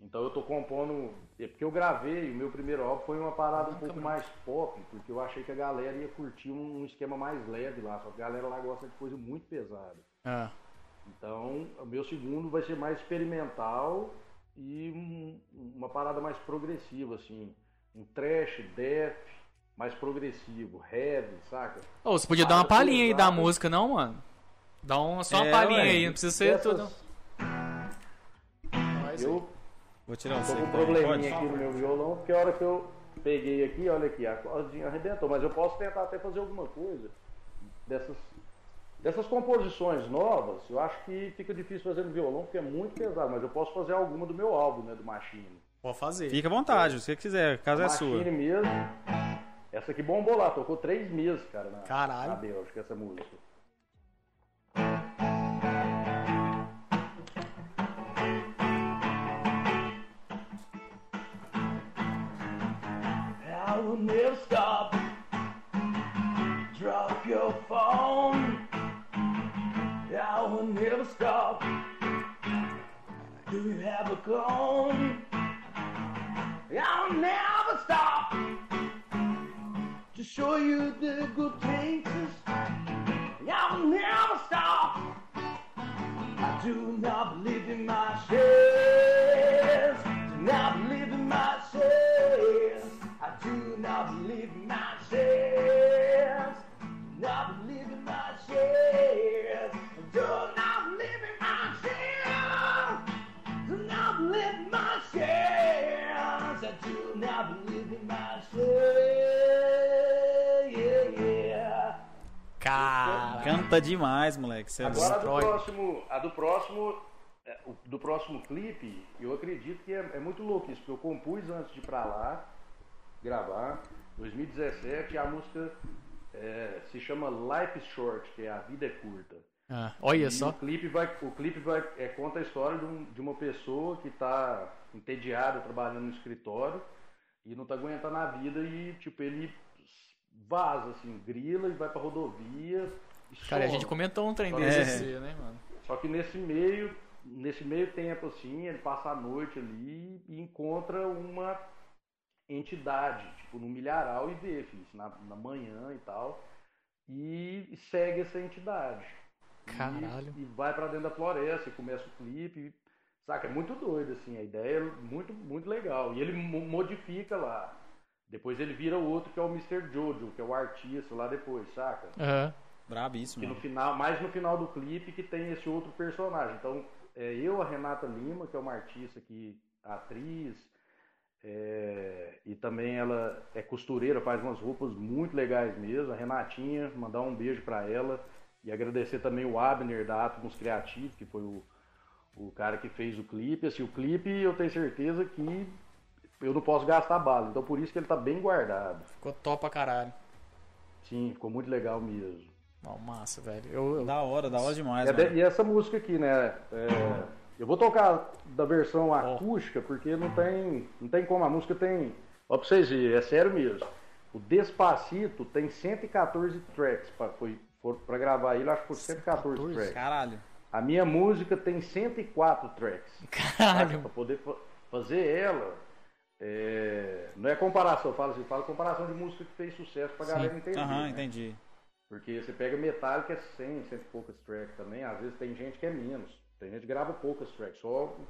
Então eu tô compondo. É porque eu gravei, o meu primeiro álbum foi uma parada um pouco mais pop, porque eu achei que a galera ia curtir um um esquema mais leve lá. Só que a galera lá gosta de coisa muito pesada. Ah, Então, o meu segundo vai ser mais experimental e um- uma parada mais progressiva, assim. Um trash, death, mais progressivo, heavy, saca? Ô, você podia dar uma Ah, eu tô palhinha aí da usado. música, não, mano? Dá um, só uma É, palhinha ué. aí, não precisa ser Dessas- tudo. Eu Vou tirar o Tô seu com um aqui. Pode? probleminha aqui no meu violão, porque a hora que eu peguei aqui, olha aqui, a cordinha arrebentou, mas eu posso tentar até fazer alguma coisa dessas, dessas composições novas. Eu acho que fica difícil fazer no violão, porque é muito pesado, mas eu posso fazer alguma do meu álbum, né, do Machine. Pode fazer. Fica à vontade, o que você quiser, a casa é sua. Machine mesmo. Essa aqui bombou lá, tocou três meses, cara, na, Caralho. na Bélgica, essa música. I will never stop. Drop your phone. I will never stop. Do you have a clone? I'll never stop to show you the good things. I'll never stop. I do not believe in myself. Do not believe in myself. I do not believe in myself. Do not believe in myself. Do not believe in myself. Do not believe in myself. I do not believe in myself. Yeah, yeah. Cara. Canta demais, moleque. Você é Agora louco. a do Destrói. próximo, a do próximo, é, o- do próximo clipe, eu acredito que é, é muito louco isso, porque eu compus antes de ir pra lá, gravar, 2017, e a música é, se chama Life is Short, que é a vida é curta. Ah, olha E o só. clipe vai, o clipe vai, é, conta a história de, um- de uma pessoa que está entediada trabalhando no escritório e não tá aguentando a vida e tipo ele vaza assim, grila e vai pra rodovia. e Cara, a some. gente comentou um trem Só- desse, É. esse dia, né, mano? Só que nesse meio, nesse meio tempo assim, ele passa a noite ali e encontra uma entidade, tipo, no milharal e vê, filho, isso na, na manhã e tal. E segue essa entidade. E- Caralho. E, vai pra dentro da floresta, e começa o clipe. Saca? É muito doido, assim, a ideia é muito, muito legal. E ele mo- modifica lá. Depois ele vira o outro que é o Mr. Jojo, que é o artista lá depois, saca? Aham. Brabíssimo. E no mano. final, mais no final do clipe que tem esse outro personagem. Então, é eu, a Renata Lima, que é uma artista que atriz, é, e também ela é costureira, faz umas roupas muito legais mesmo. A Renatinha, mandar um beijo pra ela e agradecer também o Abner da Atomos Criativos, que foi o, o cara que fez o clipe. Assim, o clipe eu tenho certeza que eu não posso gastar bala, então por isso que ele tá bem guardado. Ficou top pra caralho. Sim, ficou muito legal mesmo. Bom, massa, velho. Eu, eu- Da hora, da hora demais, É, mano. de- e essa música aqui, né? é, eu vou tocar da versão acústica, porque não tem, não tem como. A música tem. Ó, pra vocês verem, é sério mesmo. O Despacito tem 114 tracks pra, foi, foram pra gravar ele, acho que foi 114 tracks. Caralho. A minha música tem 104 tracks. Para Caralho. Pra poder fa- fazer ela. é, não é comparação, fala assim, fala comparação de música que fez sucesso pra galera entender. Aham, né? entendi. Porque você pega Metallica, é 100, 100 e poucas tracks também. Às vezes tem gente que é menos. Tem gente que grava poucas tracks. Só... um.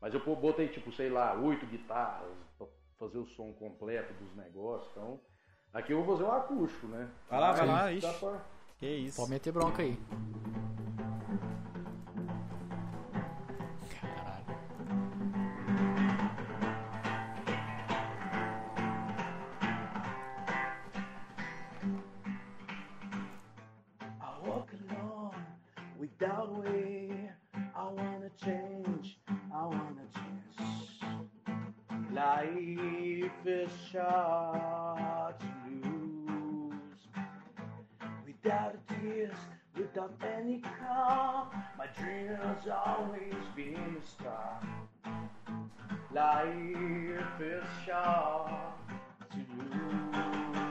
Mas eu botei, tipo, sei lá, oito guitarras pra fazer o som completo dos negócios. Então, aqui eu vou fazer um acústico, né? Vai lá, vai Mas lá, dá ixi. pra- Que isso. Pode meter bronca aí. I walk alone without way. I wanna change. I wanna change. Life is short to lose. Without a taste, without any cup, my dream has always been a star. Life is short to lose.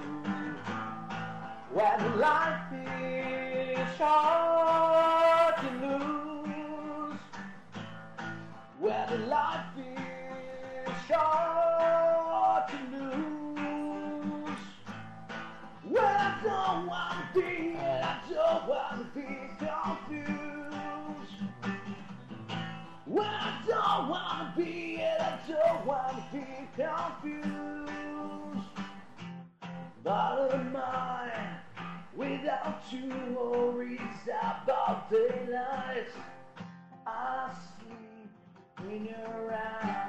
When life is short to lose, when life is short to lose, when I don't want to be, I don't want to be confused. When I don't want to be, I don't want to be confused. Bottom of mine, without you worries about daylight. I sleep in your eyes.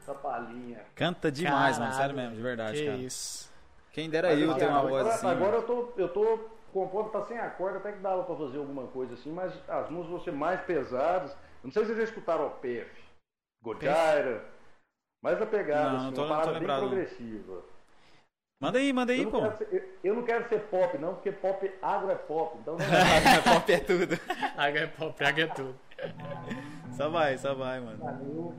Essa palhinha. Canta demais, Caralho, mano. Sério mesmo, de verdade, que cara. isso. Quem dera eu ter uma voz agora, assim. agora mano. eu tô, eu tô compondo, tá sem acorde, até que dava pra fazer alguma coisa assim, mas as músicas vão ser mais pesadas. Eu Não sei se vocês já escutaram o PF, Gojira, mais a pegada, Não, assim, não tô- uma não tô parada bem lembrado, não. progressiva. Manda aí, manda aí, Eu pô. não, quero ser, eu- eu não quero ser pop, não, porque pop agro é pop, então não Pop é tudo. Água é pop, água é tudo. Só vai, só vai, mano.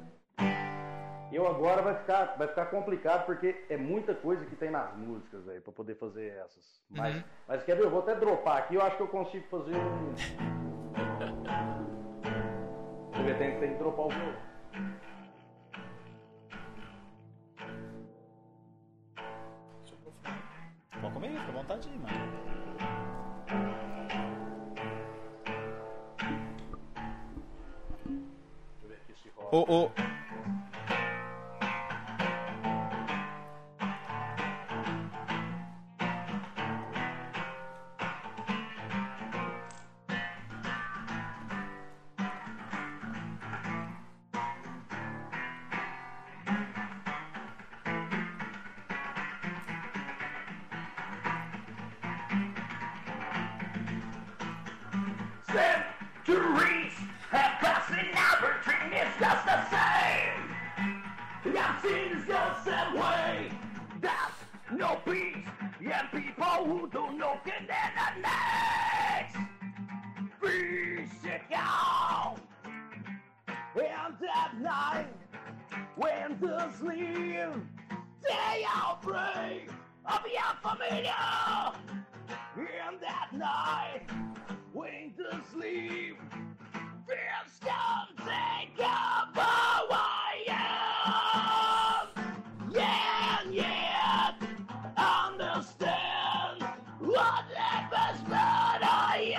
Eu agora vai ficar, vai ficar complicado porque é muita coisa que tem nas músicas aí para poder fazer essas. Mas, Uhum. mas quer ver? Eu vou até dropar aqui. Eu acho que eu consigo fazer um. Deixa eu ver, tem, tem que dropar o violão. Pode comer, fica à vontade, mano. Deixa eu ver aqui se rola. Ô, ô. Centuries have passed and our dream is just the same. I've seen it's just that way. There's no peace, and people who don't know can never next. Physical. And at night, when the sleep, they all break of your familiar. And that night, Wing to sleep. Fears come take up who I am. Yeah, yeah. Understand what happens, but I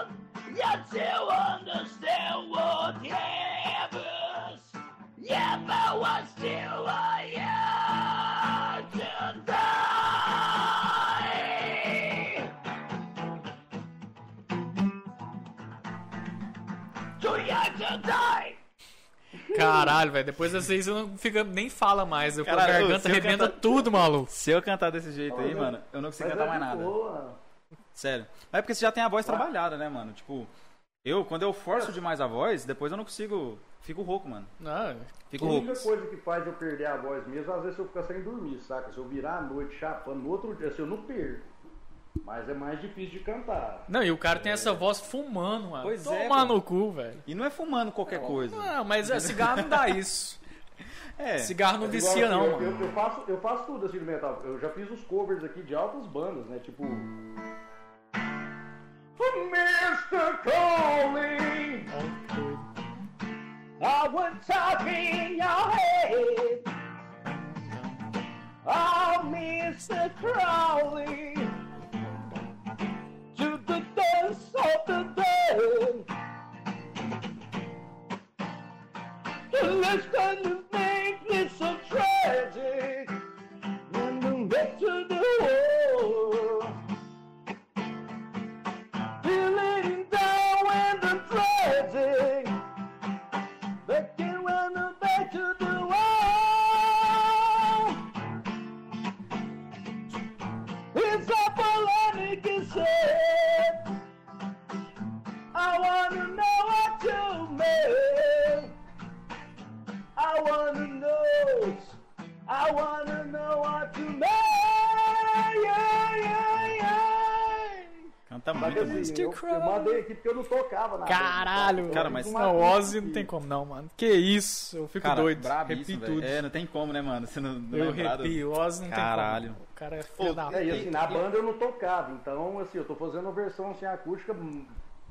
am. Yet to understand what happens. Yeah, but what still I am to die. Do you have to die? Caralho, velho. Depois dessa aí você não fica, nem fala mais. Eu, Caralho, a se garganta eu arrebenta cantar- tudo, maluco. Se eu cantar desse jeito aí, Olha. mano, eu não consigo Mas cantar é mais de nada. boa. Sério. Mas é porque você já tem a voz trabalhada, né, mano? Tipo, eu, quando eu forço demais a voz, depois eu não consigo. Fico rouco, mano. Não, Fico A rouco. única coisa que faz eu perder a voz mesmo, às vezes eu ficar sem dormir, saca? Se eu virar a noite chapando, no outro dia, assim, eu não perco. Mas é mais difícil de cantar. não, e o cara tem essa voz fumando, mano. Pois é, Toma pô. no cu, velho. E não é fumando qualquer coisa. Não, mas é, cigarro não dá isso. É. Cigarro não Igual, vicia, não, eu, mano. Eu, eu faço, eu faço tudo assim do metal. Eu já fiz os covers aqui de altas bandas, né? Tipo. Mr. Coley, I was talking your head. Oh, Mr. Crowley, to the dance of the dead. The left hand of make this so tragic, and the back to the world. Feeling down and the tragic. Back and run them back to the wall. It's a polemic said. I wanna know what you mean. muito mais. Só que assim, eu, eu mandei aqui porque eu não tocava na Caralho, Cara, mas- Não, Ozzy não tem como não, mano. Que isso, eu fico Cara, doido. brabíssimo, Repito velho. tudo. É, não tem como, né, mano? Você não, não é eu lembrar do- repio, Ozzy não Caralho. tem como. O cara é filho Pô, da É, e assim, na banda eu não tocava, então assim, eu tô fazendo uma versão assim, acústica. hum,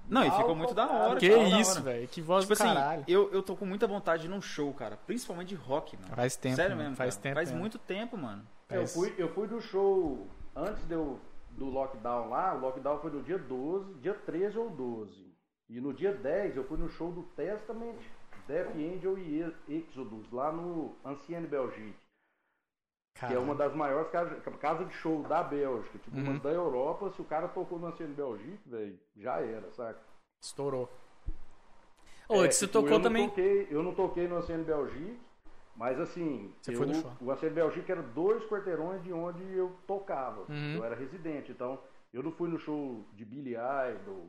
Não, e mal ficou muito da hora. Que ficou da hora. isso, velho. Que voz Tipo do caralho. assim, eu, eu tô com muita vontade de ir num show, cara. Principalmente de rock, mano. Faz tempo, Sério mano, mesmo, faz cara. tempo Faz mesmo. muito tempo, mano. Eu Mas- fui, eu fui do show antes de eu- do lockdown lá, o lockdown foi no dia 12, dia 13 ou 12. E no dia 10 eu fui no show do Testament, Death Angel e E- Exodus, lá no Ancienne Belgique, que é Caralho. uma das maiores casas casa de show da Bélgica, tipo uma Uhum. da Europa, se o cara tocou no Ancienne Belgique, velho, já era, saca? Estourou. Ô, É, que você tipo, eu tocou não também. toquei- eu não toquei no Ancienne Belgique, mas assim, Você eu- foi no show. o Ancienne Belgique era dois quarteirões de onde eu tocava. Uhum. Eu era residente, então eu não fui no show de Billy Idol,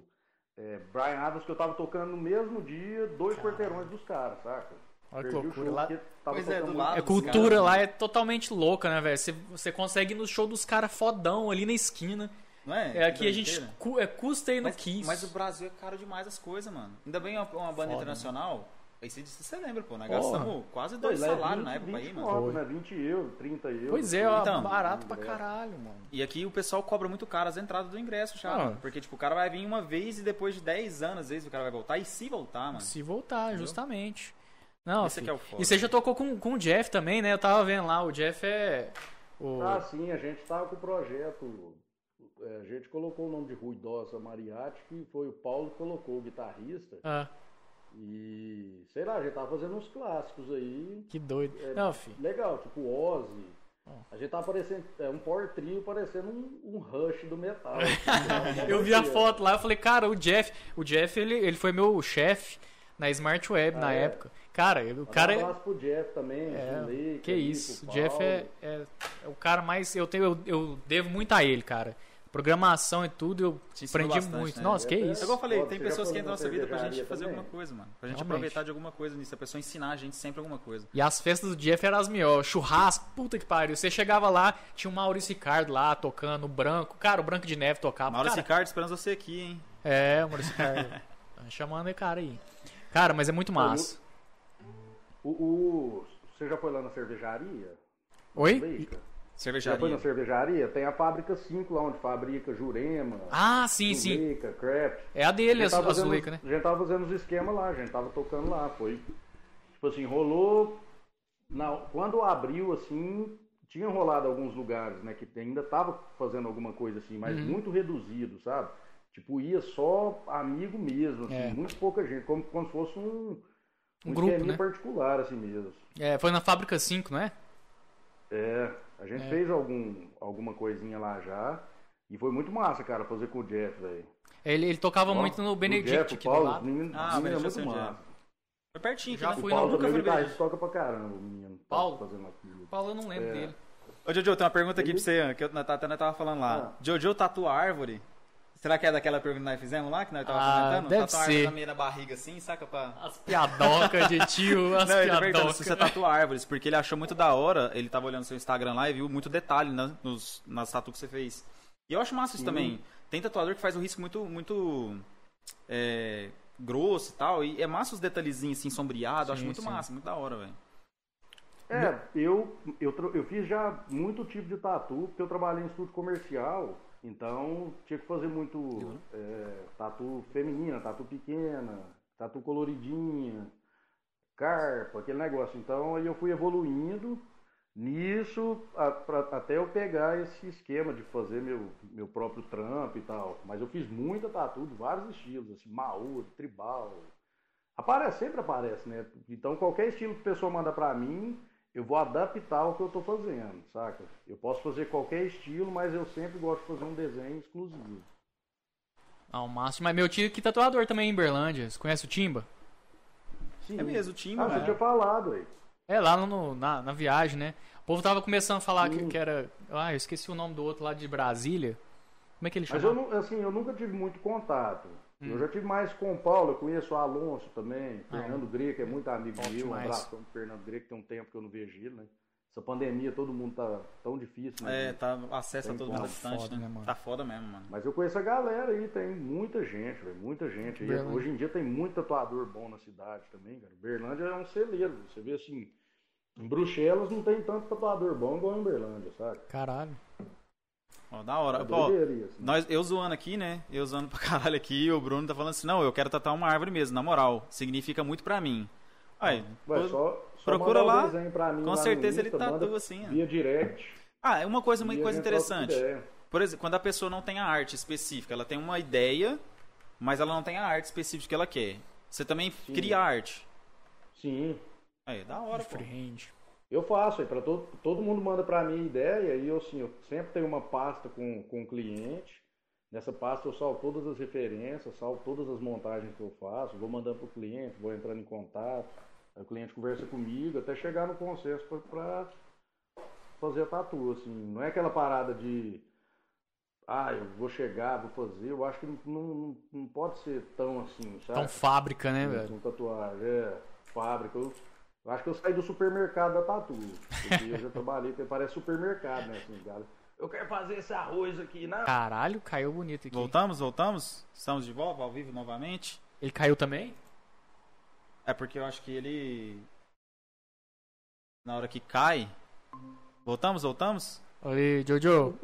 é, Brian Adams, que eu tava tocando no mesmo dia, dois quarteirões dos caras, saca? Olha que Perdi o loucura, show lá- tá porque tava Pois é, tocando do muito. lado. A cultura lá né? é totalmente louca, né, velho? Você, você consegue ir no show dos caras fodão ali na esquina. Não é? É aqui Que a gente doideira. cu- é, custa ir no Mas, Kiss. mas o Brasil é caro demais as coisas, mano. Ainda bem uma, uma né? banda internacional. Aí você disse, você lembra, pô. Nós gastamos quase Foi, dois lá é salários 20, na época 20 aí, mano. conto, né? 20 euros, 30 euros. Pois é, ó, Então, barato pra é. caralho, mano. E aqui o pessoal cobra muito caro as entradas do ingresso, já. Ah. mano. Porque, tipo, o cara vai vir uma vez e depois de 10 anos, às vezes, o cara vai voltar. E se voltar, mano. Se voltar, justamente. Não, Esse filho. que é o foda. E você já tocou com, com o Jeff também, né? Eu tava vendo lá, o Jeff é. O... Ah, sim, a gente tava com o projeto. é, A gente colocou o nome de Ruidosa Mariachi, que foi o Paulo que colocou, o guitarrista. Ah, E sei lá, a gente tava fazendo uns clássicos aí. Que doido. É, Não, Ah. filho. Legal, tipo Ozzy. A gente tava parecendo. É um power trio parecendo um, um rush do metal. assim, né? Eu vi a foto lá, eu falei, cara, o Jeff, o Jeff ele, ele foi meu chefe na Smart Web na Ah, é? época. Cara, ele- o cara Um é, abraço pro Jeff também, É, Zulei, que ali, isso, o pro Jeff é, Paulo. é- é o cara mais. Eu, tenho, eu, eu devo muito a ele, cara. Programação e tudo, eu Te ensinou aprendi bastante, muito. né? Nossa, que É É, isso. igual eu falei, Pô, tem você já pessoas foi que entram numa na nossa vida pra gente cervejaria fazer também? alguma coisa, mano. Pra gente Realmente. aproveitar de alguma coisa nisso. A pessoa ensinar a gente sempre alguma coisa. E as festas do Jeff eram as melhores. Churrasco, puta que pariu. Você chegava lá, tinha o Maurício Ricardo lá tocando, o Branco. Cara, o Branco de Neve tocava. Maurício Cara, Ricardo, esperando você aqui, hein? É, o Maurício Ricardo. Tá chamando o cara aí. Cara, mas é muito massa. O, o- Você já foi lá na cervejaria? Oi? Leica? Já foi na Cervejaria. cervejaria? Tem a fábrica 5 lá onde fabrica Jurema, Ah, sim, sim. Leica, Craft. É a dele, A a gente tava tá fazendo- Zuleika, né? A gente tava fazendo os esquemas lá, a gente tava tocando lá. Foi. Tipo assim, rolou. Na, quando abriu, assim, tinha rolado alguns lugares, né? Que ainda tava fazendo alguma coisa assim, mas Uhum. muito reduzido, sabe? Tipo, ia só amigo mesmo, assim, É. muito pouca gente, como, como se fosse um, Um grupo, esqueminha né? particular, assim mesmo. É, foi na Fábrica 5, não é? É, a gente fez algum, alguma coisinha lá já. E foi muito massa, cara, fazer com o Jeff, velho. Ele, ele tocava Ó, muito no o Benedict Jeff, o aqui do Paulo, lado. os meninos- Ah, os velho, meninos já é sei muito onde é. massa. Foi pertinho, né? Já já fui fui. no- Nunca Paulo fui também, tá no o Benedito. guitarrista toca pra caramba, o menino. tá Paulo? Fazendo aquilo. Paulo, eu não É. lembro dele. Ô, Jojo, tem uma pergunta aqui pra você, ó, que eu, a Tatana tava falando lá. Jojo tatua árvore? Será que é daquela pergunta que nós fizemos lá, que nós tava Ah, comentando? deve tatua árvore ser. na minha na barriga assim, saca? Pra... As piadocas de tio, as Não, ele tá perguntando piadocas. se você tatua árvores, porque ele achou muito da hora, ele tava olhando seu Instagram lá e viu muito detalhe na, nos, nas tatu que você fez. E eu acho massa isso também. Tem tatuador que faz um risco muito, muito é, grosso e tal, e é massa os detalhezinhos assim, sombreado, eu acho muito massa, muito da hora, velho. É, eu, eu, tra- eu fiz já muito tipo de tatu, porque eu trabalhei em estúdio comercial, então tinha que fazer Uhum. muito é, tatu feminina, tatu pequena, tatu coloridinha, carpa, aquele negócio. Então aí eu fui evoluindo nisso a- pra- até eu pegar esse esquema de fazer meu, meu próprio trampo e tal. Mas eu fiz muita tatu de vários estilos, assim, maori, tribal. Aparece, sempre aparece, né? Então qualquer estilo que a pessoa manda pra mim, eu vou adaptar o que eu tô fazendo, saca? Eu posso fazer qualquer estilo, mas eu sempre gosto de fazer um desenho exclusivo. Ah, o Márcio. Mas meu tio que é tatuador também em Berlândia. Você conhece o Timba? Sim. É mesmo, o time, Ah, você tinha falado aí. É, lá no- na, na viagem, né? O povo tava começando a falar que, que era. Ah, eu esqueci o nome do outro lá de Brasília. Como é que ele Mas chama? eu, nu- assim, eu nunca tive muito contato. Hum. Eu já tive mais com o Paulo, eu conheço o Ah. Alonso também, Fernando Greco é muito amigo meu, um demais. abraço pro Fernando Greco, tem um tempo que eu não vejo ele, né? Essa pandemia, todo mundo tá tão difícil, né? É, tá acesso a Tem todo como. mundo Tá distante, foda, né? né, mano? Tá foda mesmo, mano. Mas eu conheço a galera aí, tem muita gente, velho, muita gente. aí. Berlândia. hoje em dia tem muito tatuador bom na cidade também, cara. Berlândia é um celeiro, você vê assim, em Bruxelas não tem tanto tatuador bom igual em Berlândia, sabe? Caralho. Tá Ó, da hora. É Ó, doideira isso, né? nós, eu zoando aqui, né? Eu zoando pra caralho aqui, o Bruno tá falando assim, não, eu quero tatuar uma árvore mesmo, na moral. Significa muito pra mim. Aí, Ué, pô- só, só procura mandar um lá, desenho pra mim com lá no certeza ele Insta, manda tatua assim, ó. Via direct. Ah, é uma coisa, uma e a coisa gente é. troca interessante. ideia. Por exemplo, quando a pessoa não tem a arte específica, ela tem uma ideia, mas ela não tem a arte específica que ela quer. Você também cria arte. Sim. Aí, da hora, pô. Freehand. Eu faço, aí pra todo, todo mundo manda pra mim ideia e eu, assim, eu sempre tenho uma pasta com, com o cliente. Nessa pasta eu salvo todas as referências, salvo todas as montagens que eu faço, vou mandando pro cliente, vou entrando em contato. Aí o cliente conversa comigo até chegar no consenso pra, pra fazer a tatu, assim. Não é aquela parada de, ah, eu vou chegar, vou fazer. Eu acho que não, não, não pode ser tão assim, sabe? Tá. Então fábrica, né, velho? Com tatuagem, é, fábrica. Eu, eu acho que eu saí do supermercado da tatu. Porque eu já trabalhei, tem- parece supermercado, né? Assim, galera. Eu quero fazer esse arroz aqui. Não, Caralho, caiu bonito aqui. Voltamos, voltamos? Estamos de volta ao vivo novamente? Ele caiu também? É porque eu acho que ele. Na hora que cai. Voltamos, voltamos? Olha aí, Jojo.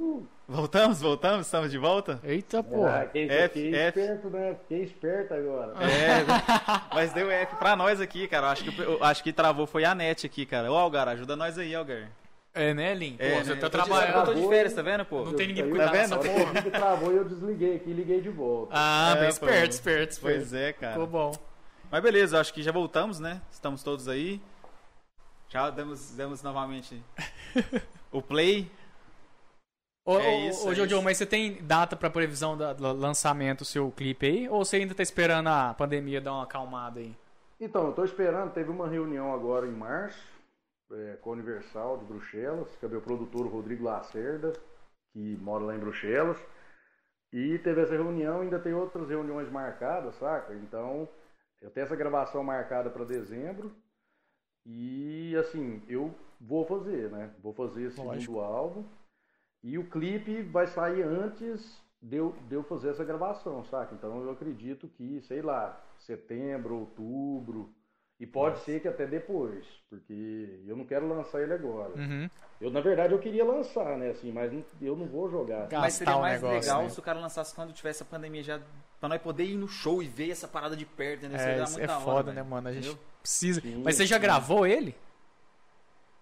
Voltamos, voltamos, estamos de volta? Eita porra, porra. fiquei, É, F, fiquei F. esperto, né? Fiquei esperto agora. É, mas deu F pra nós aqui, cara. Eu acho que, eu acho que travou foi a net aqui, cara. Ô, Algar, ajuda nós aí, Algar. É, né, Lin? Pô, É, você né? tá Eu tô de- trabalhando. Eu tô de férias, tá vendo, pô? Não tem ninguém pra cuidar Aí Tá dessa vendo? A porra. hora que o vídeo travou e eu desliguei aqui e liguei de volta. Ah, É, bem foi esperto, bom. esperto, esperto. Pois é, cara. Ficou bom. Mas beleza, eu acho que já voltamos, né? Estamos todos aí. Já demos, demos novamente o play. Ô, É ô, isso, ô, é Jojo, isso. mas você tem data pra previsão da- do lançamento do seu clipe aí? Ou você ainda tá esperando a pandemia dar uma acalmada aí? Então, eu tô esperando. Teve uma reunião agora em março é, com a Universal de Bruxelas, que é meu produtor Rodrigo Lacerda, que mora lá em Bruxelas. E teve essa reunião, ainda tem outras reuniões marcadas, saca? Então, eu tenho essa gravação marcada para dezembro. E assim, eu vou fazer, né? Vou fazer esse segundo álbum. E o clipe vai sair antes de eu, de eu fazer essa gravação, saca? Então eu acredito que, sei lá, setembro, outubro. E pode ser que até depois, porque eu não quero lançar ele agora. Uhum. Eu, na verdade, eu queria lançar, né? Assim, mas não- eu não vou jogar. Gastar Mas seria o mais negócio, legal né? se o cara lançasse quando tivesse a pandemia já. Pra nós poder ir no show e ver essa parada de perto, entendeu? É, Seria isso muito é da hora, foda, velho. né, mano? A gente Entendeu? precisa. Sim, Mas você já sim. gravou ele?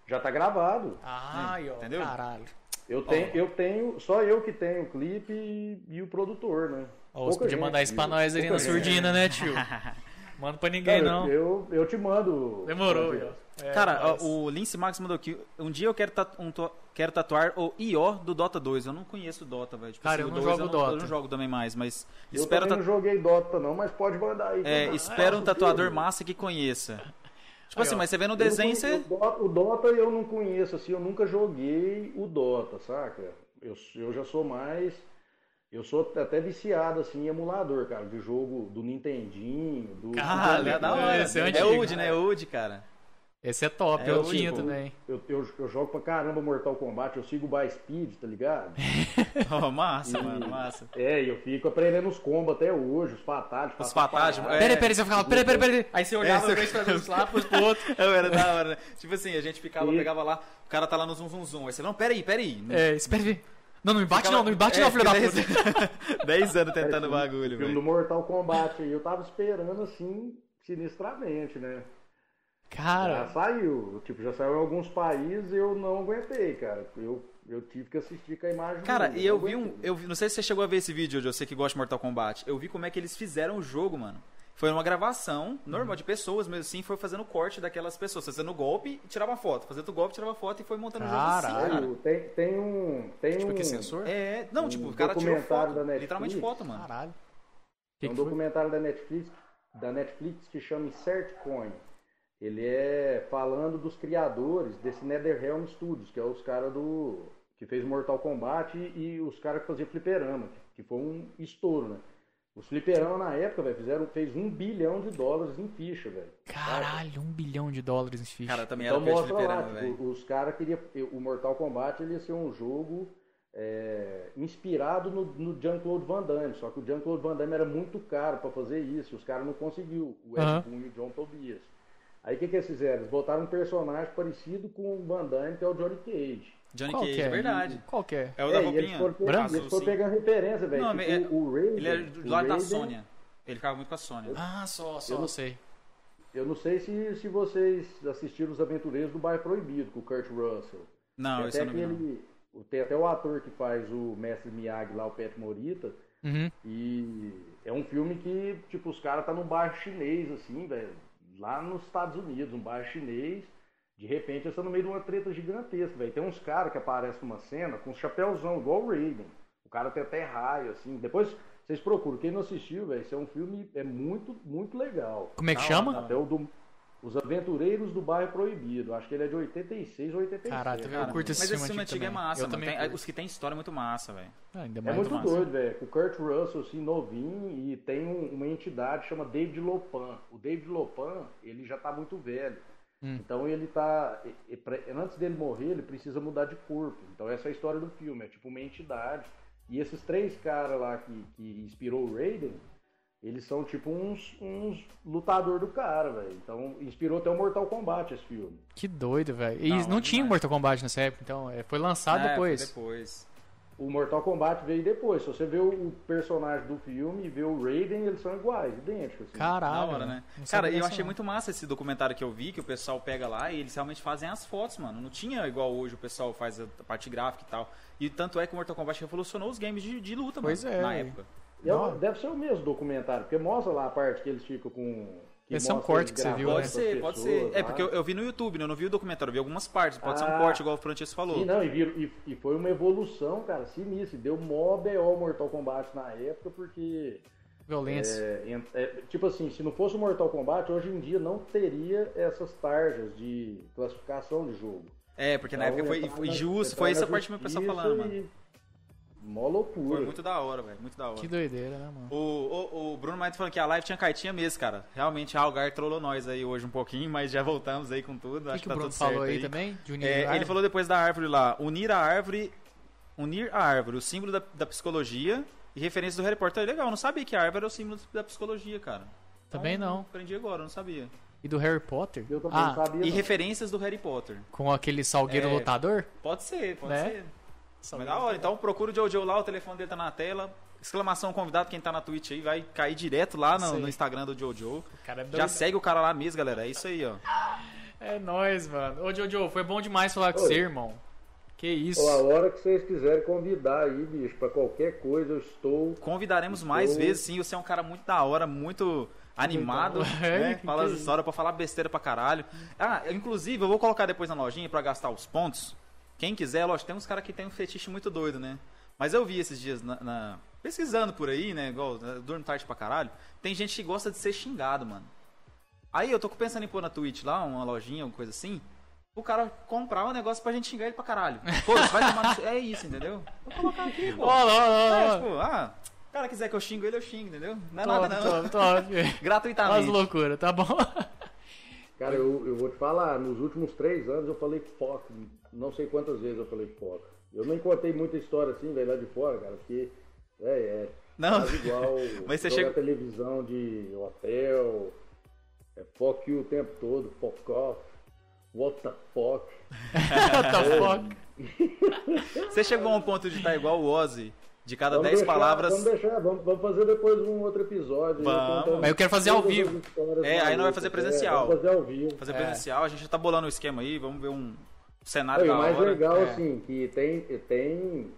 Já tá gravado. Ai, ó, entendeu? caralho. Eu tenho, eu tenho, só eu que tenho o clipe e, e o produtor, né? Ô, você Pouca podia gente, mandar isso pra viu? nós ali na Pouca gente. surdina, né, tio? Manda pra ninguém, Cara, não. Eu, eu te mando. Assim, Demorou, Fazer. ó. É, Cara, ó, mas- o Lince Max mandou aqui. Um dia eu quero, tatu- um to- quero tatuar o IO do Dota 2. Eu não conheço o Dota, velho. Tipo, Cara, eu o não 2 jogo eu não, Eu Dota. não jogo também mais, mas Eu espero, também ta- não joguei Dota não, mas pode mandar aí. é, Ah, espero um filho, tatuador massa que conheça. Tipo é. Aí, assim, ó. mas você vê no eu não desenho, você. conhe- o Dota- O Dota eu não conheço, assim, eu nunca joguei o Dota, saca? Eu, eu já sou mais. Eu sou até viciado, assim, em emulador, cara, de jogo do Nintendinho, do. Caralho, é da hora. Esse é é antigo. Old, né? É Old, cara. Esse é top, É, eu eu tinha digo, também. Eu, eu, eu jogo pra caramba Mortal Kombat, eu sigo o By Speed, tá ligado? Ó, massa, E- mano, Tá massa. É, e eu fico aprendendo os combos até hoje, os fatais. Os fatais, fatais, fatais. é. Peraí, peraí, você ficava, peraí, peraí, peraí. Aí tipo, você olhava Esse- pra pra um lá, pros pro outro. É. Eu era da hora, né? Tipo assim, a gente ficava, E- pegava lá, o cara tá lá no zoom, zoom, zoom. Aí você, não, peraí, peraí. É, espera aí. Não, não me bate Ficava- não, não me bate é, não, filho da fica puta. 10, 10 anos tentando o Cara, bagulho, filme do velho. Mortal Kombat aí, eu tava esperando assim, sinistramente, né? Já É. Cara, saiu, tipo, já saiu em alguns países e eu não aguentei, cara. Eu, eu tive que assistir com a imagem. Cara, dele, e eu não vi um. aguentei. Eu vi, não sei se você chegou a ver esse vídeo, Jojo, você que gosta de Mortal Kombat. Eu vi como é que eles fizeram o jogo, mano. Foi uma gravação Hum. normal de pessoas mesmo assim, foi fazendo corte daquelas pessoas, fazendo golpe e tirava foto, fazendo golpe, tirava foto e foi montando o jogo assim, Caralho. cara. Saiu, Tem, tem um. Tem tipo um, que sensor? É, não, Um tipo, o cara tirou documentário foto, da Netflix. literalmente foto, mano. Caralho. tem Que um que foi? documentário da Netflix, da Netflix que chama Insertcoin. Ele é falando dos criadores desse NetherRealm Studios, que é os caras do. que fez Mortal Kombat e, e os caras que faziam fliperama, que foi um estouro, né? Os fliperama na época, velho, fizeram, fez um bilhão de dólares em ficha, velho. Caralho, um bilhão de dólares em ficha. Cara, também Então era pé de mostra lá, fliperama, velho. tipo, os caras queriam. O Mortal Kombat ele ia ser um jogo é, inspirado no, no Jean-Claude Van Damme. Só que o Jean-Claude Van Damme era muito caro pra fazer isso. Os caras não conseguiu. O Ed Aham. Boon e o John Tobias. Aí o que, que eles fizeram? Eles botaram um personagem parecido com o Van Damme, que é o Johnny Cage. Johnny Qual Cage, que é? é verdade. Qual que é? É o da É, e eles roupinha. foram, pe- branco, eles foram sim. pegando referência, velho. Não, Tipo, é- o Raiden. Ele era do o lado da Raiden- Sônia. Ele ficava muito com a Sônia. Ah, só, só, Eu não- sei. Eu não sei se, se vocês assistiram Os Aventureiros do Bairro Proibido, com o Kurt Russell. Não, tem, esse é até eu não vi. não. aquele, tem até o ator que faz o Mestre Miyagi lá, o Pet Morita. Uhum. E é um filme que, tipo, os caras tá num bairro chinês, assim, velho. Lá nos Estados Unidos, um bairro chinês. De repente, eles estão no meio de uma treta gigantesca, velho. Tem uns caras que aparecem numa cena com um chapéuzão, igual o Raiden. O cara tem até raio, assim. Depois, vocês procuram. Quem não assistiu, velho, isso é um filme é muito, muito legal. Como é que Da chama? Até o do... Os Aventureiros do Bairro Proibido. Acho que ele é de 86 ou 87. Caraca, cara. Eu curto esse Mas filme esse antigo filme antigo é também. massa, Eu mano. também Tem- curto. os que tem história é muito massa, velho. Ah, ainda É mais. muito massa. doido, velho. Com o Kurt Russell, assim, novinho, e tem um- uma entidade que chama David Lopan. O David Lopan, ele já tá muito velho. Hum. Então ele tá. e- e pra- Antes dele morrer, ele precisa mudar de corpo. Então essa é a história do filme, é tipo uma entidade. E esses três caras lá que, que inspirou o Raiden, eles são tipo uns, uns lutador do cara, velho. Então inspirou até o Mortal Kombat esse filme. Que doido, velho. E Não, não, é tinha demais. Mortal Kombat nessa época, então. é, Foi lançado É, depois. foi depois. O Mortal Kombat veio depois. Se você vê o o personagem do filme e vê o Raiden, eles são iguais, idênticos. assim. Caralho. da hora, né? Não Cara, sabia eu dessa, achei não. muito massa esse documentário que eu vi, que o pessoal pega lá e eles realmente fazem as fotos, mano. Não tinha igual hoje, o pessoal faz a parte gráfica e tal. E tanto é que o Mortal Kombat revolucionou os games de, de luta, Pois mano, é, na velho. época. E é o- Não. deve ser o mesmo documentário, porque mostra lá a parte que eles ficam com. Que Esse é um mostra corte eles que você viu, gravando Pode né? as ser, pode pessoas ser. É, lá. porque eu, eu vi no YouTube, né? Eu não vi o documentário, eu vi algumas partes. Pode ser um Ah. corte, igual o Francisco falou. E não, e, vir- e- e foi uma evolução, cara, sinistra. Deu mó BO Mortal Kombat na época, porque. Violência. é, en- é, tipo assim, se não fosse o Mortal Kombat, hoje em dia não teria essas tarjas de classificação de jogo. É, porque na Então, época foi, entrar foi na- justo, entrar foi na essa parte que o pessoal justiça falando, mano. e- Mó loucura. Foi muito da hora, velho. Muito da hora. Que doideira, né, mano? O, o, o Bruno Maito falando que a live tinha cartinha mesmo, cara. Realmente, a Algar trollou nós aí hoje um pouquinho, mas já voltamos aí com tudo. O que, Acho que o que, tá Bruno tudo certo falou aí aí também? De unir É, a ele falou depois da árvore lá, unir a árvore, unir a árvore, o símbolo da, da psicologia e referência do Harry Potter. É legal, eu não sabia que a árvore era o símbolo da psicologia, cara. Também Então, não. Aprendi agora, eu não sabia. E do Harry Potter? Eu também não Ah, sabia. E não. referências do Harry Potter. com aquele salgueiro É. lotador? Pode ser, pode Né? ser. Mas da hora, então procura o Jojo lá, o telefone dele tá na tela. Exclamação convidado, quem tá na Twitch aí vai cair direto lá Isso no, aí. no Instagram do Jojo. Cara, é Já segue o cara lá mesmo, galera. É isso aí, ó. É nóis, mano. Ô, Jojo, foi bom demais falar com Oi. você, irmão. Que isso. Ó, a hora que vocês quiserem convidar aí, bicho, pra qualquer coisa, eu estou. Convidaremos mais Show. vezes, sim. Você é um cara muito da hora, muito animado, É, né? que Fala que as é isso? histórias pra falar besteira pra caralho. Ah, eu, inclusive, eu vou colocar depois na lojinha pra gastar os pontos. Quem quiser, lógico, tem uns caras que tem um fetiche muito doido, né? Mas eu vi esses dias na- na- pesquisando por aí, né? Igual né, eu durmo tarde pra caralho. Tem gente que gosta de ser xingado, mano. Aí eu tô pensando em pôr na Twitch lá, uma lojinha, alguma coisa assim. O cara comprar um negócio pra gente xingar ele pra caralho. Pô, você vai tomar no... seu- É isso, entendeu? Vou colocar aqui, pô. Ó, lá, ó, lá, É, ó. tipo, ah, o cara quiser que eu xingo ele, eu xingo, entendeu? Não é Top, nada, não. é top, top. Faz Gratuitamente. loucura, tá bom? Cara, eu, eu vou te falar, nos últimos três anos eu falei foco. Não sei quantas vezes eu falei foco. Eu nem contei muita história assim, velho, lá de fora, cara, porque. É, é. Não. quase igual Mas você jogar chega- televisão de hotel. É fuck you o tempo todo, fuck off. What the fuck? What É. the fuck? Você chegou a um ponto de estar igual o Ozzy, de cada Vamos 10 deixar- palavras. Vamos deixar, vamos, vamos fazer depois um outro episódio. aí, Vamos. contando Mas eu quero fazer ao todas as vivo. histórias É, aí não vai malucas, fazer é, presencial. vamos fazer ao vivo. Fazer presencial, a gente já tá bolando o esquema aí, vamos ver um cenário Não, e da o mais hora. legal, É. assim, que tem. tem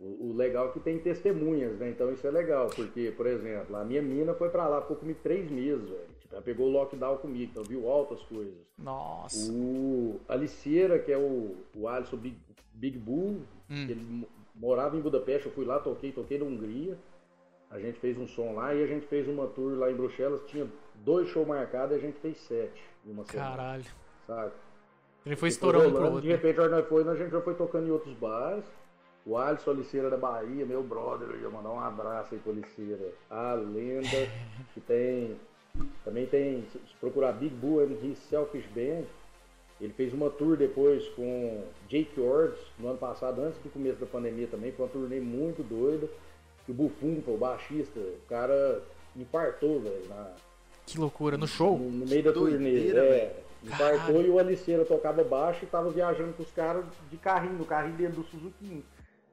o, o legal é que tem testemunhas, né? Então isso é legal, porque, por exemplo, a minha mina foi pra lá, ficou comigo três meses, velho. Tipo, ela pegou o lockdown comigo, então viu altas coisas. Nossa. O Aliceira, que é o, o Alisson Big, Big Bull, Hum. que ele mo- morava em Budapeste, eu fui lá, toquei, toquei na Hungria. A gente fez um som lá e a gente fez uma tour lá em Bruxelas, tinha dois shows marcados e a gente fez sete em uma semana, Caralho. sabe? Ele foi E foi estourando um rolando, pro outro. De repente, a gente foi, a gente já foi tocando em outros bares. O Alisson Oliceira da Bahia, meu brother, eu ia mandar um abraço aí pro Oliceira. A lenda que tem. Também tem. Se procurar Big Bull MD Selfish Band, ele fez uma tour depois com Jake Ords no ano passado, antes do começo da pandemia também. Foi uma turnê muito doida. E o Bufunfa, o baixista, o cara infartou, velho, na- Que loucura, no show? no, no meio da turnê. doideira, É, velho. infartou e o Aliceira tocava baixo e tava viajando com os caras de carrinho, no carrinho dele do Suzuki.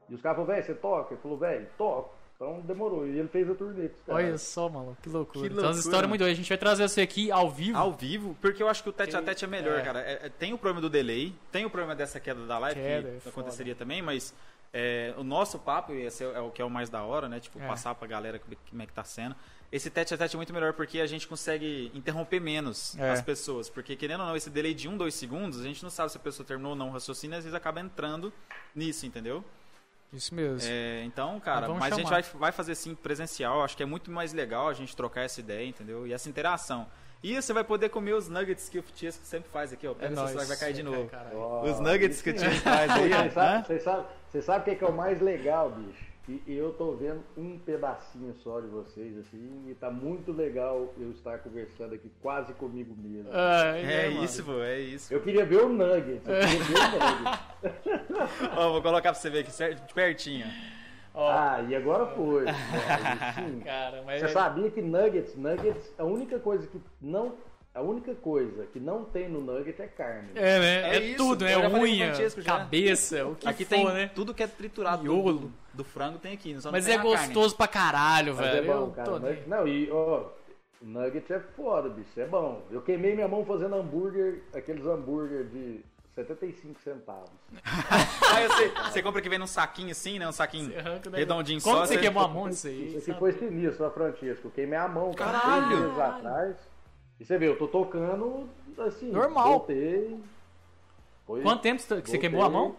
E os caras falaram, velho, você toca? Ele falou, velho, toco. Então demorou. E ele fez a turnê com os caras. Olha só, maluco, que loucura. Que Então, as loucura, histórias muito doidas. A gente vai trazer você aqui ao vivo. Ao vivo, porque eu acho que o tete a tete é melhor, cara. É, é, tem o problema do delay, tem o problema dessa queda da live, Queda, é que foda. aconteceria também, mas é, o nosso papo, e esse é, é o que é o mais da hora, né? Tipo, É. passar pra galera como é que- como é que tá sendo. Esse tete a tete é muito melhor porque a gente consegue interromper menos É. as pessoas. Porque, querendo ou não, esse delay de um, dois segundos, a gente não sabe se a pessoa terminou ou não o raciocínio, e às vezes acaba entrando nisso, entendeu? Isso mesmo. É, então, Mas cara, vamos mas a gente chamar. vai, vai fazer sim presencial. Acho que é muito mais legal a gente trocar essa ideia, entendeu? E essa interação. E você vai poder comer os nuggets que o Tiesco sempre faz aqui, ó. Pega essa É nóis. celular que vai cair de novo. Caralho. Os nuggets que o Tiesco faz aí, né? Você ó. sabe, Hã? você sabe, você sabe o que é, que é o mais legal, bicho? Que eu tô vendo um pedacinho só de vocês, assim, e tá muito legal eu estar conversando aqui quase comigo mesmo. Ah, É mano. isso, pô, é isso. Eu queria ver o Nugget, eu queria ver o Nugget. Ó, vou colocar pra você ver aqui certo, de pertinho. Ah, e agora foi. Ó, sim. Cara, mas é- Você sabia que Nuggets, Nuggets, a única coisa que não, a única coisa que não tem no Nugget é carne. É, né? É, É isso, tudo, eu né? já falei com o Unha, Francesco já. cabeça, o que aqui for, tem né? tudo que é triturado do- Miolo. do frango, tem aqui. Só não Mas tem é a carne. gostoso pra caralho, Mas velho. é bom, Eu cara. tô nem- Nugget- Não, e ó, Nugget é foda, bicho. É bom. Eu queimei minha mão fazendo hambúrguer, aqueles hambúrguer de 75 centavos. Ah, eu sei. Você compra que vem num saquinho assim, né? Um saquinho Você arranca o negócio. redondinho Como só. né? que você queimou a mão disso aí? Isso aqui sabe? foi sinistro, ó, Francisco. Eu queimei a mão, cara, Caralho! três dias atrás. E você vê, eu tô tocando assim. Normal. Voltei. Foi- Quanto tempo você que você voltei. queimou a mão?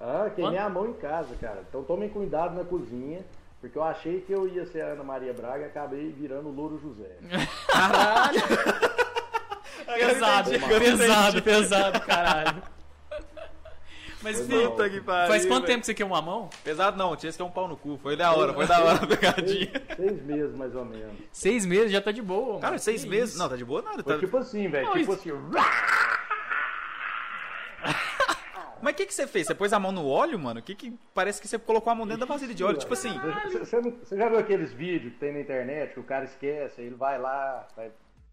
Ah, queimei a mão em casa, cara. Então tomem cuidado na cozinha. Porque eu achei que eu ia ser a Ana Maria Braga e acabei virando o Louro José. Pesado, pesado, pesado, caralho. Mas Foi mal. Fih, Puta que pariu, faz quanto velho. tempo que você queimou a mão? Pesado não, o Tiesco é um pau no cu. Foi da hora, foi da hora a pegadinha. Seis, seis meses, mais ou menos. Seis meses já tá de boa. mano. Cara, seis Que meses. isso? Não, tá de boa nada. Foi Tá... tipo assim, velho. Tipo assim. Mas o que, que você fez? Você pôs a mão no óleo, mano? Que que... Parece que você colocou a mão dentro da vasilha de óleo. Tipo assim. Você- Você não- você já viu aqueles vídeos que tem na internet que o cara esquece, aí ele vai lá, vai-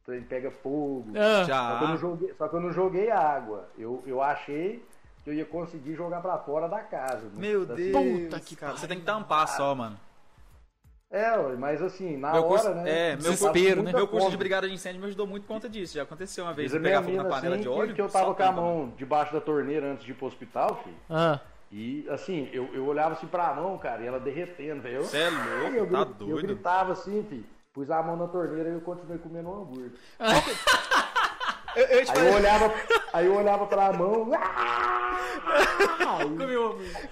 ele pega fogo. Ah, Só que eu Já. não joguei, só que eu não joguei água. Eu, eu achei que eu ia conseguir jogar pra fora da casa. né? Meu Assim, Deus. puta que Cara, pariu. você tem que tampar só, mano. É, ué, mas assim, na Meu hora, curso, né? é, meu Desespero, né? muita Meu curso de fome. brigada de incêndio me ajudou muito por conta disso. Já aconteceu uma vez. Diz de a minha Pegar fogo na mina, panela assim, de óleo. que eu só tava com a tampa, mano. mão debaixo da torneira antes de ir pro hospital, filho. ah. E assim, eu, eu olhava assim pra mão, cara, e ela derretendo, velho. Você é Eu, louco, gri- tá eu doido. gritava assim, filho. Pus a mão na torneira e eu continuei comendo um hambúrguer. Eu, eu te Aí eu olhava, aí eu olhava pra mão. ah!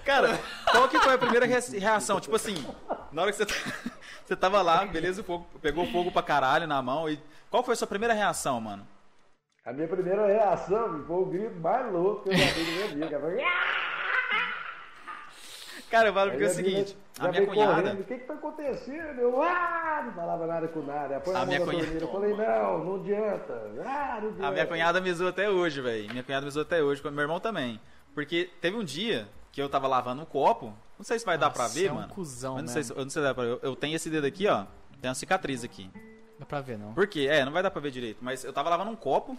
Cara, qual que foi a primeira rea- reação? Tipo assim, na hora que você, tá- você tava lá, beleza, o fogo, pegou fogo pra caralho na mão. E qual foi a sua primeira reação, mano? A minha primeira reação filho, foi o grito mais louco que eu já vi na minha vida. cara. Ah! Cara, eu falo porque é o Aí minha- seguinte, já a minha veio cunhada. correndo, O que que tá acontecendo? Eu, ah, não falava nada com nada. Põe A a, mão minha na cunhada- torneira. Eu falei, não, não adianta. Ah, não adianta. A minha cunhada me zoou até hoje, velho. Minha cunhada me zoou até hoje, com meu irmão também. Porque teve um dia que eu tava lavando um copo. Não sei se vai dar pra Nossa, ver, é um mano. cuzão Mas não sei se, mesmo. eu não sei se dá pra ver. Eu, eu tenho esse dedo aqui, ó. Tem uma cicatriz aqui. Dá pra ver, não. Por quê? É, não vai dar pra ver direito. Mas eu tava lavando um copo.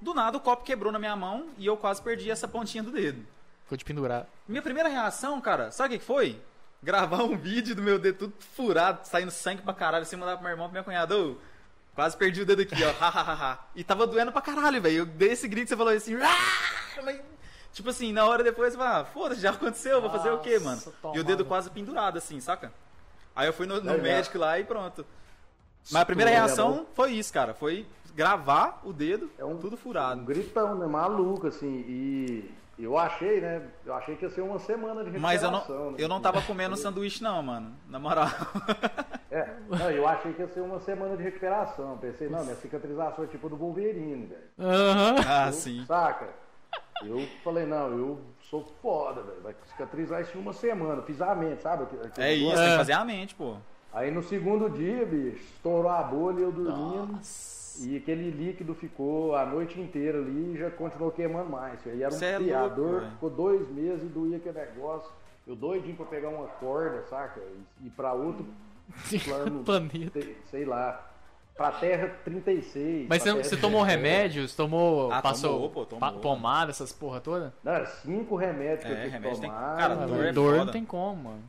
Do nada o copo quebrou na minha mão e eu quase perdi essa pontinha do dedo. Ficou de pendurar. Minha primeira reação, cara, sabe o que foi? Gravar um vídeo do meu dedo tudo furado, saindo sangue pra caralho, assim, mandar pro meu irmão, pro minha cunhada. Ô, quase perdi o dedo aqui, ó. Ha, ha, ha, ha. E tava doendo pra caralho, velho. Eu dei esse grito que você falou assim. "Ah!" Mas, tipo assim, na hora depois, você fala, ah, foda-se, já aconteceu, vou fazer o quê, mano? Nossa, E o tomada. dedo quase pendurado, assim, saca? Aí eu fui no, no Legal. né, médico lá e pronto. Mas a primeira Estourou, reação foi isso, cara. Foi gravar o dedo, É um- tudo Um furado. gritão, né? Maluco, assim. E eu achei, né? Eu achei que ia ser uma semana de recuperação. Mas eu não, né? eu não tava comendo um sanduíche, não, mano. Na moral. É, não, eu achei que ia ser uma semana de recuperação. Pensei, não, minha cicatrização é tipo do Wolverine, velho. Aham. Ah, sim. Saca? Eu falei, não, eu sou foda, velho. Vai cicatrizar isso em uma semana. Fiz a mente, sabe? Aquele- aquele É isso, negócio. tem que fazer a mente, pô. Aí no segundo dia, bicho, estourou a bolha e eu dormindo. E aquele líquido ficou a noite inteira ali e já continuou queimando mais. Aí era um Cê é criador, louco, velho. ficou dois meses e doía aquele negócio. Eu doidinho pra pegar uma corda, saca? E ir pra outro plano, Planeta. te- sei lá. Pra Terra 36. Mas pra você, terra você tomou 36. remédios? Tomou. Ah, passou tomou, pô, tomou. pa- pomada, essas porra toda? Não, era cinco remédios É, que eu tive que remédio tem- tomar. cara, Ah, Dor velho, é dor foda. não tem como, mano.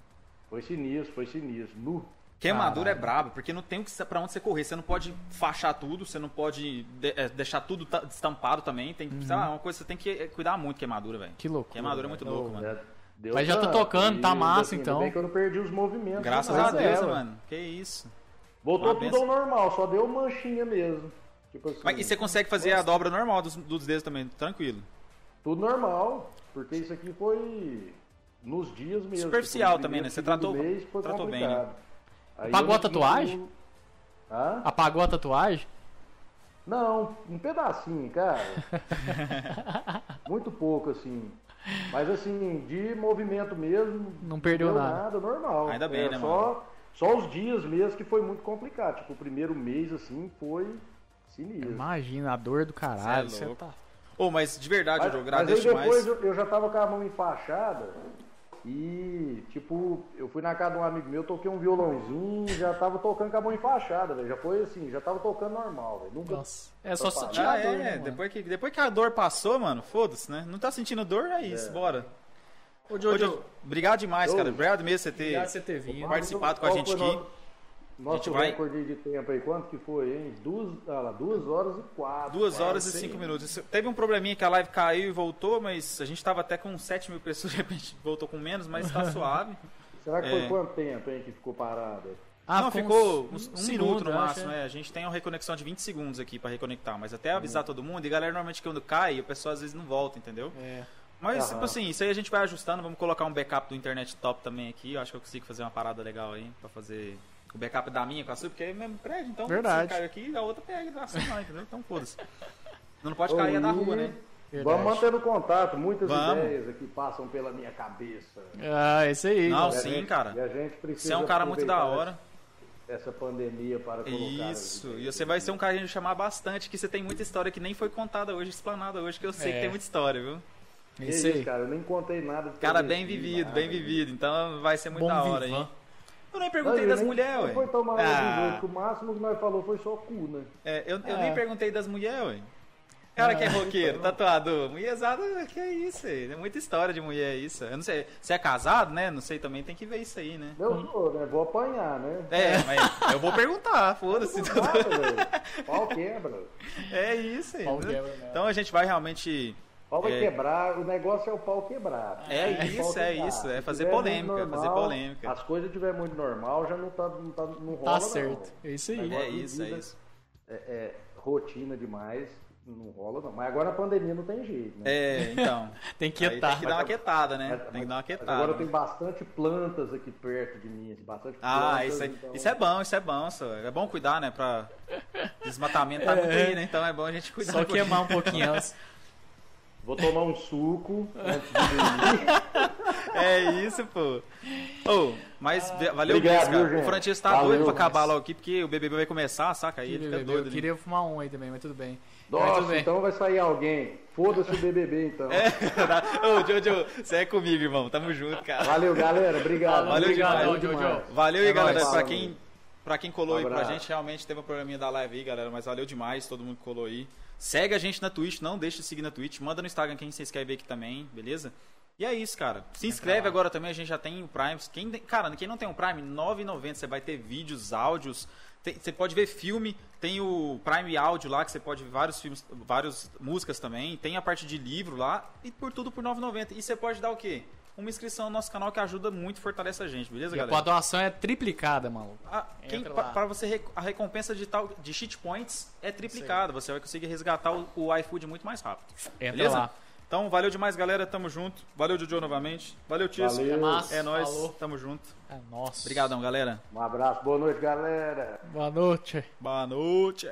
Foi sinistro, foi sinistro. Nu. Queimadura é brabo, porque não tem o que- pra onde você correr. Você não pode fachar tudo, você não pode de- é, deixar tudo ta- estampado também. Tem, sei lá, uma coisa que você tem que é, cuidar muito queimadura, velho. Que loucura, Queimadura é muito louco, mano. né? Deu Mas já tá tanto. tocando, tá E, massa, ainda então. Bem que eu não perdi os movimentos. Graças não, a né? Deus, é, mano. Que isso. Voltou Uma tudo benção. ao normal, só deu manchinha mesmo. Tipo assim, Mas, e você consegue fazer a dobra normal dos, dos dedos também, tranquilo. tudo normal, porque isso aqui foi nos dias mesmo. Superficial Tipo, no também, né? primeiro, Você segundo tratou- mês foi tratou bem, né? complicado. Aí Pagou eu a tatuagem? não- Hã? Apagou a tatuagem? Não, um pedacinho, cara. Muito pouco, assim. Mas assim, de movimento mesmo. Não perdeu deu nada. normal. Ainda bem, É, né, só, só os dias mesmo que foi muito complicado. Tipo, o primeiro mês, assim, foi sinistro. Imagina, a dor do caralho. Cê é cê louco. tá- Ô, mas de verdade, Mas, Jojo, eu mas aí agradeço depois demais. eu, eu já tava com a mão enfaixada e, tipo, eu fui na casa de um amigo meu, toquei um violãozinho, já tava tocando com a mão enfaixada, velho. Já foi assim, já tava tocando normal, velho. Nunca. Nossa. É só Opa. sentir Já a dor, é, né, mano? depois, que, depois que a dor passou, mano, foda-se, né? Não tá sentindo dor, é isso, bora. Ô, Jojo, obrigado demais, Ô. cara. Obrigado mesmo você ter Obrigado por você ter vindo. participado com a Qual gente foi o aqui. nosso- Nosso vai- recorde de tempo aí, quanto que foi, hein? Duas, ah lá, duas horas e quatro. Duas quase, horas e hein? cinco minutos. Isso- Teve um probleminha que a live caiu e voltou, mas a gente tava até com 7 mil pessoas, de repente voltou com menos, mas tá suave. Será que foi É. quanto tempo, hein, que ficou parado? Ah, Não, ficou uns, um segundo, minuto no eu acho, máximo, né? né? A gente tem uma reconexão de 20 segundos aqui pra reconectar, mas até avisar todo mundo. E galera, normalmente quando cai, o pessoal às vezes não volta, entendeu? É. Mas, Aham. tipo assim, isso aí a gente vai ajustando. Vamos colocar um backup do internet top também aqui. Eu acho que eu consigo fazer uma parada legal aí pra fazer o backup da minha com a sua, porque aí mesmo prédio, então Verdade. se caiu aqui, a outra pega assim lá, entendeu? Então foda-se. Não pode cair é da rua, né? Verdade. Vamos mantendo contato, muitas Vamos. ideias aqui passam pela minha cabeça. Ah, isso aí. Não, cara. sim, cara. E a gente precisa Você é um cara muito da aproveitar hora. essa pandemia para colocar. Isso. E você vai ser um cara que a gente chamar bastante, que você tem muita história que nem foi contada hoje, explanada hoje, que eu sei É. que tem muita história, viu? Que Isso aí. cara, eu nem contei nada. do que Cara eu bem vivi, vivido, nada. bem vivido. Então vai ser muito Bom da hora, vivan. hein? Eu nem Não, perguntei eu das nem- mulheres, não ué. Foi tomar Ah. ah. que o máximo que nós falou foi só cu, né? É, eu, eu É. nem perguntei das mulheres, ué. Cara que é roqueiro, tatuador, mulherzada, que é isso aí? É muita história de mulher isso. Eu não sei, você é casado, né? Não sei também, tem que ver isso aí, né? Eu tô, né? Vou apanhar, né? É, mas eu vou perguntar, foda-se. Não dá, velho. Pau quebra. É isso aí. Pau né? quebra, né? Então a gente vai realmente Pau vai É. quebrar, o negócio é o pau quebrar. É O isso, pau é quebrar. isso, é Se fazer tiver muito polêmica, fazer polêmica. As coisas tiver muito normal, já não tá, não tá, não Tá rola não. certo. É isso aí. É isso, é isso. É, é rotina demais, não rola não. Mas agora a pandemia não tem jeito, né? É, então. Tem que aí tem quietar. que dar uma quietada, né? Mas- tem que dar uma É, mas quietada. Agora né? tem bastante plantas aqui perto de mim, assim, bastante Ah, plantas, isso, aí, então- isso é bom, isso é bom. Isso é bom cuidar, né? Pra desmatamento tá muito aí, né? Então é bom a gente cuidar. Só um pouquinho. queimar um pouquinho antes. Vou tomar um suco antes de dormir. É isso, pô. Ô, mas ve- Ah. valeu Obrigado, mesmo, cara. viu, gente? o Francisco tá Valeu. doido pra acabar logo aqui, porque o BBB vai começar, saca? Aí ele fica Eu doido. né? queria fumar um aí também, mas tudo bem. Mas tudo Nossa, bem. então vai sair alguém. Foda-se o BBB, então. É. Ô, Jojo, você é comigo, irmão. Tamo junto, cara. Valeu, galera. Obrigado. Valeu Obrigadão, demais, Jojo. Valeu aí, É galera. nóis. Pra quem, pra quem colou aí pra Abraço. gente, realmente teve um probleminha da live aí, galera. Mas valeu demais, todo mundo que colou aí. Segue a gente na Twitch, não deixa de seguir na Twitch. Manda no Instagram quem vocês querem ver aqui também, beleza? E é isso, cara. Se inscreve agora também, a gente já tem o Prime. Quem, tem- cara, quem não tem o Prime, R$ 9,90 você vai ter vídeos, áudios. tem- você pode ver filme, tem o Prime Áudio lá, que você pode ver vários filmes, várias músicas também. Tem a parte de livro lá, e por tudo por R$ 9,90. E você pode dar o quê? Uma inscrição no nosso canal que ajuda muito, fortalece a gente, beleza, E a galera? tua doação é triplicada, maluco. A- Ah, quem- Entra pa- lá. pra você rec- a recompensa de tal de cheat points é triplicada. Você vai conseguir resgatar o, o iFood muito mais rápido. Entra beleza? lá. Então, valeu demais, galera. Tamo junto. Valeu, Jojo, novamente. Valeu, Tio. Valeu. Massa, É nóis. falou. Tamo junto. Ah, nossa. Obrigadão, galera. Um abraço. Boa noite, galera. Boa noite. Boa noite.